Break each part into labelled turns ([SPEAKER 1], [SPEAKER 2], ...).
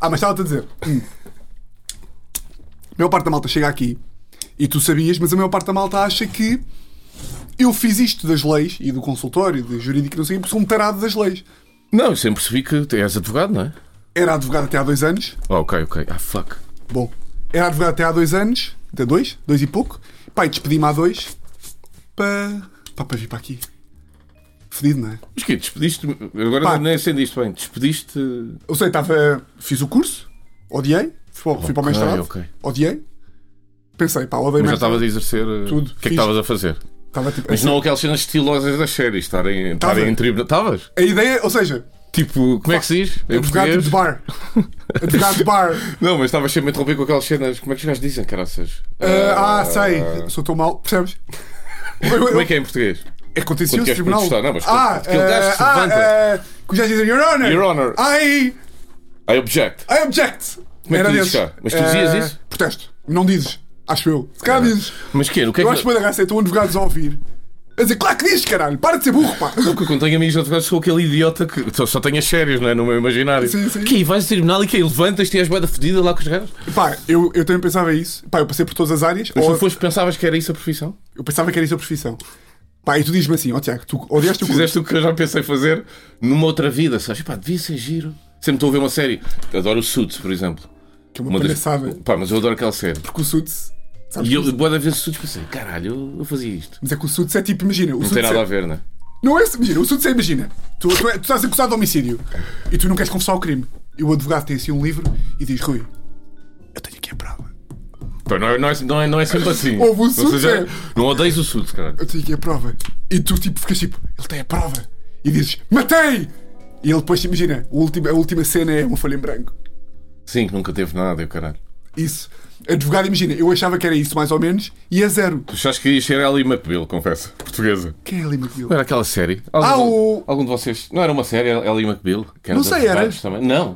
[SPEAKER 1] Ah, mas estava-te a dizer. hum, A maior parte da malta chega aqui e tu sabias, mas a maior parte da malta acha que eu fiz isto das leis e do consultório, de jurídico, não sei, o quê, porque sou um tarado das leis.
[SPEAKER 2] Não, eu sempre percebi que és advogado, não é?
[SPEAKER 1] Era advogado até há dois anos.
[SPEAKER 2] Ah, ok, ok. Ah, fuck.
[SPEAKER 1] Bom, era advogado até há dois anos. Até dois? Dois e pouco. Pai, despedi-me há dois. Para. Pá, para vir para aqui. Fedido, não é?
[SPEAKER 2] Mas que despediste Agora
[SPEAKER 1] Pá.
[SPEAKER 2] nem sei disto bem. Despediste.
[SPEAKER 1] Eu sei, estava. Fiz o curso, odiei, fui, para- fui para o
[SPEAKER 2] Ok,
[SPEAKER 1] mestrado,
[SPEAKER 2] ok.
[SPEAKER 1] odiei. Pensei, pá, odeio
[SPEAKER 2] Mas já
[SPEAKER 1] mestrado.
[SPEAKER 2] estavas a exercer. eh,
[SPEAKER 1] Tudo.
[SPEAKER 2] O que é que
[SPEAKER 1] Fiz.
[SPEAKER 2] estavas a fazer?
[SPEAKER 1] Estava tipo.
[SPEAKER 2] Mas não aquelas cenas estilosas das séries, estarem, estarem em tribunal. Estavas?
[SPEAKER 1] A ideia, ou seja,
[SPEAKER 2] Tipo, como é que se diz? Em
[SPEAKER 1] advogado tipo
[SPEAKER 2] português?
[SPEAKER 1] de bar. advogado de bar.
[SPEAKER 2] Não, mas estavas sempre a interromper com aquelas cenas. Como é que os gajos dizem, caraças?
[SPEAKER 1] Ah, ah, sei, sou tão mal, percebes? Eu- eu-
[SPEAKER 2] Como é que é em português?
[SPEAKER 1] É contencioso
[SPEAKER 2] Quando queres
[SPEAKER 1] tribunal.
[SPEAKER 2] protestar, não, mas
[SPEAKER 1] ah,
[SPEAKER 2] quando- aquele gajo que se
[SPEAKER 1] ah,
[SPEAKER 2] levanta.
[SPEAKER 1] ah, que os gajos dizem, Your Honor!
[SPEAKER 2] Your Honor.
[SPEAKER 1] I,
[SPEAKER 2] I object.
[SPEAKER 1] I object!
[SPEAKER 2] Como é que tu dizes
[SPEAKER 1] desses.
[SPEAKER 2] cá? Mas tu dizias
[SPEAKER 1] Ah,
[SPEAKER 2] isso?
[SPEAKER 1] Protesto. Não dizes. Acho eu. Se calhar dizes.
[SPEAKER 2] Mas que O que é
[SPEAKER 1] Eu
[SPEAKER 2] que.
[SPEAKER 1] acho que foi da graça, estão advogados a ouvir. A dizer, claro que dizes, caralho, para de ser burro, pá.
[SPEAKER 2] Porque quando tenho amigos advogados sou aquele idiota que só, só tem as séries, não é? No meu imaginário.
[SPEAKER 1] Sim, sim.
[SPEAKER 2] Que aí vais ao tribunal e que aí levantas-te e és boeda fedida lá com os gajos.
[SPEAKER 1] Pá, eu, eu também pensava isso. Pá, eu passei por todas as áreas.
[SPEAKER 2] Mas
[SPEAKER 1] Ou-
[SPEAKER 2] tu foste, pensavas que era isso a profissão?
[SPEAKER 1] Eu pensava que era isso a profissão. Pá, e tu dizes-me assim, ó Tiago, tu odiaste o curso.
[SPEAKER 2] Fizeste o que eu já pensei fazer numa outra vida, sabes? Pá, devia ser giro. Sempre estou a ver uma série. Adoro o Suits, por exemplo.
[SPEAKER 1] Que é uma palhaçada.
[SPEAKER 2] Pá, mas eu adoro aquela série.
[SPEAKER 1] Porque o Suits... Sabes
[SPEAKER 2] E eu,
[SPEAKER 1] que o-
[SPEAKER 2] boa da vez, o Suits pensei, caralho, eu, eu fazia isto.
[SPEAKER 1] Mas é que o Suits é tipo, imagina... O
[SPEAKER 2] Não
[SPEAKER 1] Suits
[SPEAKER 2] tem nada
[SPEAKER 1] é...
[SPEAKER 2] a ver, né?
[SPEAKER 1] Não é... Imagina, o Suits é, imagina. Tu, tu, é- tu estás acusado de homicídio. E tu não queres confessar o crime. E o advogado tem assim um livro e diz, Rui, eu tenho aqui a prova.
[SPEAKER 2] Pá, não, é, não, é, não, é, não é sempre assim.
[SPEAKER 1] Houve o
[SPEAKER 2] Ou
[SPEAKER 1] Suits,
[SPEAKER 2] seja,
[SPEAKER 1] é.
[SPEAKER 2] Não odeias o Suits, caralho.
[SPEAKER 1] Eu tenho aqui a prova. E tu tipo, ficas tipo, ele tem a prova. E dizes, matei! E ele depois, imagina, a última, a última cena é uma folha em branco.
[SPEAKER 2] Sim, que nunca teve nada, eu caralho.
[SPEAKER 1] Isso. Advogado, imagina, eu achava que era isso mais ou menos e é zero.
[SPEAKER 2] Tu achas que querias ser Ellie McBeal, confesso, portuguesa.
[SPEAKER 1] Quem é Lee McGill?
[SPEAKER 2] Não era aquela série? Algum,
[SPEAKER 1] Ah, o-
[SPEAKER 2] algum de vocês. Não era uma série, era Ellie McBeal? Que
[SPEAKER 1] Não
[SPEAKER 2] dos
[SPEAKER 1] sei, era.
[SPEAKER 2] advogados Também. Não.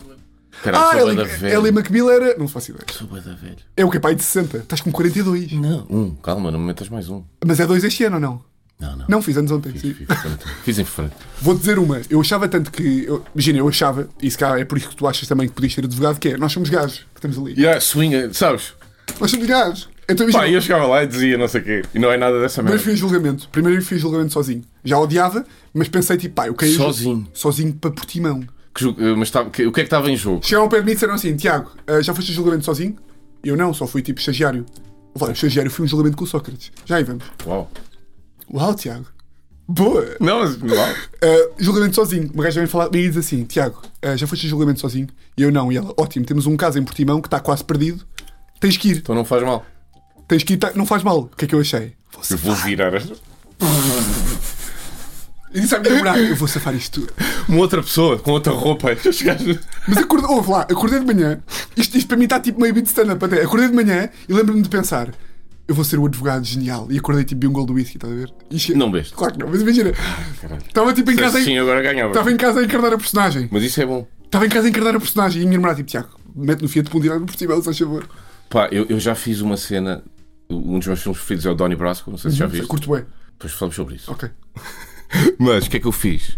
[SPEAKER 2] Caralho,
[SPEAKER 1] Ah,
[SPEAKER 2] sou é bué da
[SPEAKER 1] Ellie,
[SPEAKER 2] velho.
[SPEAKER 1] Ellie McBill era. Não faço ideia.
[SPEAKER 2] Sou bué da velho.
[SPEAKER 1] É o que? Pai de 60. Estás com 42.
[SPEAKER 2] Não. Um, calma, não me metas mais um.
[SPEAKER 1] Mas é dois este ano ou não?
[SPEAKER 2] Não, não.
[SPEAKER 1] Não, fiz anos ontem. sim.
[SPEAKER 2] Fiz, fiz, pronto. Fiz em frente.
[SPEAKER 1] Vou dizer uma. Eu achava tanto que. eu- imagina, eu achava, e se calhar é por isso que tu achas também que podias ser advogado, que é nós somos gajos que estamos ali.
[SPEAKER 2] Yeah, swing, sabes?
[SPEAKER 1] Nós somos gajos. Então
[SPEAKER 2] Pá,
[SPEAKER 1] imagina.
[SPEAKER 2] eu chegava lá e dizia não sei o quê. E não é nada dessa merda.
[SPEAKER 1] Primeiro fui a julgamento. Primeiro fui a julgamento sozinho. Já odiava, mas pensei tipo, pá, eu caí.
[SPEAKER 2] Sozinho?
[SPEAKER 1] Sozinho para Portimão.
[SPEAKER 2] Que jogo- eh, Mas tava- que- o que é que estava em jogo?
[SPEAKER 1] Chegaram ao pé de mim e disseram assim: Tiago, ah, já foste a julgamento sozinho? Eu não, só fui tipo estagiário. Eu falei, estagiário, fui um julgamento com o Sócrates. Já aí vamos.
[SPEAKER 2] Uau.
[SPEAKER 1] Uau, Tiago. Boa!
[SPEAKER 2] Não, mas. Uau.
[SPEAKER 1] Uh, julgamento sozinho. Uma gaja vem falar comigo e diz assim: Tiago, uh, já foste a julgamento sozinho? E eu não. E ela, ótimo, temos um caso em Portimão que está quase perdido. Tens que ir,
[SPEAKER 2] Então não faz mal.
[SPEAKER 1] tens que ir, tá- não faz mal. O que é que eu achei?
[SPEAKER 2] Eu vou virar esta.
[SPEAKER 1] E disse à minha namorada: Eu vou safar isto tudo.
[SPEAKER 2] Uma outra pessoa, com outra roupa. Já chegaste.
[SPEAKER 1] Mas acordei, ouve lá, acordei de manhã. Isto, isto para mim está tipo meio beat stand-up até. Acordei de manhã e lembro-me de pensar: Eu vou ser o advogado genial. E acordei tipo de um gol do whisky, estás a ver? E che-
[SPEAKER 2] Não beste.
[SPEAKER 1] Claro que não, mas imagina.
[SPEAKER 2] caralho.
[SPEAKER 1] Estava tipo em casa.
[SPEAKER 2] Sim,
[SPEAKER 1] em-
[SPEAKER 2] agora ganhava.
[SPEAKER 1] Estava em casa a encarnar a personagem.
[SPEAKER 2] Mas isso é bom.
[SPEAKER 1] Estava em casa a encarnar a personagem e a minha namorada, tipo, Tiago, mete no Fiat Pundilar no Portimão, se faz favor.
[SPEAKER 2] Pá, eu, eu já fiz uma cena. Um dos meus filmes preferidos é o Donnie Brasco, não sei se já viste.
[SPEAKER 1] Curto bem.
[SPEAKER 2] Depois falamos sobre isso.
[SPEAKER 1] Ok.
[SPEAKER 2] Mas o que é que eu fiz?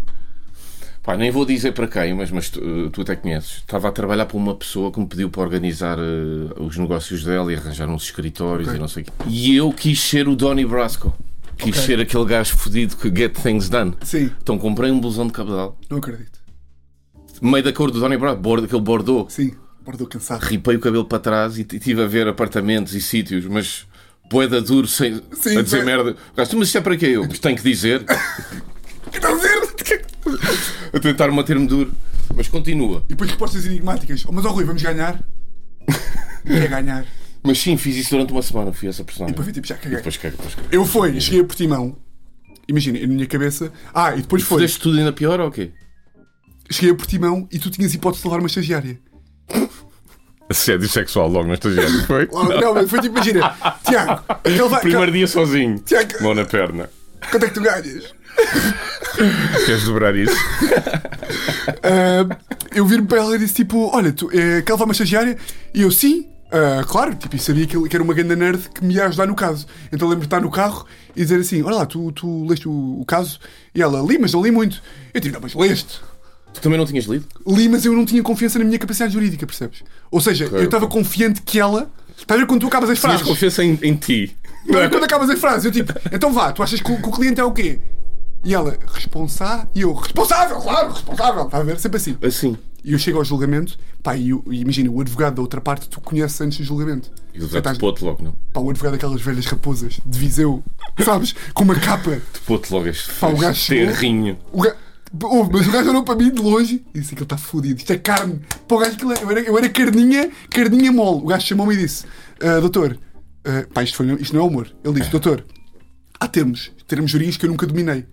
[SPEAKER 2] Pá, nem vou dizer para quem, mas, mas tu, eh, tu até conheces. Estava a trabalhar para uma pessoa que me pediu para organizar eh, os negócios dela e arranjar uns escritórios e não sei o quê. E eu quis ser o Donnie Brasco. Quis
[SPEAKER 1] Ok.
[SPEAKER 2] ser aquele gajo fodido que get things done.
[SPEAKER 1] Sim,
[SPEAKER 2] Então comprei um blusão de cabedal,
[SPEAKER 1] não acredito.
[SPEAKER 2] meio da cor do Donnie Brasco, bordo, aquele bordô.
[SPEAKER 1] Sim, bordou cansado.
[SPEAKER 2] ripei o cabelo para trás e t- tive a ver apartamentos e sítios, mas boeda duro sem
[SPEAKER 1] Sim,
[SPEAKER 2] a dizer
[SPEAKER 1] sim.
[SPEAKER 2] merda. O gajo, mas isto é para quê? Eu, mas tenho que dizer,
[SPEAKER 1] Quer dizer?
[SPEAKER 2] a tentar manter-me duro. Mas continua.
[SPEAKER 1] E depois respostas enigmáticas. Oh, mas ó Rui, vamos ganhar? Quer ganhar?
[SPEAKER 2] Mas sim, fiz isso durante uma semana, fui essa personagem. é,
[SPEAKER 1] Para ver, tipo, já caguei.
[SPEAKER 2] Depois cago, depois cago.
[SPEAKER 1] Eu fui, cheguei a Portimão. Imagina, na minha cabeça. Ah, e depois foi.
[SPEAKER 2] Fizeste tudo ainda pior ou o quê?
[SPEAKER 1] Cheguei a Portimão e tu tinhas hipótese de levar uma estagiária.
[SPEAKER 2] Assédio sexual logo na estagiária, foi?
[SPEAKER 1] Oh, Não, mas foi tipo, imagina, Tiago, ele vai-
[SPEAKER 2] Primeiro dia sozinho,
[SPEAKER 1] Tiago.
[SPEAKER 2] mão na perna.
[SPEAKER 1] quanto é que tu ganhas?
[SPEAKER 2] Queres dobrar isso?
[SPEAKER 1] Ah, eu vi-me para ela e disse tipo: Olha, tu eh, quer levar uma estagiária? E eu, sim, ah, claro, tipo, e sabia que, ele- que era uma ganda nerd que me ia ajudar no caso. Então lembro-me de estar no carro e dizer assim: Olha lá, tu, tu leste o, o caso? E ela, li, mas não li muito. Eu tipo: Não, mas leste.
[SPEAKER 2] Tu também não tinhas lido?
[SPEAKER 1] Li, mas eu não tinha confiança na minha capacidade jurídica, percebes? Ou seja,
[SPEAKER 2] Ok,
[SPEAKER 1] eu estava
[SPEAKER 2] ok.
[SPEAKER 1] confiante que ela. Estás a ver quando tu acabas as
[SPEAKER 2] Tinhas
[SPEAKER 1] frases?
[SPEAKER 2] confiança em, em ti.
[SPEAKER 1] Não é quando acabas as frases, eu tipo, então vá, tu achas que o, que o cliente é o quê? E ela, responsável. E eu, responsável, claro, responsável. Estás a ver? Sempre assim.
[SPEAKER 2] Assim.
[SPEAKER 1] E eu chego ao julgamento, pá, e, o- e imagina, o advogado da outra parte tu conheces antes do julgamento.
[SPEAKER 2] E o
[SPEAKER 1] Tu estás-
[SPEAKER 2] gato pôs-te logo, não?
[SPEAKER 1] Pá, o advogado daquelas velhas raposas de Viseu, sabes? Com uma capa.
[SPEAKER 2] Pôs-te logo este,
[SPEAKER 1] Pá, o gajo
[SPEAKER 2] este
[SPEAKER 1] chegou.
[SPEAKER 2] terrinho.
[SPEAKER 1] O ga- Ouve, mas o gajo olhou para mim de longe e disse que ele está fodido. Isto é carne. Para o gajo, aquilo é- eu era, eu era carninha, carninha mole. O gajo chamou-me e disse: "Ah, Doutor, ah, pá, isto, foi- isto não é humor. Ele disse: Doutor, há termos, termos jurídicos que eu nunca dominei.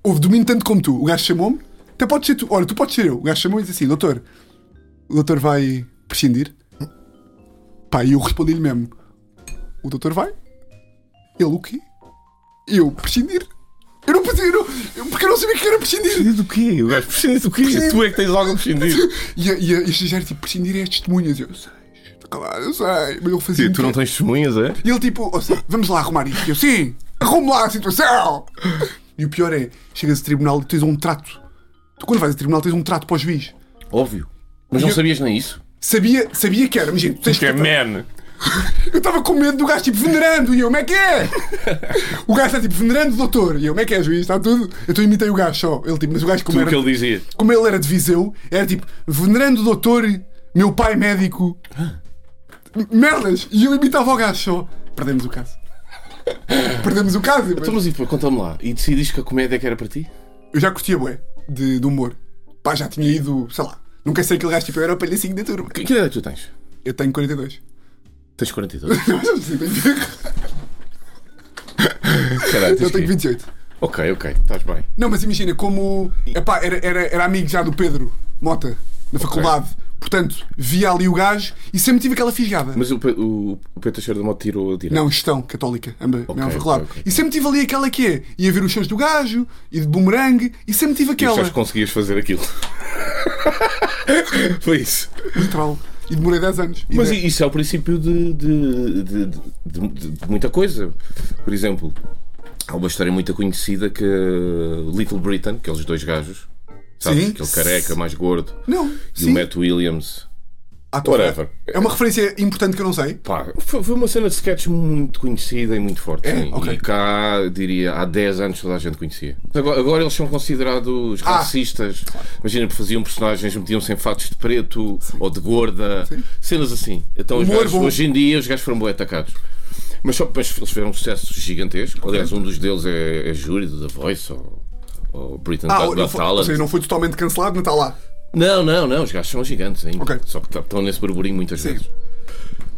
[SPEAKER 1] Houve domínio tanto como tu. O gajo chamou-me, até pode ser tu. Olha, tu podes ser eu. O gajo chamou-me e disse assim: Doutor, o doutor vai prescindir? Pá, e eu respondi-lhe mesmo: O doutor vai? Ele o quê? Eu prescindir? Eu não podia, eu não- eu- porque eu não sabia que era prescindir.
[SPEAKER 2] Prescindido do quê? O gajo prescindido do quê? Tu é que tens algo a prescindir.
[SPEAKER 1] E, e, e este género, tipo, prescindir é as testemunhas. E Eu sei, estou calado, eu sei. Mas ele fazia.
[SPEAKER 2] E
[SPEAKER 1] muito
[SPEAKER 2] tu não
[SPEAKER 1] bem.
[SPEAKER 2] tens testemunhas, é?
[SPEAKER 1] E ele, tipo, "Ó, sim, vamos lá arrumar isto. E Eu, sim, arrumo lá a situação. E o pior é, chegas a tribunal e tens um trato. Tu, quando vais a tribunal, tens um trato para o juiz.
[SPEAKER 2] Óbvio. Mas não
[SPEAKER 1] Eu-
[SPEAKER 2] sabias nem isso?
[SPEAKER 1] Sabia, sabia que era, mas gente, tu tens
[SPEAKER 2] Que é
[SPEAKER 1] que-
[SPEAKER 2] man.
[SPEAKER 1] Eu estava com medo do gajo tipo venerando e eu, como é que é? o gajo está tipo venerando o doutor e eu, como é que é, juiz? Está tudo. Então imitei o gajo só. Ele tipo, mas o gajo, como,
[SPEAKER 2] Tudo o
[SPEAKER 1] era,
[SPEAKER 2] que ele dizia.
[SPEAKER 1] como ele era de Viseu, era tipo, venerando o doutor, meu pai médico, m- merdas. E eu imitava o gajo só. Perdemos o caso. Perdemos o caso. mas-
[SPEAKER 2] Então, mas e pô, conta-me lá. E decidiste que a comédia é que era para ti?
[SPEAKER 1] Eu já curtia, bué, de, de humor. Pá, já tinha ido, sei lá. Nunca sei aquele gajo tipo, eu era o palhacinho da turma.
[SPEAKER 2] Que, que idade é que tu tens?
[SPEAKER 1] Eu tenho 42.
[SPEAKER 2] Tens 42. Caralho, tens
[SPEAKER 1] Eu tenho
[SPEAKER 2] quê?
[SPEAKER 1] 28.
[SPEAKER 2] Ok, ok. Estás bem.
[SPEAKER 1] Não, mas imagina, como. Epá, era, era, era amigo já do Pedro Mota, na faculdade. Portanto, via ali o gajo e sempre tive aquela fisgada.
[SPEAKER 2] Mas o, Pe- o, o Pedro Teixeira da Moto tirou a direita.
[SPEAKER 1] Não, gestão católica, amba, mesma faculdade.
[SPEAKER 2] ok, ok.
[SPEAKER 1] E sempre tive ali aquela que é. Ia ver os shows do gajo e de boomerang e sempre tive
[SPEAKER 2] E
[SPEAKER 1] aquela.
[SPEAKER 2] achas que conseguias fazer aquilo? Foi isso.
[SPEAKER 1] Literal. E demorei 10 anos. E
[SPEAKER 2] Mas
[SPEAKER 1] de-
[SPEAKER 2] i- isso é o princípio de, de- de- de- de- de muita coisa. Por exemplo, há uma história muito conhecida que uh, Little Britain, aqueles dois gajos, sabes?
[SPEAKER 1] Sim.
[SPEAKER 2] Aquele careca mais gordo
[SPEAKER 1] Não,
[SPEAKER 2] e
[SPEAKER 1] sim.
[SPEAKER 2] o Matt Williams.
[SPEAKER 1] Ah, tô a
[SPEAKER 2] Whatever.
[SPEAKER 1] ver. É uma referência importante que eu não sei.
[SPEAKER 2] Pá, foi, foi uma cena de sketch muito conhecida e muito forte.
[SPEAKER 1] É?
[SPEAKER 2] sim.
[SPEAKER 1] Ok.
[SPEAKER 2] E cá, diria, há 10 anos toda a gente conhecia. Agora, agora eles são considerados
[SPEAKER 1] Ah.
[SPEAKER 2] racistas. Imagina, faziam personagens, metiam-se em fatos de preto ou de gorda, cenas assim. Então, os
[SPEAKER 1] Humor
[SPEAKER 2] gajos,
[SPEAKER 1] bom.
[SPEAKER 2] hoje em dia, os gajos foram bem atacados. Mas, só, mas eles tiveram um sucesso gigantesco. Aliás, um dos deles é, é júri do The Voice ou, ou Britain
[SPEAKER 1] Ah,
[SPEAKER 2] Got,
[SPEAKER 1] não
[SPEAKER 2] Got
[SPEAKER 1] foi, ou
[SPEAKER 2] Talent.
[SPEAKER 1] seja, não foi totalmente cancelado, não está lá.
[SPEAKER 2] Não, não, não, os gajos são gigantes ainda.
[SPEAKER 1] Ok.
[SPEAKER 2] Só que t- estão nesse burburinho muitas vezes.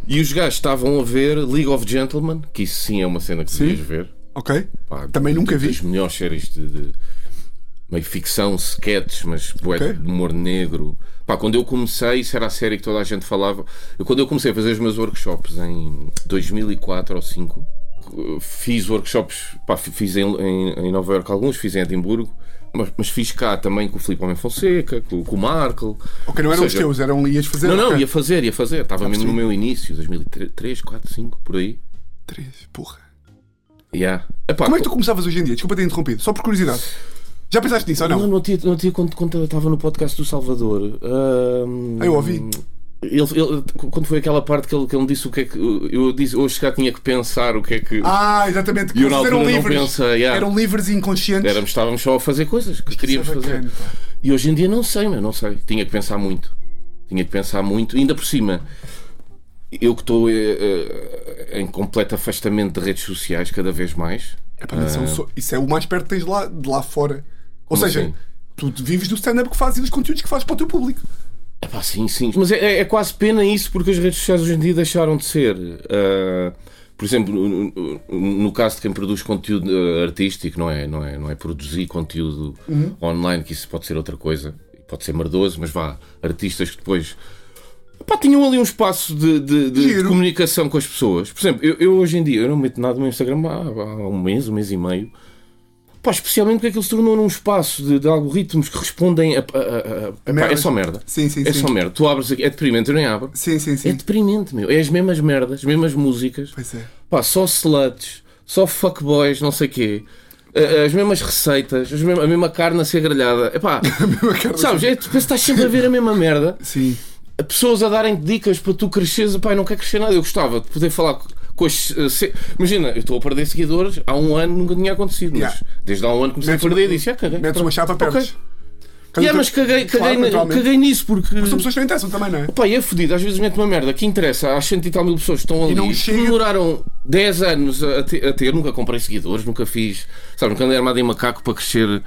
[SPEAKER 2] E os gajos estavam a ver League of Gentlemen, que isso sim é uma cena que devias ver.
[SPEAKER 1] Ok?
[SPEAKER 2] Pá,
[SPEAKER 1] Também nunca vi.
[SPEAKER 2] Das melhores séries de, de meio ficção, sketches, mas bué
[SPEAKER 1] Ok.
[SPEAKER 2] de humor negro. Pá, quando eu comecei, isso era a série que toda a gente falava. Eu, quando eu comecei a fazer os meus workshops em 2004 ou 2005, fiz workshops, pá, fi- fiz em, em- em Nova Iorque alguns, fiz em Edimburgo, mas, mas fiz cá também com o Filipe Homem Fonseca, com, com o Marco.
[SPEAKER 1] Ok, não eram
[SPEAKER 2] Ou
[SPEAKER 1] os
[SPEAKER 2] seja,
[SPEAKER 1] teus, eram ias fazer.
[SPEAKER 2] Não, não,
[SPEAKER 1] ok.
[SPEAKER 2] ia fazer, ia fazer. Estava mesmo no meu início, 2003, 4, 5, por aí.
[SPEAKER 1] Três, porra.
[SPEAKER 2] Yeah. Epá,
[SPEAKER 1] Como é que tu começavas hoje em dia? Desculpa ter interrompido, só por curiosidade. Já pensaste nisso ou
[SPEAKER 2] Não,
[SPEAKER 1] não?
[SPEAKER 2] não tinha, não tinha quando, quando eu estava no podcast do Salvador. ahm,
[SPEAKER 1] Ah, eu ouvi.
[SPEAKER 2] Ele, ele- quando foi aquela parte que ele, que ele me disse o que é que. Eu disse, hoje cá tinha que pensar o que é que.
[SPEAKER 1] Ah, exatamente.
[SPEAKER 2] E eu, na
[SPEAKER 1] Vocês eram
[SPEAKER 2] altura, não
[SPEAKER 1] livres.
[SPEAKER 2] pensei, ah.
[SPEAKER 1] Eram livres e inconscientes.
[SPEAKER 2] Éramos, estávamos só a fazer coisas que queríamos
[SPEAKER 1] Isso é
[SPEAKER 2] fazer.
[SPEAKER 1] bacana, pá.
[SPEAKER 2] E hoje em dia não sei, meu, não sei. Tinha que pensar muito. Tinha que pensar muito. Ainda por cima, eu que estou eh, eh, em completo afastamento de redes sociais cada vez mais.
[SPEAKER 1] Epá, mas isso, é o so- isso é o mais perto que tens lá, de lá fora. Ou
[SPEAKER 2] Ah. Como
[SPEAKER 1] seja,
[SPEAKER 2] assim?
[SPEAKER 1] tu te vives do stand-up que fazes e dos conteúdos que fazes para o teu público.
[SPEAKER 2] Epá, sim, sim. Mas é, é- é quase pena isso porque as redes sociais hoje em dia deixaram de ser. ah, por exemplo, no, no- no caso de quem produz conteúdo ah, artístico, não é, não é, não é produzir conteúdo online, que isso pode ser outra coisa, pode ser merdoso, mas vá, artistas que depois. Epá, tinham ali um espaço de, de- de- de
[SPEAKER 1] Giro.
[SPEAKER 2] comunicação com as pessoas. Por exemplo, eu, eu hoje em dia eu não meto nada no meu Instagram há, há um mês, um mês e meio. Pá, especialmente porque aquilo se tornou num espaço de, de algoritmos que respondem a. a- a- a- epá, é
[SPEAKER 1] merdas.
[SPEAKER 2] só merda.
[SPEAKER 1] Sim, sim,
[SPEAKER 2] É
[SPEAKER 1] sim.
[SPEAKER 2] só merda. Tu abres aqui, é deprimente, eu nem abro.
[SPEAKER 1] Sim, sim,
[SPEAKER 2] É
[SPEAKER 1] sim.
[SPEAKER 2] deprimente, meu. É as mesmas merdas, as mesmas músicas.
[SPEAKER 1] Pois é.
[SPEAKER 2] Pá, só sluts, só fuckboys, não sei quê. a- As mesmas receitas, as mesma- a mesma carne a ser grelhada. Epá, sabes, é, tu parece que estás sempre a ver a mesma merda.
[SPEAKER 1] Sim.
[SPEAKER 2] pessoas a darem dicas para tu cresceres, pai, não quer crescer nada. Eu gostava de poder falar co- com as. eh, se- Imagina, eu estou a perder seguidores há um ano, nunca tinha acontecido, mas
[SPEAKER 1] Yeah.
[SPEAKER 2] desde há um ano comecei
[SPEAKER 1] Metes
[SPEAKER 2] a perder
[SPEAKER 1] uma-
[SPEAKER 2] e disse: ah, caguei.
[SPEAKER 1] Metes uma chapa,
[SPEAKER 2] Ok.
[SPEAKER 1] perdes.
[SPEAKER 2] Yeah, mas caguei,
[SPEAKER 1] Claro,
[SPEAKER 2] caguei, na-
[SPEAKER 1] naturalmente.
[SPEAKER 2] caguei nisso porque.
[SPEAKER 1] São pessoas que não interessam também, não é?
[SPEAKER 2] Pá, e é fodido, às vezes mete uma merda que interessa às cento e tal mil pessoas que estão ali
[SPEAKER 1] não
[SPEAKER 2] que
[SPEAKER 1] chega.
[SPEAKER 2] demoraram 10 anos a te- a ter, nunca comprei seguidores, nunca fiz, sabe, nunca andei armado em macaco para crescer.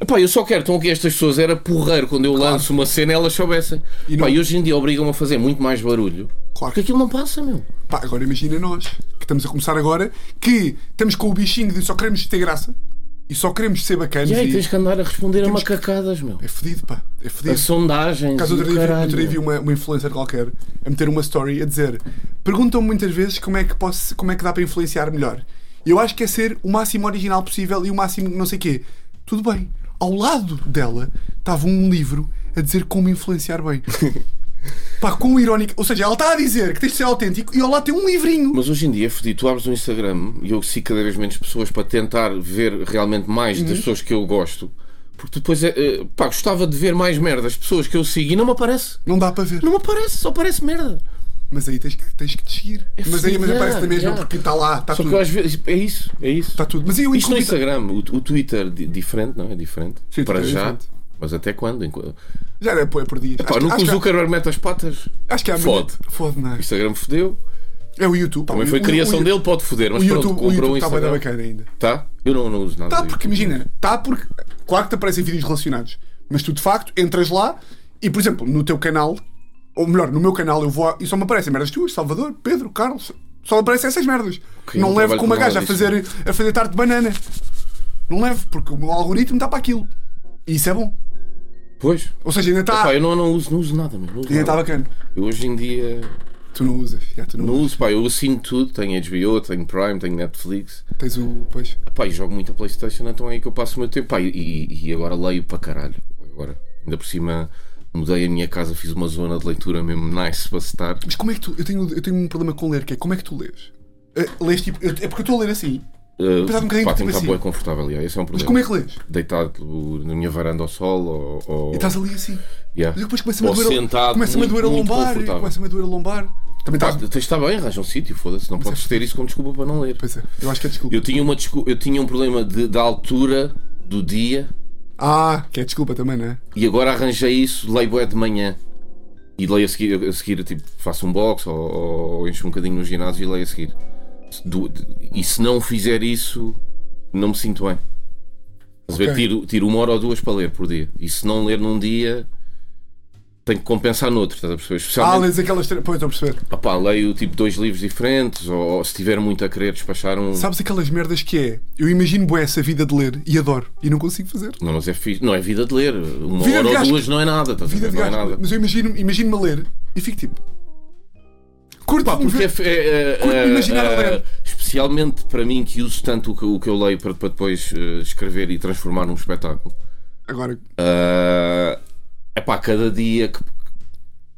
[SPEAKER 2] Epá, eu só quero, estão aqui estas pessoas, era porreiro quando eu lanço uma cena elas soubessem.
[SPEAKER 1] E
[SPEAKER 2] E,
[SPEAKER 1] não-
[SPEAKER 2] e hoje em dia obrigam-me a fazer muito mais barulho
[SPEAKER 1] Claro.
[SPEAKER 2] porque aquilo não passa, meu.
[SPEAKER 1] Pá, agora imagina nós, que estamos a começar agora, que estamos com o bichinho de só queremos ter graça e só queremos ser bacanas.
[SPEAKER 2] E aí
[SPEAKER 1] e-
[SPEAKER 2] tens que andar a responder a
[SPEAKER 1] Temos que-
[SPEAKER 2] macacadas, meu.
[SPEAKER 1] É fedido, pá. É
[SPEAKER 2] A
[SPEAKER 1] fedido.
[SPEAKER 2] sondagens.
[SPEAKER 1] Por acaso,
[SPEAKER 2] e o
[SPEAKER 1] outro dia vi- outro dia
[SPEAKER 2] caralho.
[SPEAKER 1] vi uma, uma influencer qualquer a meter uma story a dizer: perguntam-me muitas vezes como é que posso, como é que dá para influenciar melhor. Eu acho que é ser o máximo original possível e o máximo não sei quê. Tudo bem. Ao lado dela estava um livro a dizer como influenciar bem. Pá, quão irónico. Ou seja, ela está a dizer que tens de ser autêntico e ao lado tem um livrinho.
[SPEAKER 2] Mas hoje em dia, é fodido, tu abres um Instagram e eu sigo cada vez menos pessoas para tentar ver realmente mais
[SPEAKER 1] Uhum.
[SPEAKER 2] das pessoas que eu gosto. Porque depois, é, eh, pá, gostava de ver mais merda das pessoas que eu sigo e não me aparece.
[SPEAKER 1] Não dá para ver.
[SPEAKER 2] Não me aparece, só aparece merda.
[SPEAKER 1] Mas aí tens que, tens que te seguir.
[SPEAKER 2] É
[SPEAKER 1] mas aí mas
[SPEAKER 2] fedido,
[SPEAKER 1] aparece na mesma
[SPEAKER 2] yeah.
[SPEAKER 1] porque está lá, está Tá
[SPEAKER 2] Só
[SPEAKER 1] tudo.
[SPEAKER 2] que eu às vezes, é isso, é isso.
[SPEAKER 1] Está tudo. Mas eu
[SPEAKER 2] Isto no
[SPEAKER 1] incluí-
[SPEAKER 2] Instagram, o, o Twitter di- diferente, não é? Diferente.
[SPEAKER 1] Sim, o
[SPEAKER 2] para
[SPEAKER 1] Twitter é
[SPEAKER 2] já.
[SPEAKER 1] diferente.
[SPEAKER 2] Mas até quando? Enqu-
[SPEAKER 1] Já era por, é por dias.
[SPEAKER 2] Pá,
[SPEAKER 1] acho,
[SPEAKER 2] no
[SPEAKER 1] que-
[SPEAKER 2] que o
[SPEAKER 1] acho, que,
[SPEAKER 2] Zuckerberg mete as patas,
[SPEAKER 1] acho que há
[SPEAKER 2] fode.
[SPEAKER 1] Fode, não é?
[SPEAKER 2] O Instagram fodeu.
[SPEAKER 1] É o YouTube. pá,
[SPEAKER 2] Também
[SPEAKER 1] o-
[SPEAKER 2] foi
[SPEAKER 1] o-
[SPEAKER 2] criação
[SPEAKER 1] o-
[SPEAKER 2] dele, pode foder. Mas
[SPEAKER 1] O
[SPEAKER 2] pronto,
[SPEAKER 1] YouTube, o
[SPEAKER 2] comprou
[SPEAKER 1] YouTube
[SPEAKER 2] o
[SPEAKER 1] está bem da
[SPEAKER 2] Instagram.
[SPEAKER 1] bacana ainda.
[SPEAKER 2] Tá? Eu não, não uso nada.
[SPEAKER 1] Está
[SPEAKER 2] do
[SPEAKER 1] porque,
[SPEAKER 2] YouTube.
[SPEAKER 1] imagina, está porque. Claro que te aparecem vídeos relacionados, mas tu de facto entras lá e, por exemplo, no teu canal, ou melhor, no meu canal, eu vou a- e só me aparecem merdas tuas, Salvador, Pedro, Carlos, só me aparecem essas merdas. não
[SPEAKER 2] não
[SPEAKER 1] levo
[SPEAKER 2] trabalho
[SPEAKER 1] com uma
[SPEAKER 2] com nada
[SPEAKER 1] gaja a
[SPEAKER 2] disso,
[SPEAKER 1] fazer, a fazer tarte de banana. Não levo, porque o meu algoritmo está para aquilo. E isso é bom.
[SPEAKER 2] Pois.
[SPEAKER 1] Ou seja, ainda está.
[SPEAKER 2] Pá, eu não, não uso, não uso nada, meu. Não uso
[SPEAKER 1] Ainda está
[SPEAKER 2] nada.
[SPEAKER 1] bacana.
[SPEAKER 2] Eu hoje em dia
[SPEAKER 1] Tu não usas. já, tu não,
[SPEAKER 2] não uso, pá, eu assino tudo, tenho HBO, tenho Prime, tenho Netflix,
[SPEAKER 1] Tens o. Pois.
[SPEAKER 2] pá, e jogo muito a Playstation, então é aí que eu passo o meu tempo, pá, e, e agora leio para caralho, agora, ainda por cima mudei a minha casa, fiz uma zona de leitura mesmo nice para se estar,
[SPEAKER 1] Mas como é que tu. Eu tenho, eu tenho um problema com ler, que é como é que tu lês? Eh, Lês tipo. eu- É porque eu estou a ler assim.
[SPEAKER 2] uh,
[SPEAKER 1] Apesar de um bocadinho
[SPEAKER 2] pá,
[SPEAKER 1] de
[SPEAKER 2] tem que
[SPEAKER 1] tipo
[SPEAKER 2] estar
[SPEAKER 1] assim.
[SPEAKER 2] bem confortável, aliás, esse é um
[SPEAKER 1] Mas
[SPEAKER 2] problema,
[SPEAKER 1] como é que lês?
[SPEAKER 2] deitado na minha varanda ao sol, ou, ou-
[SPEAKER 1] E estás ali assim.
[SPEAKER 2] yeah.
[SPEAKER 1] Mas depois começa-me a
[SPEAKER 2] Ou
[SPEAKER 1] doer,
[SPEAKER 2] sentado,
[SPEAKER 1] começa-me a
[SPEAKER 2] muito,
[SPEAKER 1] doer a
[SPEAKER 2] muito
[SPEAKER 1] lombar.
[SPEAKER 2] confortável.
[SPEAKER 1] Começa-me a doer a lombar. Também
[SPEAKER 2] Pá,
[SPEAKER 1] estás.
[SPEAKER 2] tens de estar bem, arranja um sítio, foda-se, não
[SPEAKER 1] é
[SPEAKER 2] podes ter isso como desculpa para não ler.
[SPEAKER 1] Pois é, eu acho que é desculpa.
[SPEAKER 2] Eu tinha, uma descu- eu tinha um problema de- da altura do dia
[SPEAKER 1] Ah, que é desculpa também, não é?
[SPEAKER 2] e agora arranjei isso, leio bué de manhã. E leio a seguir, a seguir tipo, faço um box ou, ou- ou encho um bocadinho no ginásio e leio a seguir. Se do- de- e se não fizer isso, não me sinto bem. Estás a ver?
[SPEAKER 1] Ok.
[SPEAKER 2] Tiro, tiro uma hora ou duas para ler por dia. E se não ler num dia, tenho que compensar noutro, estás a perceber?
[SPEAKER 1] Ah,
[SPEAKER 2] Especialmente,
[SPEAKER 1] lês aquelas. tre- Pois, estou a perceber.
[SPEAKER 2] Ah pá, leio tipo dois livros diferentes ou, ou se tiver muito a querer despachar um.
[SPEAKER 1] Sabes aquelas merdas que é? Eu imagino bué essa vida de ler e adoro e não consigo fazer.
[SPEAKER 2] Não, mas é fixe. Não é vida de ler. Uma
[SPEAKER 1] Vida de
[SPEAKER 2] hora ou
[SPEAKER 1] gasto.
[SPEAKER 2] duas não é nada. Estás a
[SPEAKER 1] Vida
[SPEAKER 2] ver?
[SPEAKER 1] de
[SPEAKER 2] Não é
[SPEAKER 1] gajo.
[SPEAKER 2] nada.
[SPEAKER 1] Mas eu imagino- imagino-me a ler e fico tipo. Curto
[SPEAKER 2] Pá,
[SPEAKER 1] de me
[SPEAKER 2] porque é,
[SPEAKER 1] ver.
[SPEAKER 2] fe- é, é, é,
[SPEAKER 1] imaginar a
[SPEAKER 2] é,
[SPEAKER 1] ler.
[SPEAKER 2] especialmente para mim que uso tanto o que, o que eu leio para, para depois eh, escrever e transformar num espetáculo.
[SPEAKER 1] Agora,
[SPEAKER 2] é pá, cada dia que,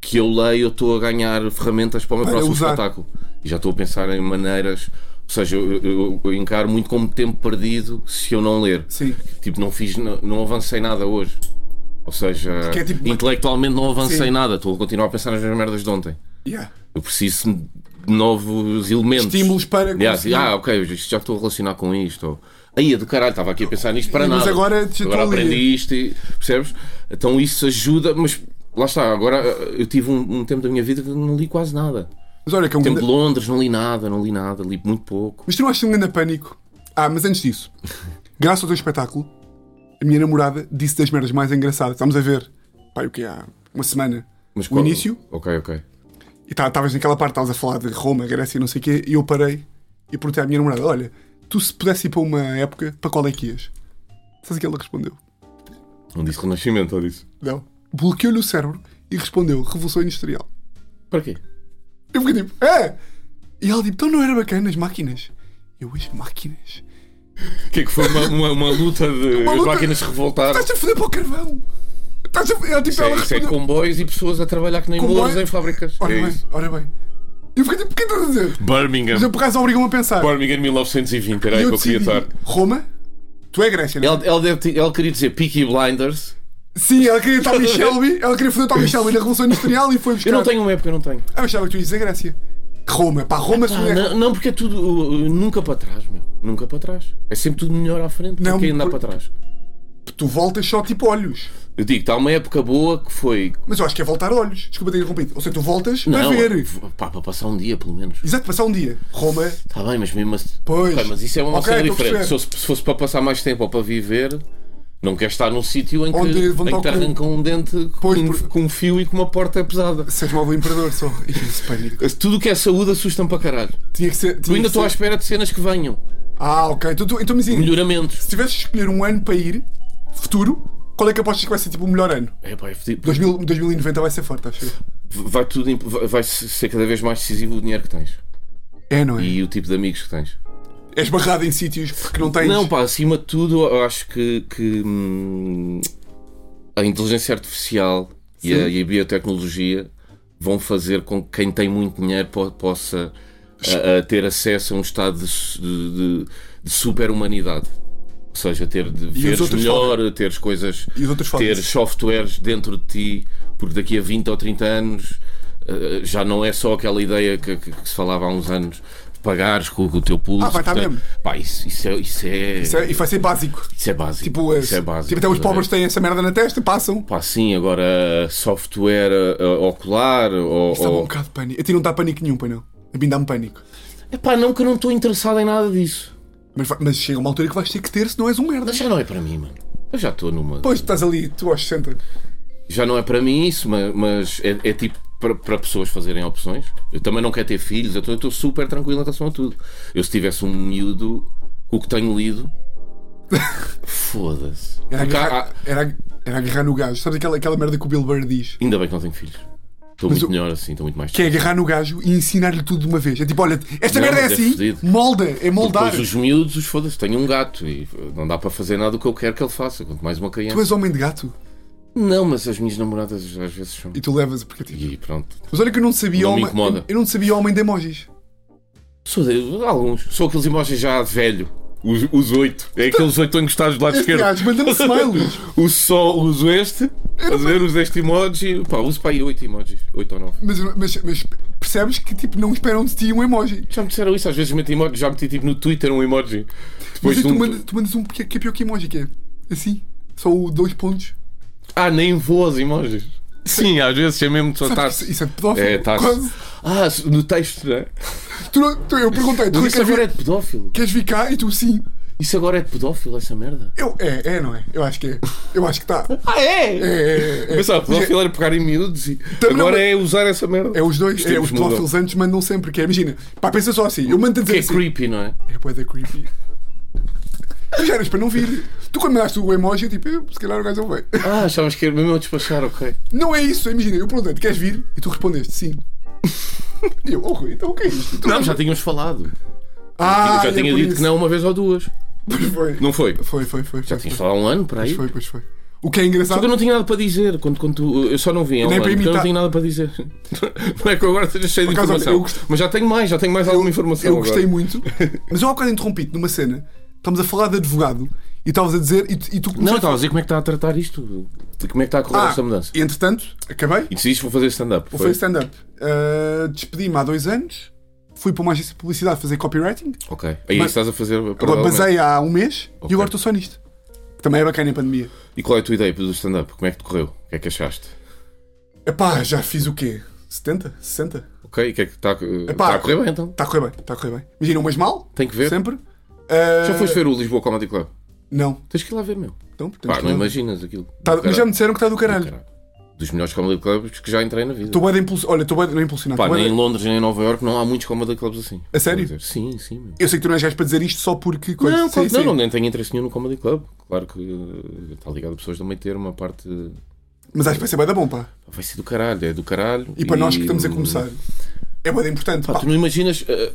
[SPEAKER 2] que eu leio eu estou a ganhar ferramentas para o meu
[SPEAKER 1] Para
[SPEAKER 2] próximo
[SPEAKER 1] usar.
[SPEAKER 2] espetáculo. E já estou a pensar em maneiras. Ou seja, eu, eu- eu encaro muito como tempo perdido se eu não ler.
[SPEAKER 1] sim.
[SPEAKER 2] Tipo, não fiz, não, não avancei nada hoje. Ou seja,
[SPEAKER 1] Porque é tipo-
[SPEAKER 2] intelectualmente não avancei
[SPEAKER 1] Sim.
[SPEAKER 2] nada. Estou a continuar a pensar nas merdas de ontem.
[SPEAKER 1] Yeah.
[SPEAKER 2] Eu preciso de novos elementos.
[SPEAKER 1] Estímulos para.
[SPEAKER 2] Aliás, ah, ok, isto já estou a relacionar com isto. Ou... Aí, do caralho, estava aqui a pensar nisto para
[SPEAKER 1] Mas
[SPEAKER 2] nada.
[SPEAKER 1] agora já estou
[SPEAKER 2] Agora
[SPEAKER 1] ali.
[SPEAKER 2] aprendi isto e. Percebes? Então isso ajuda, mas lá está. Agora eu tive um, um tempo da minha vida que não li quase nada.
[SPEAKER 1] Mas olha que é um
[SPEAKER 2] Tempo de
[SPEAKER 1] grande...
[SPEAKER 2] Londres, não li nada, não li nada, li muito pouco.
[SPEAKER 1] Mas tu não achas um grande pânico? Ah, mas antes disso, graças ao teu espetáculo, a minha namorada disse das merdas mais engraçadas. Estamos a ver, pai, o que é? Há uma semana.
[SPEAKER 2] Mas
[SPEAKER 1] o
[SPEAKER 2] qual-
[SPEAKER 1] início,
[SPEAKER 2] Ok, ok.
[SPEAKER 1] e tá- estavas naquela parte, estavas a falar de Roma, Grécia e não sei o quê, e eu parei e perguntei à minha namorada: olha, tu se pudesse ir para uma época, para qual é que ias? Sabes o que ela respondeu?
[SPEAKER 2] Não disse Renascimento, ou disse.
[SPEAKER 1] Não. Bloqueou-lhe o cérebro e respondeu: Revolução Industrial.
[SPEAKER 2] Para quê?
[SPEAKER 1] Eu fiquei tipo, é! E ela tipo, então não era bacana as máquinas? Eu, as máquinas?
[SPEAKER 2] O que é que foi uma, uma, uma luta de.
[SPEAKER 1] Uma
[SPEAKER 2] As
[SPEAKER 1] luta-
[SPEAKER 2] máquinas se revoltaram.
[SPEAKER 1] Estás a foder para o carvão! Estás a foder. Ela, tipo,
[SPEAKER 2] Isso
[SPEAKER 1] ela
[SPEAKER 2] é, isso é
[SPEAKER 1] respondeu-
[SPEAKER 2] comboios e pessoas a trabalhar que nem
[SPEAKER 1] Comboio-
[SPEAKER 2] bolas em fábricas.
[SPEAKER 1] Ora
[SPEAKER 2] É
[SPEAKER 1] bem,
[SPEAKER 2] isso.
[SPEAKER 1] ora bem. E eu fiquei tipo, o que é que estás a dizer?
[SPEAKER 2] Birmingham.
[SPEAKER 1] Mas eu por acaso obrigam-me a pensar.
[SPEAKER 2] Birmingham 1920, era
[SPEAKER 1] E
[SPEAKER 2] aí
[SPEAKER 1] eu
[SPEAKER 2] que eu queria
[SPEAKER 1] decidi
[SPEAKER 2] estar.
[SPEAKER 1] Roma, Tu é Grécia, não é?
[SPEAKER 2] Ele, ele deve ter- ele queria dizer Peaky Blinders.
[SPEAKER 1] Sim, ela queria Tommy Shelby, ela queria fazer o Tommy Shelby na Revolução Industrial e foi buscar.
[SPEAKER 2] Eu não tenho uma época, eu não tenho.
[SPEAKER 1] Ah, eu achava que tu ias dizer Grécia. Roma, pá, Roma se
[SPEAKER 2] Ah,
[SPEAKER 1] não é.
[SPEAKER 2] não, não, porque é tudo. uh, uh, Nunca para trás, meu. Nunca para trás. É sempre tudo melhor à frente
[SPEAKER 1] Não,
[SPEAKER 2] do que andar
[SPEAKER 1] por-
[SPEAKER 2] para trás.
[SPEAKER 1] Tu voltas só tipo olhos.
[SPEAKER 2] Eu digo, está uma época boa que foi.
[SPEAKER 1] Mas eu acho que é voltar olhos. Desculpa ter interrompido. Ou seja, tu voltas para
[SPEAKER 2] Não,
[SPEAKER 1] ver.
[SPEAKER 2] pá, para passar um dia, pelo menos.
[SPEAKER 1] Exato, passar um dia. Roma.
[SPEAKER 2] Está bem, mas mesmo assim.
[SPEAKER 1] Pois.
[SPEAKER 2] Ok, mas isso é uma
[SPEAKER 1] Ok,
[SPEAKER 2] cena
[SPEAKER 1] estou a
[SPEAKER 2] diferente. Se
[SPEAKER 1] perceber.
[SPEAKER 2] fosse, se fosse para passar mais tempo ou para viver, não quer estar num sítio em que,
[SPEAKER 1] Onde vão
[SPEAKER 2] em que te
[SPEAKER 1] tocar com-
[SPEAKER 2] arrancam um dente
[SPEAKER 1] Pois,
[SPEAKER 2] com,
[SPEAKER 1] por-
[SPEAKER 2] com um fio e com uma porta pesada.
[SPEAKER 1] Seres mal do imperador só. Isso, pânico.
[SPEAKER 2] Tudo o que é saúde assustam para caralho.
[SPEAKER 1] Tinha que ser.
[SPEAKER 2] Eu
[SPEAKER 1] Tinha
[SPEAKER 2] ainda
[SPEAKER 1] que
[SPEAKER 2] estou à
[SPEAKER 1] ser-
[SPEAKER 2] espera de cenas que venham.
[SPEAKER 1] Ah, ok. Então, tu- então mas, assim,
[SPEAKER 2] Melhoramentos.
[SPEAKER 1] se tivesses de escolher um ano para ir, futuro, qual é que apostas que vai ser tipo o melhor ano?
[SPEAKER 2] É, pá, é fedido.
[SPEAKER 1] 2000, 2090 vai ser forte, acho eu.
[SPEAKER 2] vai tudo imp- vai- vai ser cada vez mais decisivo o dinheiro que tens
[SPEAKER 1] É, não é?
[SPEAKER 2] e o tipo de amigos que tens.
[SPEAKER 1] És barrado em sítios que não tens.
[SPEAKER 2] Não, pá, acima de tudo, eu acho que, que, hum, a inteligência artificial e a,
[SPEAKER 1] Sim.
[SPEAKER 2] e a biotecnologia vão fazer com que quem tem muito dinheiro po- possa a- a ter acesso a um estado de, su- de, super humanidade. Ou seja, ter de veres
[SPEAKER 1] outros
[SPEAKER 2] melhor, teres coisas,
[SPEAKER 1] E os outros
[SPEAKER 2] ter
[SPEAKER 1] fazem.
[SPEAKER 2] softwares dentro de ti, porque daqui a 20 ou 30 anos eh, já não é só aquela ideia que, que- que se falava há uns anos de pagares com, com o teu pulso.
[SPEAKER 1] Ah, vai estar
[SPEAKER 2] portanto,
[SPEAKER 1] mesmo.
[SPEAKER 2] Pá, isso, isso é, isso, é,
[SPEAKER 1] Isso é- E vai ser básico.
[SPEAKER 2] isso é básico.
[SPEAKER 1] Tipo,
[SPEAKER 2] isso
[SPEAKER 1] eh,
[SPEAKER 2] é básico.
[SPEAKER 1] tipo, até os
[SPEAKER 2] estás a ver?
[SPEAKER 1] pobres têm essa merda na testa, passam.
[SPEAKER 2] Pá, sim, agora software eh, ocular ou.
[SPEAKER 1] Isto dá-me um
[SPEAKER 2] ou...
[SPEAKER 1] bocado de pânico. A ti não dá pânico nenhum, pai não. A mim dá-me pânico.
[SPEAKER 2] Epá, não que eu não estou interessado em nada disso.
[SPEAKER 1] Mas, vai- mas chega uma altura que vais ter que ter, se não és um merda.
[SPEAKER 2] Mas já não é para mim, mano. Eu já estou numa.
[SPEAKER 1] Pois, tu estás ali, tu aos 60.
[SPEAKER 2] Já não é para mim isso, ma- mas, é, é tipo para, para pessoas fazerem opções. Eu também não quero ter filhos, então eu estou super tranquilo em relação a tudo. Eu se tivesse um miúdo, com o que tenho lido. Foda-se.
[SPEAKER 1] Era
[SPEAKER 2] Porque há-
[SPEAKER 1] agarrar,
[SPEAKER 2] há-
[SPEAKER 1] era, era agarrar no gajo. Sabes aquela, aquela merda que o Bill Burr diz?
[SPEAKER 2] Ainda bem que não tenho filhos. Estou
[SPEAKER 1] Mas
[SPEAKER 2] muito
[SPEAKER 1] o-
[SPEAKER 2] melhor assim, estou muito mais.
[SPEAKER 1] Que é agarrar no gajo e ensinar-lhe tudo de uma vez. É tipo, olha, esta
[SPEAKER 2] Não,
[SPEAKER 1] merda é
[SPEAKER 2] mas é
[SPEAKER 1] assim,
[SPEAKER 2] fodido.
[SPEAKER 1] molda, é moldar.
[SPEAKER 2] Depois os miúdos, os foda-se, tenho um gato e não dá para fazer nada do que eu quero que ele faça, quanto mais uma
[SPEAKER 1] Tu
[SPEAKER 2] criança.
[SPEAKER 1] és homem de gato
[SPEAKER 2] Não, mas as minhas namoradas às vezes são.
[SPEAKER 1] e tu levas porque tipo.
[SPEAKER 2] E pronto.
[SPEAKER 1] Mas olha que eu não sabia
[SPEAKER 2] Não me
[SPEAKER 1] homem.
[SPEAKER 2] incomoda.
[SPEAKER 1] Eu não sabia homem de emojis.
[SPEAKER 2] Sou de, alguns. Sou aqueles emojis já de velho. Os, os oito. É aqueles oito encostados do lado
[SPEAKER 1] Então- Este
[SPEAKER 2] esquerdo.
[SPEAKER 1] gajo manda-me smiles.
[SPEAKER 2] O só uso este. Estás a ver? Uso este emoji. Pá, uso para aí oito emojis. Oito ou nove.
[SPEAKER 1] Mas, mas, mas percebes que tipo, não esperam de ti um emoji.
[SPEAKER 2] Já me disseram isso, às vezes meto emoji, já meti tipo no Twitter um emoji.
[SPEAKER 1] Mas
[SPEAKER 2] Depois
[SPEAKER 1] aí
[SPEAKER 2] de
[SPEAKER 1] tu,
[SPEAKER 2] um...
[SPEAKER 1] mandas, tu mandas um que é que é pior que emoji, que é assim, só o dois pontos.
[SPEAKER 2] Ah, nem vou aos emojis. Sim, às vezes é mesmo só
[SPEAKER 1] Sabes que
[SPEAKER 2] taço.
[SPEAKER 1] isso, isso é pedófilo.
[SPEAKER 2] É, taço.
[SPEAKER 1] Quase.
[SPEAKER 2] Ah, no texto, não é?
[SPEAKER 1] Tu não- tu- eu perguntei, tu queres
[SPEAKER 2] Mas isso agora é
[SPEAKER 1] vir,
[SPEAKER 2] de pedófilo.
[SPEAKER 1] queres vir cá? E tu sim.
[SPEAKER 2] Isso agora é de pedófilo, essa merda.
[SPEAKER 1] Eu, é, é, não é? Eu acho que é. Eu acho que está.
[SPEAKER 2] Ah, é?
[SPEAKER 1] É, é, é.
[SPEAKER 2] Pensava, pedófilo era pegar em miúdos e
[SPEAKER 1] Também não,
[SPEAKER 2] agora
[SPEAKER 1] mas-
[SPEAKER 2] é usar essa merda.
[SPEAKER 1] É os dois,
[SPEAKER 2] Os
[SPEAKER 1] é, os
[SPEAKER 2] tempos
[SPEAKER 1] pedófilos antes mandam sempre. Que é, imagina, pá, pensa só assim, eu mando a
[SPEAKER 2] Que
[SPEAKER 1] dizer
[SPEAKER 2] é
[SPEAKER 1] assim.
[SPEAKER 2] creepy, não é?
[SPEAKER 1] É bué da creepy. Tu já eras para não vir. Tu quando mandaste o emoji, eu tipo, eu, se calhar o gajo não vem.
[SPEAKER 2] Ah, achavas que era mesmo a despachar, ok.
[SPEAKER 1] Não é isso, imagina, eu perguntei, queres vir? E tu respondeste, sim. E eu, oh Rui, então o que é isto? Tu-
[SPEAKER 2] Não, já tínhamos falado.
[SPEAKER 1] ah,
[SPEAKER 2] já
[SPEAKER 1] é
[SPEAKER 2] tinha
[SPEAKER 1] por
[SPEAKER 2] dito
[SPEAKER 1] isso.
[SPEAKER 2] que não uma vez ou duas.
[SPEAKER 1] Pois foi.
[SPEAKER 2] Não foi?
[SPEAKER 1] Foi, foi, foi.
[SPEAKER 2] Já
[SPEAKER 1] foi,
[SPEAKER 2] tinhas
[SPEAKER 1] foi.
[SPEAKER 2] falado há um ano para aí.
[SPEAKER 1] Pois foi, pois foi. O que é
[SPEAKER 2] Só
[SPEAKER 1] engraçado.
[SPEAKER 2] que eu não tinha nada para dizer. Quando, quando tu- eu só não vim. há um
[SPEAKER 1] Nem
[SPEAKER 2] ano,
[SPEAKER 1] para
[SPEAKER 2] porque Eu não
[SPEAKER 1] imitar.
[SPEAKER 2] tinha nada para dizer. Não é que eu agora esteja cheio de
[SPEAKER 1] Por acaso, olha,
[SPEAKER 2] informação.
[SPEAKER 1] eu gost-
[SPEAKER 2] Mas já tenho mais, já tenho mais alguma informação.
[SPEAKER 1] Eu gostei
[SPEAKER 2] agora.
[SPEAKER 1] muito. Mas eu há bocado interrompi-te numa cena. Estamos a falar de advogado e estavas a dizer. E, tu- e tu
[SPEAKER 2] Não,
[SPEAKER 1] começaste-
[SPEAKER 2] estava a dizer como é que está a tratar isto. E Como é que está a correr
[SPEAKER 1] Ah,
[SPEAKER 2] esta mudança.
[SPEAKER 1] e entretanto, acabei.
[SPEAKER 2] E decidiste que vou fazer stand-up.
[SPEAKER 1] Foi,
[SPEAKER 2] foi?
[SPEAKER 1] stand-up. Ah, Despedi-me há dois anos. Fui para uma agência de publicidade fazer copywriting.
[SPEAKER 2] Ok. Aí
[SPEAKER 1] Mas-
[SPEAKER 2] estás a fazer.
[SPEAKER 1] Agora
[SPEAKER 2] paralelamente.
[SPEAKER 1] basei há um mês e
[SPEAKER 2] Ok.
[SPEAKER 1] agora estou só nisto. Que Também é bacana em pandemia.
[SPEAKER 2] E qual é a tua ideia do stand-up? Como é que te correu? O que é que achaste?
[SPEAKER 1] Epá, já fiz o quê? 70? 60?
[SPEAKER 2] Ok, o que é que está,
[SPEAKER 1] Epá.
[SPEAKER 2] está a correr bem então?
[SPEAKER 1] Está Tá a correr bem, está a correr bem. Imagina umas mal,
[SPEAKER 2] Tem que ver.
[SPEAKER 1] sempre. Ah,
[SPEAKER 2] Já foste ver o Lisboa Comedy Club?
[SPEAKER 1] Não,
[SPEAKER 2] Tens que ir lá ver, meu.
[SPEAKER 1] então, portanto,
[SPEAKER 2] Pá, não imaginas aquilo.
[SPEAKER 1] tá-
[SPEAKER 2] Do
[SPEAKER 1] Mas já me disseram que está do
[SPEAKER 2] caralho. Do
[SPEAKER 1] caralho.
[SPEAKER 2] caralho. Dos melhores comedy clubs que já entrei na vida.
[SPEAKER 1] Estou bem impulsionado. Olha, estou bem não impulsionado.
[SPEAKER 2] Pá,
[SPEAKER 1] tô bué
[SPEAKER 2] nem
[SPEAKER 1] de-
[SPEAKER 2] em Londres nem em Nova Iorque não há muitos comedy clubs assim.
[SPEAKER 1] A sério?
[SPEAKER 2] Quer dizer, Sim, sim, meu.
[SPEAKER 1] Eu sei que tu não és gajo para dizer isto só porque. coisa-
[SPEAKER 2] Não,
[SPEAKER 1] Sim,
[SPEAKER 2] claro que não,
[SPEAKER 1] sim.
[SPEAKER 2] não, nem tenho interesse nenhum no comedy club. Claro que eh, está ligado a pessoas do meio termo, a parte.
[SPEAKER 1] Mas acho que vai ser bem da bom, pá.
[SPEAKER 2] Vai ser do caralho, é do caralho.
[SPEAKER 1] E para nós que estamos a começar, é bem importante,
[SPEAKER 2] Pá,
[SPEAKER 1] pá.
[SPEAKER 2] tu não imaginas eh,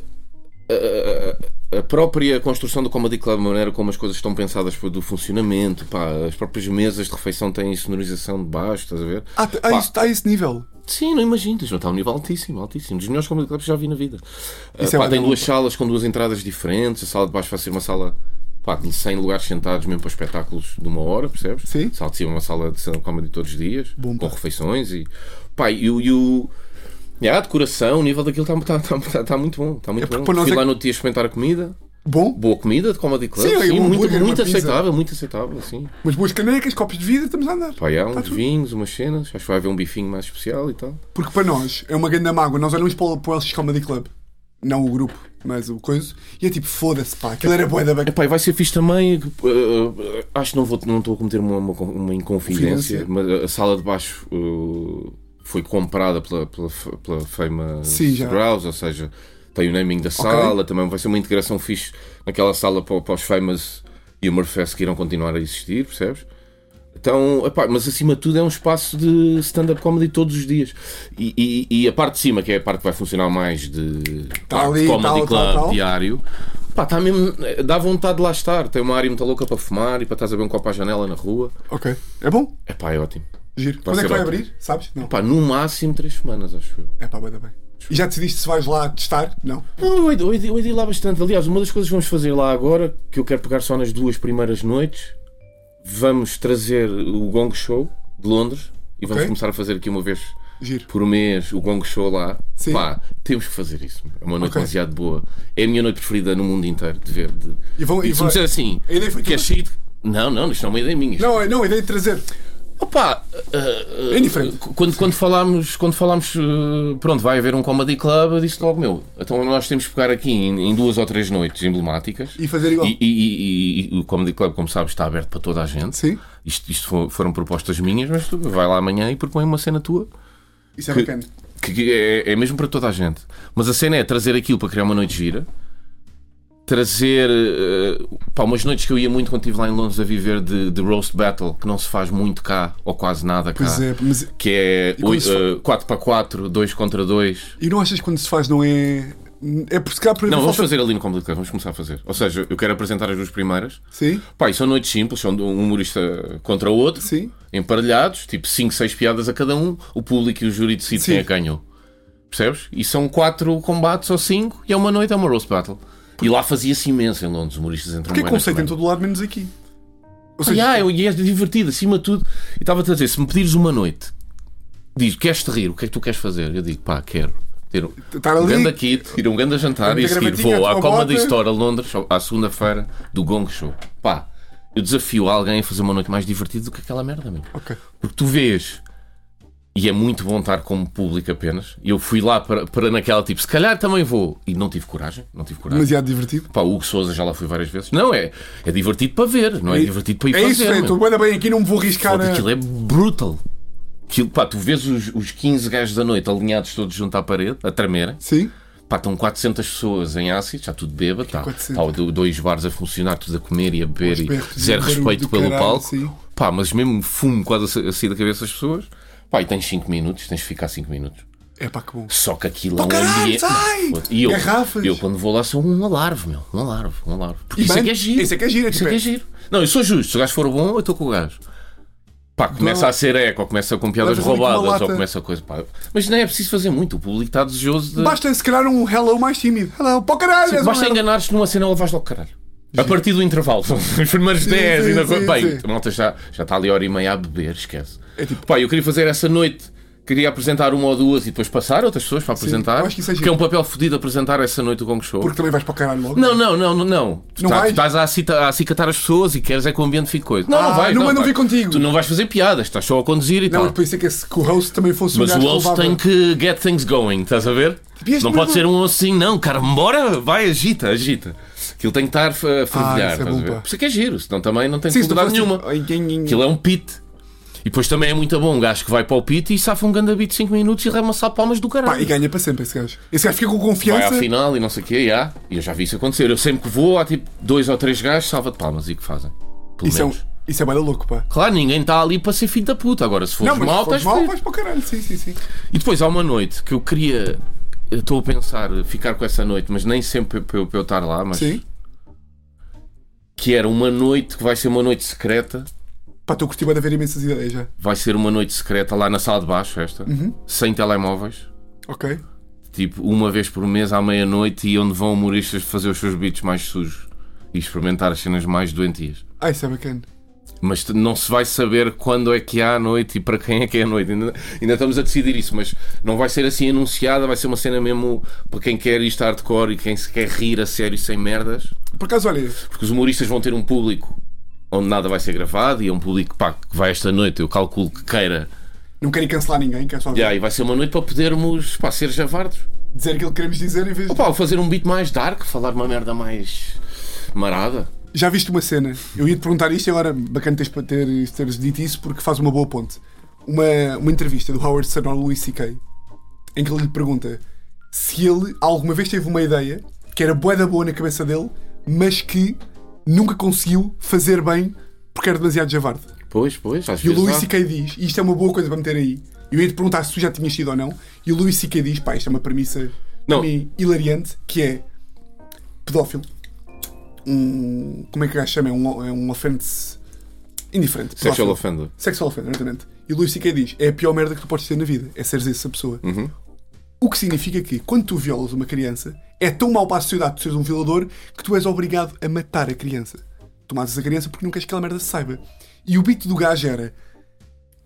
[SPEAKER 2] a, a- a própria construção do Comedy Club, a maneira como as coisas estão pensadas pô, do funcionamento, pá, as próprias mesas de refeição têm sonorização de baixo, estás a ver?
[SPEAKER 1] Ah, t- ah,
[SPEAKER 2] Pá.
[SPEAKER 1] isso- ah, esse nível.
[SPEAKER 2] Sim, não imaginas, não está a um nível altíssimo, altíssimo. Dos melhores comedy clubs que já vi na vida. Ah,
[SPEAKER 1] Isso é
[SPEAKER 2] pá,
[SPEAKER 1] uma
[SPEAKER 2] tem
[SPEAKER 1] boa.
[SPEAKER 2] duas salas com duas entradas diferentes, a sala de baixo vai ser uma sala pá, pá, de 100 lugares sentados mesmo para espetáculos de uma hora, percebes?
[SPEAKER 1] Sim.
[SPEAKER 2] Sala de cima, é uma sala de stand-up comedy todos os dias,
[SPEAKER 1] Bom,
[SPEAKER 2] com
[SPEAKER 1] pá.
[SPEAKER 2] refeições e. Pá, e o. e o- e a decoração, o nível daquilo está tá, tá, tá muito bom. Tá muito
[SPEAKER 1] porque
[SPEAKER 2] bom.
[SPEAKER 1] para nós
[SPEAKER 2] Fui
[SPEAKER 1] é
[SPEAKER 2] lá
[SPEAKER 1] que-
[SPEAKER 2] no outro dia experimentar a comida.
[SPEAKER 1] Bom,
[SPEAKER 2] Boa comida de Comedy Club.
[SPEAKER 1] Sim,
[SPEAKER 2] Sim,
[SPEAKER 1] um
[SPEAKER 2] muito,
[SPEAKER 1] hambúrguer,
[SPEAKER 2] muito
[SPEAKER 1] uma pizza.
[SPEAKER 2] aceitável, muito aceitável, sim.
[SPEAKER 1] mas boas canecas, copos de vida, estamos a andar.
[SPEAKER 2] Pá, e há
[SPEAKER 1] Tá
[SPEAKER 2] uns
[SPEAKER 1] tudo.
[SPEAKER 2] vinhos, umas cenas. Acho que vai haver um bifinho mais especial e tal.
[SPEAKER 1] Porque para nós é uma grande mágoa. Nós olhamos para o, para o LX Comedy Club, não o grupo, mas o coisa, e é tipo, foda-se, pá, aquilo era boa da bacana.
[SPEAKER 2] Epá, e vai ser fixe também. eh, eh, acho que não vou, não estou a cometer uma, uma, uma inconfidência,
[SPEAKER 1] Confidência.
[SPEAKER 2] mas a sala de baixo eh, foi comprada pela, pela, pela Fama
[SPEAKER 1] Sim, já.
[SPEAKER 2] Browse, ou seja, tem o naming da sala, também vai ser uma integração fixe naquela sala para, para os Famous e o Murfest que irão continuar a existir, percebes? Então, epá, mas acima de tudo é um espaço de stand-up comedy todos os dias. E, e- e a parte de cima, que é a parte que vai funcionar mais de,
[SPEAKER 1] Tá
[SPEAKER 2] de
[SPEAKER 1] ali, tal,
[SPEAKER 2] comedy
[SPEAKER 1] tal,
[SPEAKER 2] club
[SPEAKER 1] tal.
[SPEAKER 2] diário, pá, tá mesmo, dá vontade de lá estar. Tem uma área muito louca para fumar e para estás a ver um copo à janela na rua.
[SPEAKER 1] Ok, é bom,
[SPEAKER 2] É pá, é ótimo.
[SPEAKER 1] giro.
[SPEAKER 2] Vai
[SPEAKER 1] Quando é
[SPEAKER 2] ser
[SPEAKER 1] que vai
[SPEAKER 2] ótimo.
[SPEAKER 1] abrir? Sabes? Não.
[SPEAKER 2] Pá, no máximo três semanas, acho eu.
[SPEAKER 1] É pá, boa da bem. E já decidiste se vais lá testar? Não.
[SPEAKER 2] Não, eu hei de- eu hei de- eu hei de ir lá bastante. Aliás, uma das coisas que vamos fazer lá agora, que eu quero pegar só nas duas primeiras noites, vamos trazer o Gong Show de Londres e vamos
[SPEAKER 1] Ok.
[SPEAKER 2] começar a fazer aqui uma vez
[SPEAKER 1] Giro.
[SPEAKER 2] por mês o Gong Show lá.
[SPEAKER 1] Sim.
[SPEAKER 2] Pá, temos que fazer isso. É uma noite
[SPEAKER 1] Ok.
[SPEAKER 2] demasiado boa. É a minha noite preferida no mundo inteiro de ver. De...
[SPEAKER 1] E vão-
[SPEAKER 2] e
[SPEAKER 1] e
[SPEAKER 2] se me
[SPEAKER 1] vai-
[SPEAKER 2] disser assim,
[SPEAKER 1] A ideia foi
[SPEAKER 2] que é
[SPEAKER 1] tua?
[SPEAKER 2] chique. Não, não, isto não é uma ideia minha. Isto-
[SPEAKER 1] Não, é- não, a ideia de trazer.
[SPEAKER 2] Opa, uh, uh,
[SPEAKER 1] É diferente.
[SPEAKER 2] uh, Quando, quando falámos, quando falámos uh, pronto, vai haver um comedy club, eu disse logo, meu, então nós temos que pegar aqui em, em duas ou três noites emblemáticas.
[SPEAKER 1] E fazer igual.
[SPEAKER 2] E, e- e- e o comedy club, como sabes, está aberto para toda a gente.
[SPEAKER 1] Sim.
[SPEAKER 2] Isto, isto fo- foram propostas minhas, mas tu vai lá amanhã e propõe uma cena tua.
[SPEAKER 1] Isso é
[SPEAKER 2] Que-
[SPEAKER 1] bacana.
[SPEAKER 2] Que, que é, é mesmo para toda a gente. Mas a cena é trazer aquilo para criar uma noite gira. Trazer eh, pá, umas noites que eu ia muito quando estive lá em Londres a viver de, de roast battle, que não se faz muito cá, ou quase nada cá.
[SPEAKER 1] Pois é, mas.
[SPEAKER 2] Que é
[SPEAKER 1] quando se fa-
[SPEAKER 2] 4 para 4, 2 contra 2.
[SPEAKER 1] E não achas que quando se faz não é. É por se calhar por
[SPEAKER 2] Não, vamos
[SPEAKER 1] falta-
[SPEAKER 2] fazer ali no Comedy Club, vamos começar a fazer. Ou seja, eu quero apresentar as duas primeiras.
[SPEAKER 1] Sim,
[SPEAKER 2] Pá, e são noites simples, são um humorista contra o outro,
[SPEAKER 1] Sim.
[SPEAKER 2] emparelhados, tipo 5, 6 piadas a cada um, o público e o júri decidem
[SPEAKER 1] Sim.
[SPEAKER 2] quem é que ganhou. Percebes? E são 4 combates ou 5 e é uma noite, é uma roast battle. E lá fazia-se imenso em Londres, humoristas entre
[SPEAKER 1] porque é conceito em todo o lado menos aqui. Ou
[SPEAKER 2] Ah, yeah, eu- e é divertido, acima de tudo. E estava-te a dizer, se me pedires uma noite, diz, queres-te rir, o que é que tu queres fazer? Eu digo, pá, quero. Ter um,
[SPEAKER 1] Estar
[SPEAKER 2] um
[SPEAKER 1] ali-
[SPEAKER 2] ganda kit, ir a um ganda jantar
[SPEAKER 1] Uma
[SPEAKER 2] e a seguir
[SPEAKER 1] gravatinha,
[SPEAKER 2] vou à
[SPEAKER 1] uma
[SPEAKER 2] Comedy
[SPEAKER 1] bota.
[SPEAKER 2] Store a Londres, ao- à segunda-feira, do Gong Show. Pá, eu desafio alguém a fazer uma noite mais divertida do que aquela merda, meu.
[SPEAKER 1] Ok.
[SPEAKER 2] Porque tu vês, e é muito bom estar como público apenas, e eu fui lá para, para naquela tipo, se calhar também vou, e não tive coragem, não tive coragem.
[SPEAKER 1] Demasiado divertido.
[SPEAKER 2] Pá, o Hugo Souza já lá fui várias vezes. Não, é, é divertido para ver, não é, divertido para ir
[SPEAKER 1] É
[SPEAKER 2] fazer.
[SPEAKER 1] isso, é.
[SPEAKER 2] meu.
[SPEAKER 1] Estou bem, bem aqui, não me vou arriscar.
[SPEAKER 2] Foda,
[SPEAKER 1] a-
[SPEAKER 2] Aquilo é brutal. Aquilo, pá, tu vês os, os 15 gajos da noite alinhados todos junto à parede, a tremerem.
[SPEAKER 1] Sim.
[SPEAKER 2] Pá, estão 400 pessoas em ácido, já tudo beba, tá,
[SPEAKER 1] 400?
[SPEAKER 2] tá, dois bares a funcionar, tudo a comer e a beber, e
[SPEAKER 1] berros e
[SPEAKER 2] zero
[SPEAKER 1] o barulho
[SPEAKER 2] respeito
[SPEAKER 1] do
[SPEAKER 2] pelo
[SPEAKER 1] caralho,
[SPEAKER 2] palco.
[SPEAKER 1] sim.
[SPEAKER 2] Pá, mas mesmo fumo quase a sa- a sair da cabeça das pessoas. Pá, e tens 5 minutos, tens de ficar 5 minutos.
[SPEAKER 1] É pá, que bom.
[SPEAKER 2] Só que aquilo
[SPEAKER 1] Pá,
[SPEAKER 2] é um
[SPEAKER 1] caralho,
[SPEAKER 2] ambiente.
[SPEAKER 1] sai!
[SPEAKER 2] E eu,
[SPEAKER 1] Garrafas.
[SPEAKER 2] eu quando vou lá sou um alarve, meu. Um alarve, um alarve. Porque
[SPEAKER 1] E
[SPEAKER 2] isso é
[SPEAKER 1] bem,
[SPEAKER 2] que é giro.
[SPEAKER 1] isso é que é giro,
[SPEAKER 2] Isso é
[SPEAKER 1] tipo,
[SPEAKER 2] que é giro. Não, eu sou justo. Se o gajo for bom, eu estou com o gajo. Pá, começa
[SPEAKER 1] Não.
[SPEAKER 2] a ser eco, ou começa com piadas
[SPEAKER 1] Levas ali Então, com uma
[SPEAKER 2] roubadas,
[SPEAKER 1] lata.
[SPEAKER 2] ou começa a coisa. Pá. Mas não é preciso fazer muito. O público está desejoso de.
[SPEAKER 1] Basta se calhar um hello mais tímido. Hello, pá, caralho! és um
[SPEAKER 2] Sim, Tipo, Basta
[SPEAKER 1] merda.
[SPEAKER 2] enganares-te numa cena, ele vais logo caralho. A partir do intervalo, são os primeiros
[SPEAKER 1] Sim,
[SPEAKER 2] 10
[SPEAKER 1] sim,
[SPEAKER 2] ainda
[SPEAKER 1] sim,
[SPEAKER 2] bem,
[SPEAKER 1] sim.
[SPEAKER 2] a malta já, já está ali hora e meia a beber, esquece.
[SPEAKER 1] É tipo-
[SPEAKER 2] Pá, eu queria fazer essa noite, queria apresentar uma ou duas e depois passar outras pessoas para apresentar.
[SPEAKER 1] eu acho que isso é
[SPEAKER 2] é
[SPEAKER 1] giro.
[SPEAKER 2] um papel fodido apresentar essa noite do Gong Show.
[SPEAKER 1] Porque também vais para o caralho logo. é?
[SPEAKER 2] Não, não, não, não, não. Tu,
[SPEAKER 1] Não
[SPEAKER 2] tá- tu
[SPEAKER 1] vais?
[SPEAKER 2] estás a, acita- a acicatar as pessoas e queres é que o ambiente fique coisa. Não,
[SPEAKER 1] Ah,
[SPEAKER 2] não vais.
[SPEAKER 1] não,
[SPEAKER 2] não,
[SPEAKER 1] mas não
[SPEAKER 2] vai.
[SPEAKER 1] vi contigo.
[SPEAKER 2] Tu não vais fazer piadas, estás só a conduzir e
[SPEAKER 1] Não,
[SPEAKER 2] tal.
[SPEAKER 1] mas por isso é que, esse, que o host também fosse um
[SPEAKER 2] Mas
[SPEAKER 1] gajo
[SPEAKER 2] o
[SPEAKER 1] que
[SPEAKER 2] Alce
[SPEAKER 1] levava-
[SPEAKER 2] tem que get things going, estás a ver?
[SPEAKER 1] E este
[SPEAKER 2] Não pode
[SPEAKER 1] mesmo-
[SPEAKER 2] ser um assim, não, cara, bora, vai, agita, agita. Aquilo tem que estar a fervilhar,
[SPEAKER 1] isso é
[SPEAKER 2] estás
[SPEAKER 1] bom,
[SPEAKER 2] a ver?
[SPEAKER 1] pá.
[SPEAKER 2] Por isso é que é giro, senão também não tem
[SPEAKER 1] Sim, se tu
[SPEAKER 2] dificuldade
[SPEAKER 1] fosse tipo,
[SPEAKER 2] nenhuma.
[SPEAKER 1] ai, ai, ai.
[SPEAKER 2] Aquilo é um pit. E depois também é muito bom um gajo que vai para o pit e safa um ganda beat de 5 minutos e ramassar palmas do
[SPEAKER 1] Pá, e
[SPEAKER 2] caralho.
[SPEAKER 1] ganha para sempre esse gajo. Esse gajo fica com
[SPEAKER 2] vai à
[SPEAKER 1] confiança.
[SPEAKER 2] final e não sei o quê, já. E eu já vi isso acontecer. Eu sempre que vou, há tipo dois ou três gajos, salva de palmas e que fazem. Pelo
[SPEAKER 1] Isso é, um,
[SPEAKER 2] menos.
[SPEAKER 1] isso é bem louco, pá.
[SPEAKER 2] Claro, ninguém está ali para ser filho da puta. Agora, se fores
[SPEAKER 1] Não, mas
[SPEAKER 2] mal,
[SPEAKER 1] se fores
[SPEAKER 2] estás
[SPEAKER 1] mal,
[SPEAKER 2] fodido.
[SPEAKER 1] vais para o caralho. Sim, sim, sim.
[SPEAKER 2] E depois há uma noite que eu queria. eu Estou a pensar ficar com essa noite, mas nem sempre para eu, para eu estar lá, mas
[SPEAKER 1] Sim.
[SPEAKER 2] que era uma noite que vai ser uma noite secreta.
[SPEAKER 1] Pá, estou curtindo a ver imensas ideias já.
[SPEAKER 2] Vai ser uma noite secreta lá na sala de baixo, esta, sem telemóveis,
[SPEAKER 1] Ok.
[SPEAKER 2] tipo uma vez por mês à meia-noite e onde vão humoristas fazer os seus beats mais sujos e experimentar as cenas mais doentias.
[SPEAKER 1] Ah, isso é bacana.
[SPEAKER 2] Mas t- não se vai saber quando é que há a noite e para quem é que é a noite. Ainda, ainda estamos a decidir isso, mas não vai ser assim anunciada, vai ser uma cena mesmo para quem quer isto hardcore e quem se quer rir a sério sem merdas.
[SPEAKER 1] Por acaso, olha,
[SPEAKER 2] Porque os humoristas vão ter um público onde nada vai ser gravado e é um público pá, que vai esta noite, eu calculo que queira.
[SPEAKER 1] não querem cancelar ninguém, quero só
[SPEAKER 2] Yeah, e vai ser uma noite para podermos pá, ser javardos.
[SPEAKER 1] dizer aquilo que queremos dizer em vez de.
[SPEAKER 2] Opa, fazer um beat mais dark, falar uma merda mais marada.
[SPEAKER 1] Já viste uma cena? Eu ia te perguntar isto e agora bacana teres, teres, teres dito isso porque faz uma boa ponte. Uma, uma entrevista do Howard Stern ao Louis C.K. em que ele lhe pergunta se ele alguma vez teve uma ideia que era bué da boa na cabeça dele, mas que nunca conseguiu fazer bem porque era demasiado javarde.
[SPEAKER 2] Pois, pois, às
[SPEAKER 1] E o
[SPEAKER 2] vezes.
[SPEAKER 1] Louis
[SPEAKER 2] há.
[SPEAKER 1] C.K. diz, e isto é uma boa coisa para meter aí, eu ia te perguntar se tu já tinhas sido ou não, e o Louis C.K. diz, pá, isto é uma premissa
[SPEAKER 2] Não.
[SPEAKER 1] para mim hilariante, que é pedófilo, um, como é que o gajo chama, é um, é um offense indiferente. pedófilo.
[SPEAKER 2] Sexual offender.
[SPEAKER 1] Sexual offender, exatamente. E o Louis C.K. diz, é a pior merda que tu podes ter na vida, é seres essa pessoa.
[SPEAKER 2] Uhum.
[SPEAKER 1] O que significa que, quando tu violas uma criança, é tão mau para a sociedade tu seres um violador que tu és obrigado a matar a criança. Tu matas a criança porque não queres que aquela merda se saiba. E o beat do gajo era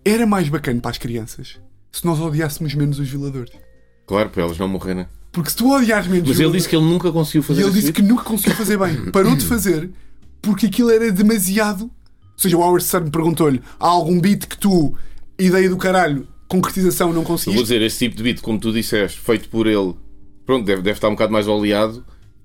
[SPEAKER 1] era mais bacana para as crianças se nós odiássemos menos os violadores.
[SPEAKER 2] Claro, para eles não morrerem.
[SPEAKER 1] Porque se tu odiares menos os
[SPEAKER 2] Mas ele disse que ele nunca conseguiu fazer
[SPEAKER 1] e ele
[SPEAKER 2] esse
[SPEAKER 1] disse
[SPEAKER 2] beat.
[SPEAKER 1] que nunca conseguiu fazer bem. Parou de fazer porque aquilo era demasiado. Ou seja, o Howard Stern perguntou-lhe: há algum beat que tu, ideia do caralho, concretização, não
[SPEAKER 2] Eu vou
[SPEAKER 1] conseguiste?
[SPEAKER 2] dizer, esse tipo de beat, como tu disseste, feito por ele, pronto, deve, deve estar um bocado mais oleado.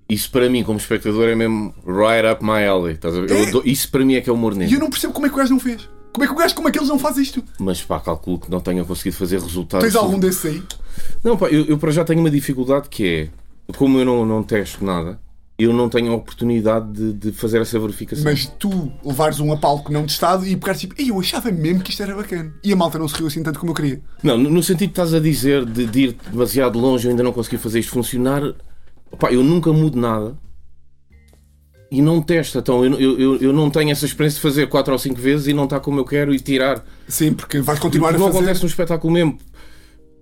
[SPEAKER 2] Isso para mim, como espectador, é mesmo right up my alley. Estás a ver? Eu
[SPEAKER 1] É.
[SPEAKER 2] adoro- Isso para mim é que é o humor
[SPEAKER 1] E eu
[SPEAKER 2] negro.
[SPEAKER 1] não percebo como é que o gajo não fez. Como é que o gajo, como é que eles não fazem isto?
[SPEAKER 2] Mas pá, calculo que não tenha conseguido fazer resultados.
[SPEAKER 1] Tens algum desses aí?
[SPEAKER 2] Não, pá, eu, eu para já tenho uma dificuldade que é, como eu não, não testo nada, eu não tenho a oportunidade de, de fazer essa verificação.
[SPEAKER 1] Mas tu levares um a palco não testado e pegares tipo, Ei, eu achava mesmo que isto era bacana. E a malta não se riu assim tanto como eu queria.
[SPEAKER 2] Não, no no sentido que estás a dizer de, de ir demasiado longe, eu ainda não consegui fazer isto funcionar. Pá, eu nunca mudo nada e não testo. Então eu, eu, eu- eu não tenho essa experiência de fazer 4 ou 5 vezes e não está como eu quero e tirar.
[SPEAKER 1] Sim, porque vais
[SPEAKER 2] Porque
[SPEAKER 1] continuar a
[SPEAKER 2] não
[SPEAKER 1] fazer.
[SPEAKER 2] acontece no espetáculo mesmo.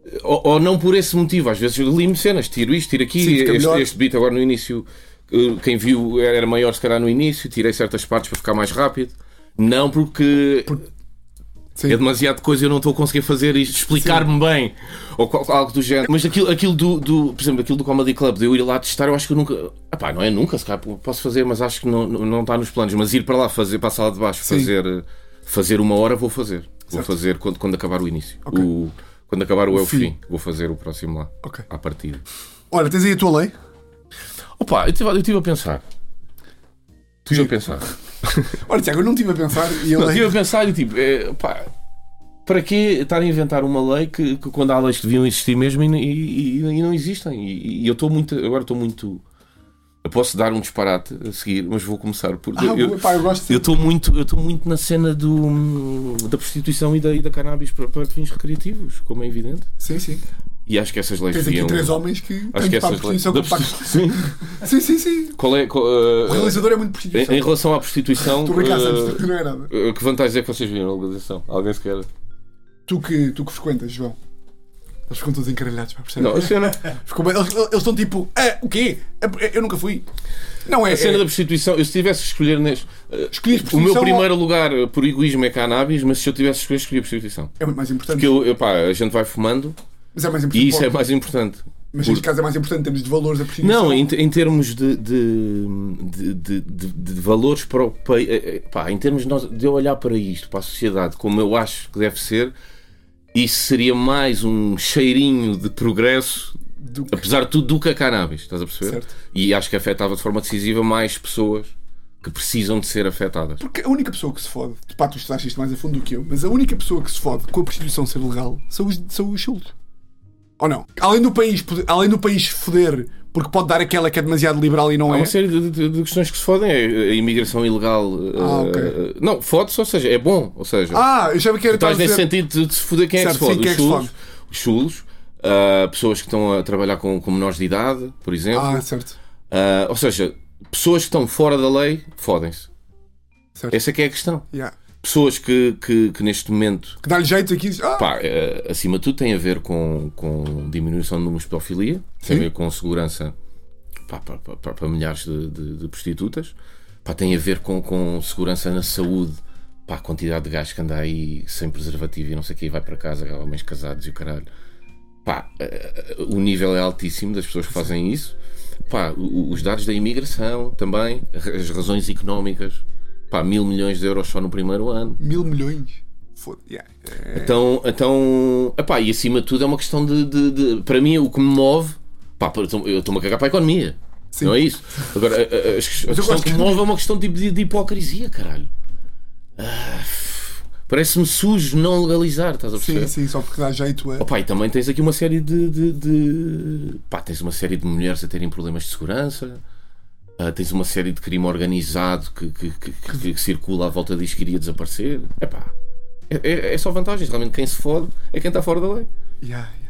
[SPEAKER 2] eh, Ou, ou não por esse motivo. Às vezes eu limo cenas, tiro isto, tiro aqui.
[SPEAKER 1] Sim, fica
[SPEAKER 2] este,
[SPEAKER 1] melhor.
[SPEAKER 2] este beat agora no início, eh, quem viu era maior se calhar no início, tirei certas partes para ficar mais rápido. Não porque
[SPEAKER 1] Sim.
[SPEAKER 2] é demasiado coisa, eu não estou a conseguir fazer isto, explicar-me bem, ou qual- algo do género. Mas aquilo, aquilo do, do- por exemplo, aquilo do Comedy Club, de eu ir lá testar, eu acho que eu nunca. Epá, não é nunca, se calhar posso fazer, mas acho que não, não está nos planos. Mas ir para lá, fazer, para a sala de baixo,
[SPEAKER 1] Sim.
[SPEAKER 2] fazer, fazer uma hora, vou fazer. Vou
[SPEAKER 1] Certo.
[SPEAKER 2] fazer quando, quando acabar o início.
[SPEAKER 1] Ok.
[SPEAKER 2] O- quando acabar o, é o
[SPEAKER 1] fim.
[SPEAKER 2] fim. vou fazer o próximo lá,
[SPEAKER 1] Ok.
[SPEAKER 2] à partida.
[SPEAKER 1] Olha, tens aí a tua lei?
[SPEAKER 2] Opa, eu estive eu tive a pensar. Estive a pensar.
[SPEAKER 1] Olha, Tiago, eu não estive a pensar e a
[SPEAKER 2] Não, estive
[SPEAKER 1] lei.
[SPEAKER 2] a pensar e tipo, é, pá, para que estar a inventar uma lei que, que quando há leis que deviam existir mesmo e, e- e- e não existem? E, e eu estou muito, agora estou muito. Eu posso dar um disparate a seguir, mas vou começar por.
[SPEAKER 1] Ah,
[SPEAKER 2] eu-
[SPEAKER 1] pá, eu gosto.
[SPEAKER 2] eu estou muito, eu estou muito na cena do, da prostituição e da, e da cannabis para, para fins recreativos, como é evidente.
[SPEAKER 1] Sim, sim.
[SPEAKER 2] E acho que essas leis
[SPEAKER 1] Tens aqui
[SPEAKER 2] deviam.
[SPEAKER 1] três homens que
[SPEAKER 2] acho que
[SPEAKER 1] tanto para a
[SPEAKER 2] essas leis.
[SPEAKER 1] prostituição
[SPEAKER 2] da
[SPEAKER 1] como para
[SPEAKER 2] prostitu- Sim.
[SPEAKER 1] a- Sim, sim, sim.
[SPEAKER 2] Qual é. qual,
[SPEAKER 1] O
[SPEAKER 2] eh,
[SPEAKER 1] realizador é muito
[SPEAKER 2] em,
[SPEAKER 1] prestigiado.
[SPEAKER 2] em relação à prostituição.
[SPEAKER 1] Tu, Ricardo,
[SPEAKER 2] eh,
[SPEAKER 1] sabes que não é nada.
[SPEAKER 2] eh, que vantagens é que vocês viram na legalização? Alguém se quer.
[SPEAKER 1] Tu que, tu que frequentas, João. Eles ficam todos encaralhados, pá, percebes?
[SPEAKER 2] Não, a cena,
[SPEAKER 1] Ficam bem- Eles eles estão tipo, ah, o quê? Ah, Eu nunca fui. Não é.
[SPEAKER 2] a cena
[SPEAKER 1] é-
[SPEAKER 2] da prostituição, eu se tivesse que escolher neste. eh,
[SPEAKER 1] Escolhias
[SPEAKER 2] O meu
[SPEAKER 1] prostituição
[SPEAKER 2] primeiro lugar eh, por egoísmo é cannabis, mas se eu tivesse que escolher, escolhia prostituição.
[SPEAKER 1] É muito mais importante.
[SPEAKER 2] Porque eu, eu, pá, a gente vai fumando
[SPEAKER 1] Mas é mais importante.
[SPEAKER 2] e isso
[SPEAKER 1] para-
[SPEAKER 2] é mais importante.
[SPEAKER 1] Mas neste caso é mais importante em termos de valores da prostituição.
[SPEAKER 2] Não, em, te- em termos de, de, de, de- de- de valores para o país, eh, eh, pá, em termos de nós- de eu olhar para isto, para a sociedade, como eu acho que deve ser, isso seria mais um cheirinho de progresso,
[SPEAKER 1] Do que-
[SPEAKER 2] apesar de tudo, do que a cannabis, estás a perceber?
[SPEAKER 1] Certo.
[SPEAKER 2] E acho que afetava de forma decisiva mais pessoas que precisam de ser afetadas.
[SPEAKER 1] Porque a única pessoa que se fode, pá, tu estudaste isto mais a fundo do que eu, mas a única pessoa que se fode com a prostituição ser legal são os, são os chulos. Ou não? Além do país, poder- além do país foder, porque pode dar aquela que é demasiado liberal e não
[SPEAKER 2] Há
[SPEAKER 1] é.
[SPEAKER 2] uma série de, de- de questões que se fodem. É a imigração ilegal.
[SPEAKER 1] Ah,
[SPEAKER 2] eh,
[SPEAKER 1] ok.
[SPEAKER 2] eh, Não, fode-se, ou seja, é bom. Ou seja,
[SPEAKER 1] Ah, eu já me quero
[SPEAKER 2] estás
[SPEAKER 1] estar a
[SPEAKER 2] Então, nesse
[SPEAKER 1] dizer-
[SPEAKER 2] sentido de, de se foder quem é que se
[SPEAKER 1] Certo, sim,
[SPEAKER 2] fode.
[SPEAKER 1] quem é
[SPEAKER 2] Os
[SPEAKER 1] que se
[SPEAKER 2] chulos,
[SPEAKER 1] fode?
[SPEAKER 2] os chulos ah, pessoas que estão a trabalhar com, com menores de idade, por exemplo.
[SPEAKER 1] Ah, certo.
[SPEAKER 2] Ah, ou seja, pessoas que estão fora da lei, fodem-se.
[SPEAKER 1] Certo.
[SPEAKER 2] Essa é que é a questão.
[SPEAKER 1] Yeah.
[SPEAKER 2] Pessoas que, que, que neste momento,
[SPEAKER 1] Que dá-lhe jeito aqui. diz, Ah,
[SPEAKER 2] pá, eh, acima de tudo, tem a ver com, com diminuição de números de pedofilia,
[SPEAKER 1] Sim.
[SPEAKER 2] tem a ver com segurança pá, pá, pá, pá, para milhares de- de- de prostitutas. pá, tem a ver com, com segurança na saúde. Pá, a quantidade de gás que anda aí sem preservativo e não sei o que, vai para casa, homens casados e o caralho. Pá, eh, o nível é altíssimo das pessoas que fazem isso. Pá, o- os dados da imigração também, as razões económicas. Pá, mil milhões de euros só no primeiro ano.
[SPEAKER 1] Mil milhões? Foda. Yeah. É.
[SPEAKER 2] Então, então epá, e acima de tudo é uma questão de. de- de- para mim, o que me move. Pá, eu estou- eu estou-me a cagar para a economia.
[SPEAKER 1] Sim.
[SPEAKER 2] Não é isso? Agora, a, a- a- a questão
[SPEAKER 1] gosto
[SPEAKER 2] que me
[SPEAKER 1] que-
[SPEAKER 2] move é uma questão tipo de, de hipocrisia, caralho. Ah, f- Parece-me sujo não legalizar, estás a perceber?
[SPEAKER 1] Sim, sim, só porque dá jeito a.
[SPEAKER 2] Opa, e também tens aqui uma série de, de, de- Pá, tens uma série de mulheres a terem problemas de segurança. ah, tens uma série de crime organizado que, que, que- que- que circula à volta disso que iria desaparecer. Epá, é, é, é só vantagens. Realmente, quem se fode é quem está fora da lei.
[SPEAKER 1] Yeah, yeah.